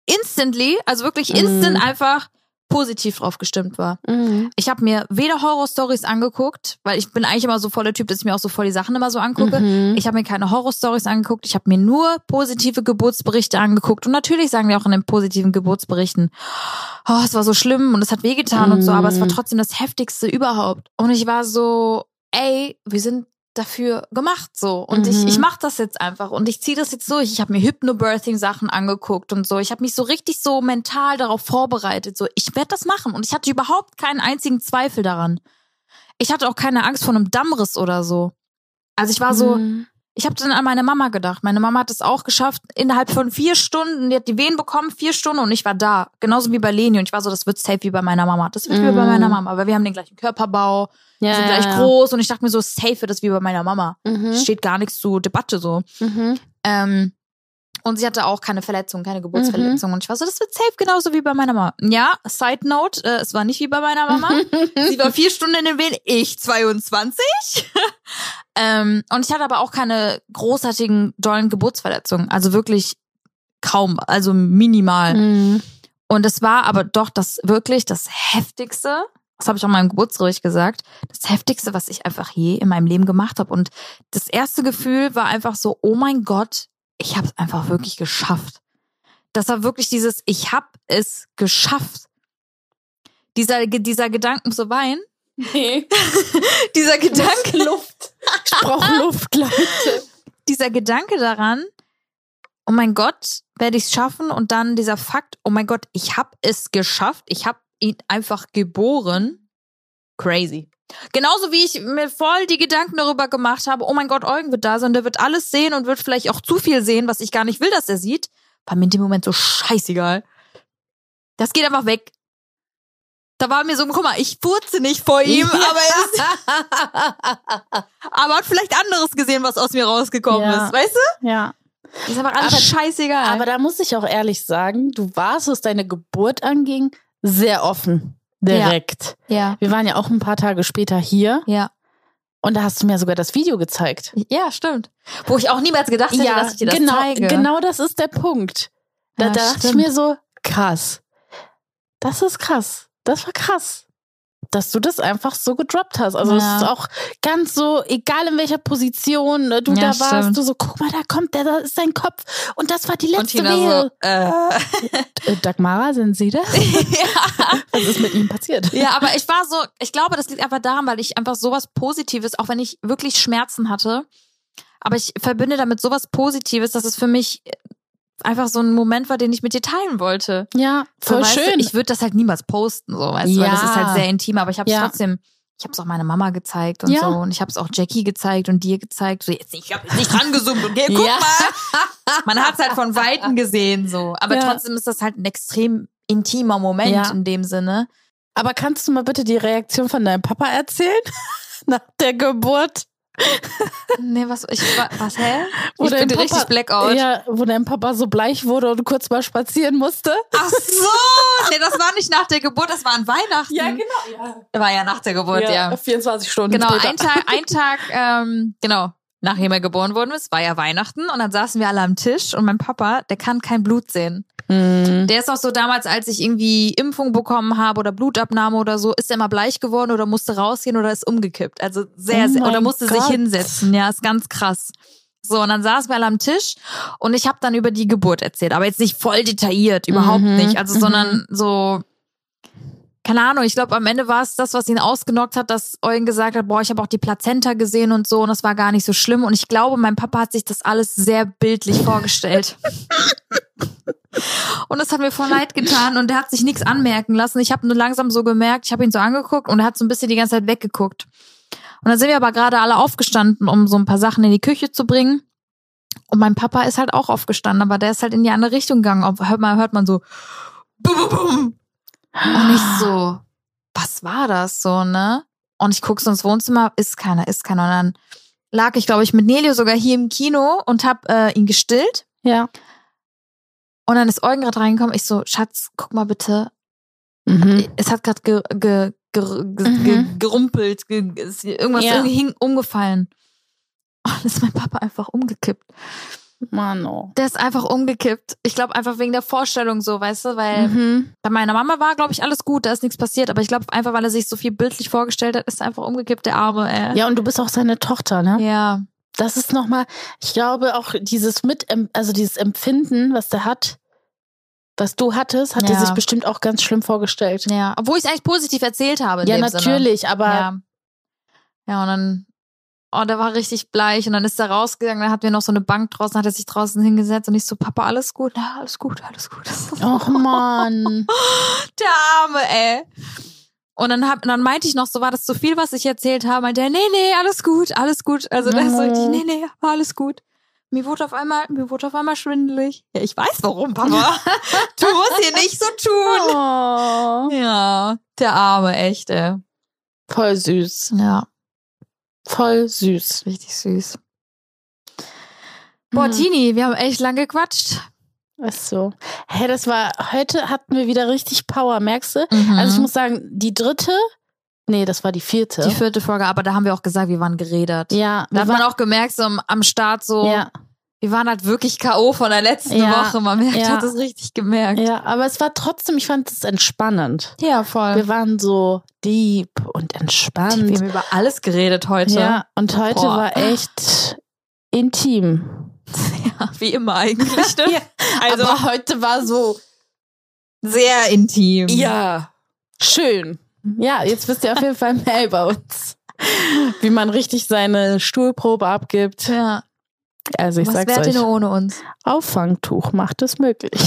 [SPEAKER 2] instantly, also wirklich instant
[SPEAKER 1] Mhm.
[SPEAKER 2] einfach positiv drauf gestimmt war.
[SPEAKER 1] Mhm.
[SPEAKER 2] Ich habe mir weder Horror-Stories angeguckt, weil ich bin eigentlich immer so voll der Typ, dass ich mir auch so voll die Sachen immer so angucke.
[SPEAKER 1] Mhm.
[SPEAKER 2] Ich habe mir keine Horror-Stories angeguckt. Ich habe mir nur positive Geburtsberichte angeguckt. Und natürlich sagen wir auch in den positiven Geburtsberichten, oh, es war so schlimm und es hat wehgetan und so, aber es war
[SPEAKER 1] Mhm.
[SPEAKER 2] trotzdem das Heftigste überhaupt. Und ich war so, ey, wir sind dafür gemacht so und ich
[SPEAKER 1] Mhm.
[SPEAKER 2] ich mache das jetzt einfach und ich ziehe das jetzt durch ich habe mir Hypnobirthing Sachen angeguckt und so ich habe mich so richtig so mental darauf vorbereitet so ich werde das machen und ich hatte überhaupt keinen einzigen Zweifel daran ich hatte auch keine Angst vor einem Dammriss oder so also ich war so
[SPEAKER 1] Mhm.
[SPEAKER 2] ich habe dann an meine Mama gedacht. Meine Mama hat es auch geschafft, innerhalb von vier Stunden, die hat die Wehen bekommen, vier Stunden und ich war da. Genauso wie bei Leni. Und ich war so, das wird safe wie bei meiner Mama. Das wird wie
[SPEAKER 1] Mhm.
[SPEAKER 2] bei meiner Mama, weil wir haben den gleichen Körperbau, wir
[SPEAKER 1] ja,
[SPEAKER 2] sind gleich
[SPEAKER 1] ja, ja.
[SPEAKER 2] groß und ich dachte mir so, safe wird das wie bei meiner Mama.
[SPEAKER 1] Mhm.
[SPEAKER 2] Steht gar nichts zur Debatte so.
[SPEAKER 1] Mhm.
[SPEAKER 2] Ähm, und sie hatte auch keine Verletzung, keine Geburtsverletzung. Und ich war so, das wird safe genauso wie bei meiner Mama. Ja, Side Note, äh, es war nicht wie bei meiner Mama. sie war vier Stunden in den Wehen, ich 22. ähm, und ich hatte aber auch keine großartigen, dollen Geburtsverletzungen. Also wirklich kaum, also minimal.
[SPEAKER 1] Mhm.
[SPEAKER 2] Und es war aber doch das wirklich das Heftigste, das habe ich auch meinem Geburtsbericht gesagt, das Heftigste, was ich einfach je in meinem Leben gemacht habe. Und das erste Gefühl war einfach so, oh mein Gott, ich habe es einfach wirklich geschafft. Das war wirklich dieses, ich habe es geschafft. Dieser, dieser Gedanken zu weinen,
[SPEAKER 1] Nee,
[SPEAKER 2] dieser Gedanke,
[SPEAKER 1] Luft. Ich brauche Luft, Leute.
[SPEAKER 2] dieser Gedanke daran, oh mein Gott, werde ich es schaffen und dann dieser Fakt, oh mein Gott, ich habe es geschafft, ich habe ihn einfach geboren. Crazy. Genauso wie ich mir voll die Gedanken darüber gemacht habe, oh mein Gott, Eugen wird da sein, der wird alles sehen und wird vielleicht auch zu viel sehen, was ich gar nicht will, dass er sieht. War mir in dem Moment so scheißegal. Das geht einfach weg. Da war mir so, guck mal, ich furze nicht vor ihm, aber er ist aber hat vielleicht anderes gesehen, was aus mir rausgekommen
[SPEAKER 1] Ja.
[SPEAKER 2] ist, weißt du?
[SPEAKER 1] ja.
[SPEAKER 2] Ist aber alles
[SPEAKER 1] Aber-
[SPEAKER 2] scheißegal.
[SPEAKER 1] Aber da muss ich auch ehrlich sagen, du warst, was deine Geburt anging, sehr offen. Direkt.
[SPEAKER 2] ja,
[SPEAKER 1] Wir waren ja auch ein paar Tage später hier
[SPEAKER 2] ja,
[SPEAKER 1] und da hast du mir sogar das Video gezeigt.
[SPEAKER 2] ja, stimmt. Wo ich auch niemals gedacht hätte, dass ich dir das
[SPEAKER 1] genau,
[SPEAKER 2] zeige.
[SPEAKER 1] genau das ist der Punkt. Da
[SPEAKER 2] Ja,
[SPEAKER 1] dachte ich
[SPEAKER 2] stimmt.
[SPEAKER 1] mir so, krass. Das ist krass. Das war krass. Dass du das einfach so gedroppt hast. Also es
[SPEAKER 2] Ja.
[SPEAKER 1] ist auch ganz so, egal in welcher Position äh, du
[SPEAKER 2] Ja,
[SPEAKER 1] da warst,
[SPEAKER 2] stimmt.
[SPEAKER 1] du so, guck mal, da kommt der, da ist sein Kopf. Und das war die
[SPEAKER 2] Und
[SPEAKER 1] letzte
[SPEAKER 2] Tina
[SPEAKER 1] Wehe.
[SPEAKER 2] so, äh.
[SPEAKER 1] Äh, Dagmara, sind Sie das?
[SPEAKER 2] ja.
[SPEAKER 1] Was ist mit ihm passiert?
[SPEAKER 2] ja, aber ich war so, ich glaube, das liegt einfach daran, weil ich einfach sowas Positives, auch wenn ich wirklich Schmerzen hatte, aber ich verbinde damit sowas Positives, dass es für mich einfach so ein Moment war, den ich mit dir teilen wollte.
[SPEAKER 1] Ja,
[SPEAKER 2] So,
[SPEAKER 1] voll
[SPEAKER 2] weißt
[SPEAKER 1] schön.
[SPEAKER 2] Du, ich würde das halt niemals posten, so weißt du, weil das
[SPEAKER 1] Ja.
[SPEAKER 2] ist halt sehr intim, aber ich habe es
[SPEAKER 1] Ja.
[SPEAKER 2] trotzdem, ich habe es auch meiner Mama gezeigt und
[SPEAKER 1] Ja.
[SPEAKER 2] so und ich habe es auch Jackie gezeigt und dir gezeigt. So, jetzt nicht, ich habe nicht rangezoomt und geh, guck
[SPEAKER 1] Ja.
[SPEAKER 2] mal. Man hat es halt von weitem gesehen, so. Aber
[SPEAKER 1] Ja.
[SPEAKER 2] trotzdem ist das halt ein extrem intimer Moment
[SPEAKER 1] Ja.
[SPEAKER 2] in dem Sinne.
[SPEAKER 1] Aber kannst du mal bitte die Reaktion von deinem Papa erzählen? Nach der Geburt?
[SPEAKER 2] Nee, was, ich, wa- was, hä?
[SPEAKER 1] Wo
[SPEAKER 2] ich
[SPEAKER 1] dein
[SPEAKER 2] bin
[SPEAKER 1] Papa-
[SPEAKER 2] richtig Blackout.
[SPEAKER 1] Ja, wo dein Papa so bleich wurde und kurz mal spazieren musste.
[SPEAKER 2] Ach so, nee, das war nicht nach der Geburt, das war an Weihnachten.
[SPEAKER 1] genau.
[SPEAKER 2] War ja nach der Mhm. Geburt, ja.
[SPEAKER 1] 24 Stunden
[SPEAKER 2] Genau,
[SPEAKER 1] später.
[SPEAKER 2] ein Tag, ein Tag, ähm, genau, nachdem er geboren worden ist, war ja Weihnachten und dann saßen wir alle am Tisch und mein Papa, der kann kein Blut sehen.
[SPEAKER 1] Mhm.
[SPEAKER 2] Der ist auch so damals, als ich irgendwie Impfung bekommen habe oder Blutabnahme oder so, ist er immer bleich geworden oder musste rausgehen oder ist umgekippt. Also sehr,
[SPEAKER 1] Oh
[SPEAKER 2] sehr,
[SPEAKER 1] mein
[SPEAKER 2] oder musste sich
[SPEAKER 1] Gott.
[SPEAKER 2] hinsetzen. Ja, ist ganz krass. So, und dann saßen wir alle am Tisch und ich habe dann über die Geburt erzählt, aber jetzt nicht voll detailliert, überhaupt
[SPEAKER 1] Mhm,
[SPEAKER 2] nicht. Also,
[SPEAKER 1] mhm.
[SPEAKER 2] sondern so, keine Ahnung, ich glaube, am Ende war es das, was ihn ausgenockt hat, dass Eugen gesagt hat, boah, ich habe auch die Plazenta gesehen und so und das war gar nicht so schlimm. Und ich glaube, mein Papa hat sich das alles sehr bildlich vorgestellt. und das hat mir voll leid getan und er hat sich nichts anmerken lassen. Ich habe nur langsam so gemerkt, ich habe ihn so angeguckt und er hat so ein bisschen die ganze Zeit weggeguckt. Und dann sind wir aber gerade alle aufgestanden, um so ein paar Sachen in die Küche zu bringen. Und mein Papa ist halt auch aufgestanden, aber der ist halt in die andere Richtung gegangen. Auf- Hört man, hört man so, bum, bum, bum. Und ich so, was war das so, ne? Und ich guck so ins Wohnzimmer, ist keiner, ist keiner. Und dann lag ich, glaube ich, mit Nelio sogar hier im Kino und hab äh, ihn gestillt.
[SPEAKER 1] Ja.
[SPEAKER 2] Und dann ist Eugen gerade reingekommen. Ich so, Schatz, guck mal bitte.
[SPEAKER 1] Mhm.
[SPEAKER 2] Es hat gerade ge ge ge ge ge
[SPEAKER 1] Mhm.
[SPEAKER 2] gerumpelt, ge ist irgendwas
[SPEAKER 1] Ja.
[SPEAKER 2] Oh, irgendwie hing, umgefallen. Und dann ist mein Papa einfach umgekippt.
[SPEAKER 1] Mann, oh.
[SPEAKER 2] Der ist einfach umgekippt. Ich glaube einfach wegen der Vorstellung so, weißt du, weil
[SPEAKER 1] Mhm.
[SPEAKER 2] bei meiner Mama war, glaube ich, alles gut, da ist nichts passiert, aber ich glaube einfach, weil er sich so viel bildlich vorgestellt hat, ist er einfach umgekippt, der Arme, ey.
[SPEAKER 1] Ja, und du bist auch seine Tochter, ne?
[SPEAKER 2] Ja.
[SPEAKER 1] Das ist nochmal, ich glaube auch dieses mit, also dieses Empfinden, was der hat, was du hattest, hat
[SPEAKER 2] Ja.
[SPEAKER 1] er sich bestimmt auch ganz schlimm vorgestellt.
[SPEAKER 2] Ja, obwohl ich es eigentlich positiv erzählt habe. In
[SPEAKER 1] ja,
[SPEAKER 2] dem Sinne.
[SPEAKER 1] natürlich, aber
[SPEAKER 2] Ja. ja, und dann, oh, der war richtig bleich und dann ist er rausgegangen, dann hatten wir noch so eine Bank draußen, hat er sich draußen hingesetzt und ich so, Papa, alles gut? Ja, alles gut, alles gut.
[SPEAKER 1] Och Mann.
[SPEAKER 2] Der Arme, ey. Und dann, hab, dann meinte ich noch, so war das zu viel, was ich erzählt habe. Meinte er, nee, nee, alles gut, alles gut. Also da ist so richtig,
[SPEAKER 1] Oh.
[SPEAKER 2] nee, nee, war alles gut. Mir wurde auf einmal, mir wurde auf einmal schwindelig. Ja, ich weiß warum, Papa. du musst hier nicht so tun.
[SPEAKER 1] Oh.
[SPEAKER 2] Ja, der Arme, echt, ey.
[SPEAKER 1] Voll süß.
[SPEAKER 2] Ja.
[SPEAKER 1] Voll süß.
[SPEAKER 2] Richtig süß.
[SPEAKER 1] Mhm.
[SPEAKER 2] Boah, Tini, wir haben echt lang gequatscht.
[SPEAKER 1] Ist so. Hey, das war, heute hatten wir wieder richtig Power, merkst du? Also ich muss sagen, die dritte, nee, das war die vierte.
[SPEAKER 2] Mhm. die vierte Folge, aber da haben wir auch gesagt, wir waren geredet.
[SPEAKER 1] ja,
[SPEAKER 2] Da
[SPEAKER 1] wir
[SPEAKER 2] hat man
[SPEAKER 1] waren-
[SPEAKER 2] auch gemerkt, so am, am Start so,
[SPEAKER 1] ja,
[SPEAKER 2] wir waren halt wirklich K.O. von der letzten
[SPEAKER 1] Ja.
[SPEAKER 2] Woche. Man merkt,
[SPEAKER 1] Ja.
[SPEAKER 2] hat es richtig gemerkt.
[SPEAKER 1] ja, aber es war trotzdem, ich fand es entspannend.
[SPEAKER 2] Ja, voll.
[SPEAKER 1] Wir waren so deep und
[SPEAKER 2] Tini, wir
[SPEAKER 1] entspannt.
[SPEAKER 2] haben über alles geredet heute.
[SPEAKER 1] Ja, und heute
[SPEAKER 2] Boah.
[SPEAKER 1] war echt intim.
[SPEAKER 2] Ja, wie immer eigentlich. Ne?
[SPEAKER 1] Ja,
[SPEAKER 2] also
[SPEAKER 1] aber heute war so,
[SPEAKER 2] sehr intim.
[SPEAKER 1] ja, schön. Ja, jetzt wisst ihr auf jeden Fall mehr über uns. Wie man richtig seine Stuhlprobe abgibt.
[SPEAKER 2] ja.
[SPEAKER 1] Also ich
[SPEAKER 2] Was
[SPEAKER 1] sag's
[SPEAKER 2] wärt
[SPEAKER 1] euch,
[SPEAKER 2] ihr nur ohne uns?
[SPEAKER 1] Auffangtuch macht es möglich.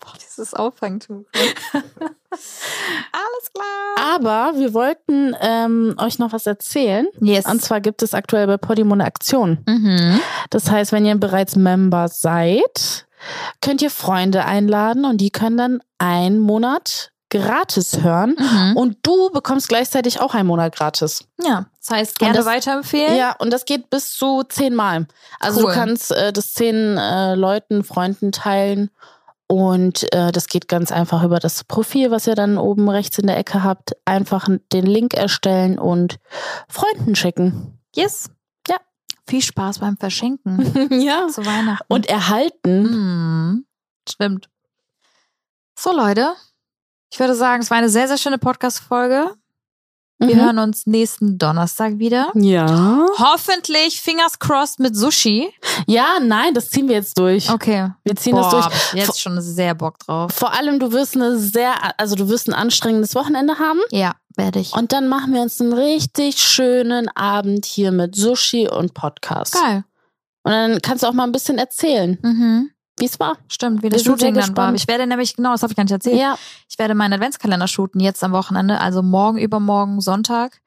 [SPEAKER 2] Boah, dieses Auffangtuch. alles klar.
[SPEAKER 1] Aber wir wollten ähm, euch noch was erzählen.
[SPEAKER 2] Yes.
[SPEAKER 1] Und zwar gibt es aktuell bei Podimo eine Aktion.
[SPEAKER 2] mhm.
[SPEAKER 1] Das heißt, wenn ihr bereits Member seid, könnt ihr Freunde einladen und die können dann einen Monat gratis hören.
[SPEAKER 2] Mhm.
[SPEAKER 1] Und du bekommst gleichzeitig auch einen Monat gratis.
[SPEAKER 2] Ja, das heißt gerne
[SPEAKER 1] das-
[SPEAKER 2] weiterempfehlen.
[SPEAKER 1] Ja, und das geht bis zu zehnmal. Also
[SPEAKER 2] Cool.
[SPEAKER 1] du kannst äh, das zehn äh, Leuten, Freunden teilen. Und äh, das geht ganz einfach über das Profil, was ihr dann oben rechts in der Ecke habt. Einfach den Link erstellen und Freunden schicken.
[SPEAKER 2] Yes.
[SPEAKER 1] Ja.
[SPEAKER 2] Viel Spaß beim Verschenken
[SPEAKER 1] ja.
[SPEAKER 2] zu Weihnachten.
[SPEAKER 1] Und erhalten.
[SPEAKER 2] Mhm. stimmt. So Leute, ich würde sagen, es war eine sehr sehr schöne Podcast Folge. Wir
[SPEAKER 1] Mhm.
[SPEAKER 2] hören uns nächsten Donnerstag wieder.
[SPEAKER 1] Ja.
[SPEAKER 2] Hoffentlich fingers crossed mit Sushi.
[SPEAKER 1] Ja, nein, das ziehen wir jetzt durch.
[SPEAKER 2] Okay.
[SPEAKER 1] Wir ziehen
[SPEAKER 2] Oh, Boah,
[SPEAKER 1] das
[SPEAKER 2] hab
[SPEAKER 1] durch.
[SPEAKER 2] ich jetzt schon sehr Bock drauf.
[SPEAKER 1] Vor allem, du wirst eine sehr, also du wirst ein anstrengendes Wochenende haben.
[SPEAKER 2] Ja, werde ich.
[SPEAKER 1] Und dann machen wir uns einen richtig schönen Abend hier mit Sushi und Podcast.
[SPEAKER 2] Geil.
[SPEAKER 1] Und dann kannst du auch mal ein bisschen erzählen,
[SPEAKER 2] Mhm.
[SPEAKER 1] wie es war.
[SPEAKER 2] Stimmt, wie
[SPEAKER 1] Wir
[SPEAKER 2] das
[SPEAKER 1] sind sehr
[SPEAKER 2] Shooting dann war.
[SPEAKER 1] gespannt.
[SPEAKER 2] Ich werde nämlich, genau, das habe ich gar nicht erzählt.
[SPEAKER 1] Ja.
[SPEAKER 2] Ich werde meinen Adventskalender shooten jetzt am Wochenende, also morgen, übermorgen, Sonntag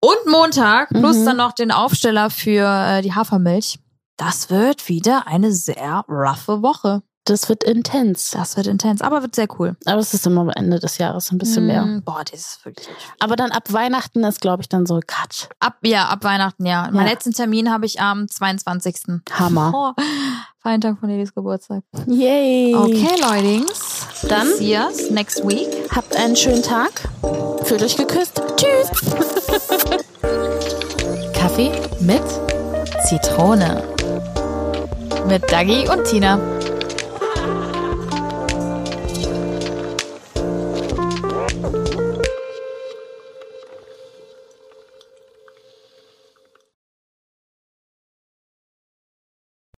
[SPEAKER 2] und Montag, plus
[SPEAKER 1] Mhm.
[SPEAKER 2] dann noch den Aufsteller für äh, die Hafermilch. Das wird wieder eine sehr roughe Woche.
[SPEAKER 1] Das wird intens.
[SPEAKER 2] Das wird intens, aber wird sehr cool.
[SPEAKER 1] Aber es ist immer am Ende des Jahres ein bisschen mehr.
[SPEAKER 2] Mm, Boah, das ist wirklich.
[SPEAKER 1] Aber dann ab Weihnachten ist, glaube ich, dann so Cut.
[SPEAKER 2] Ab, ja, ab Weihnachten, ja. Meinen
[SPEAKER 1] Ja.
[SPEAKER 2] letzten Termin habe ich am 22.
[SPEAKER 1] Hammer.
[SPEAKER 2] Oh, Feiertag von Elis Geburtstag.
[SPEAKER 1] Yay.
[SPEAKER 2] Okay, Leutings.
[SPEAKER 1] Hm. Dann-
[SPEAKER 2] See us next week.
[SPEAKER 1] Habt einen schönen Tag. Fühlt euch geküsst. Tschüss.
[SPEAKER 2] Kaffee mit Zitrone. Mit Dagi und Tina.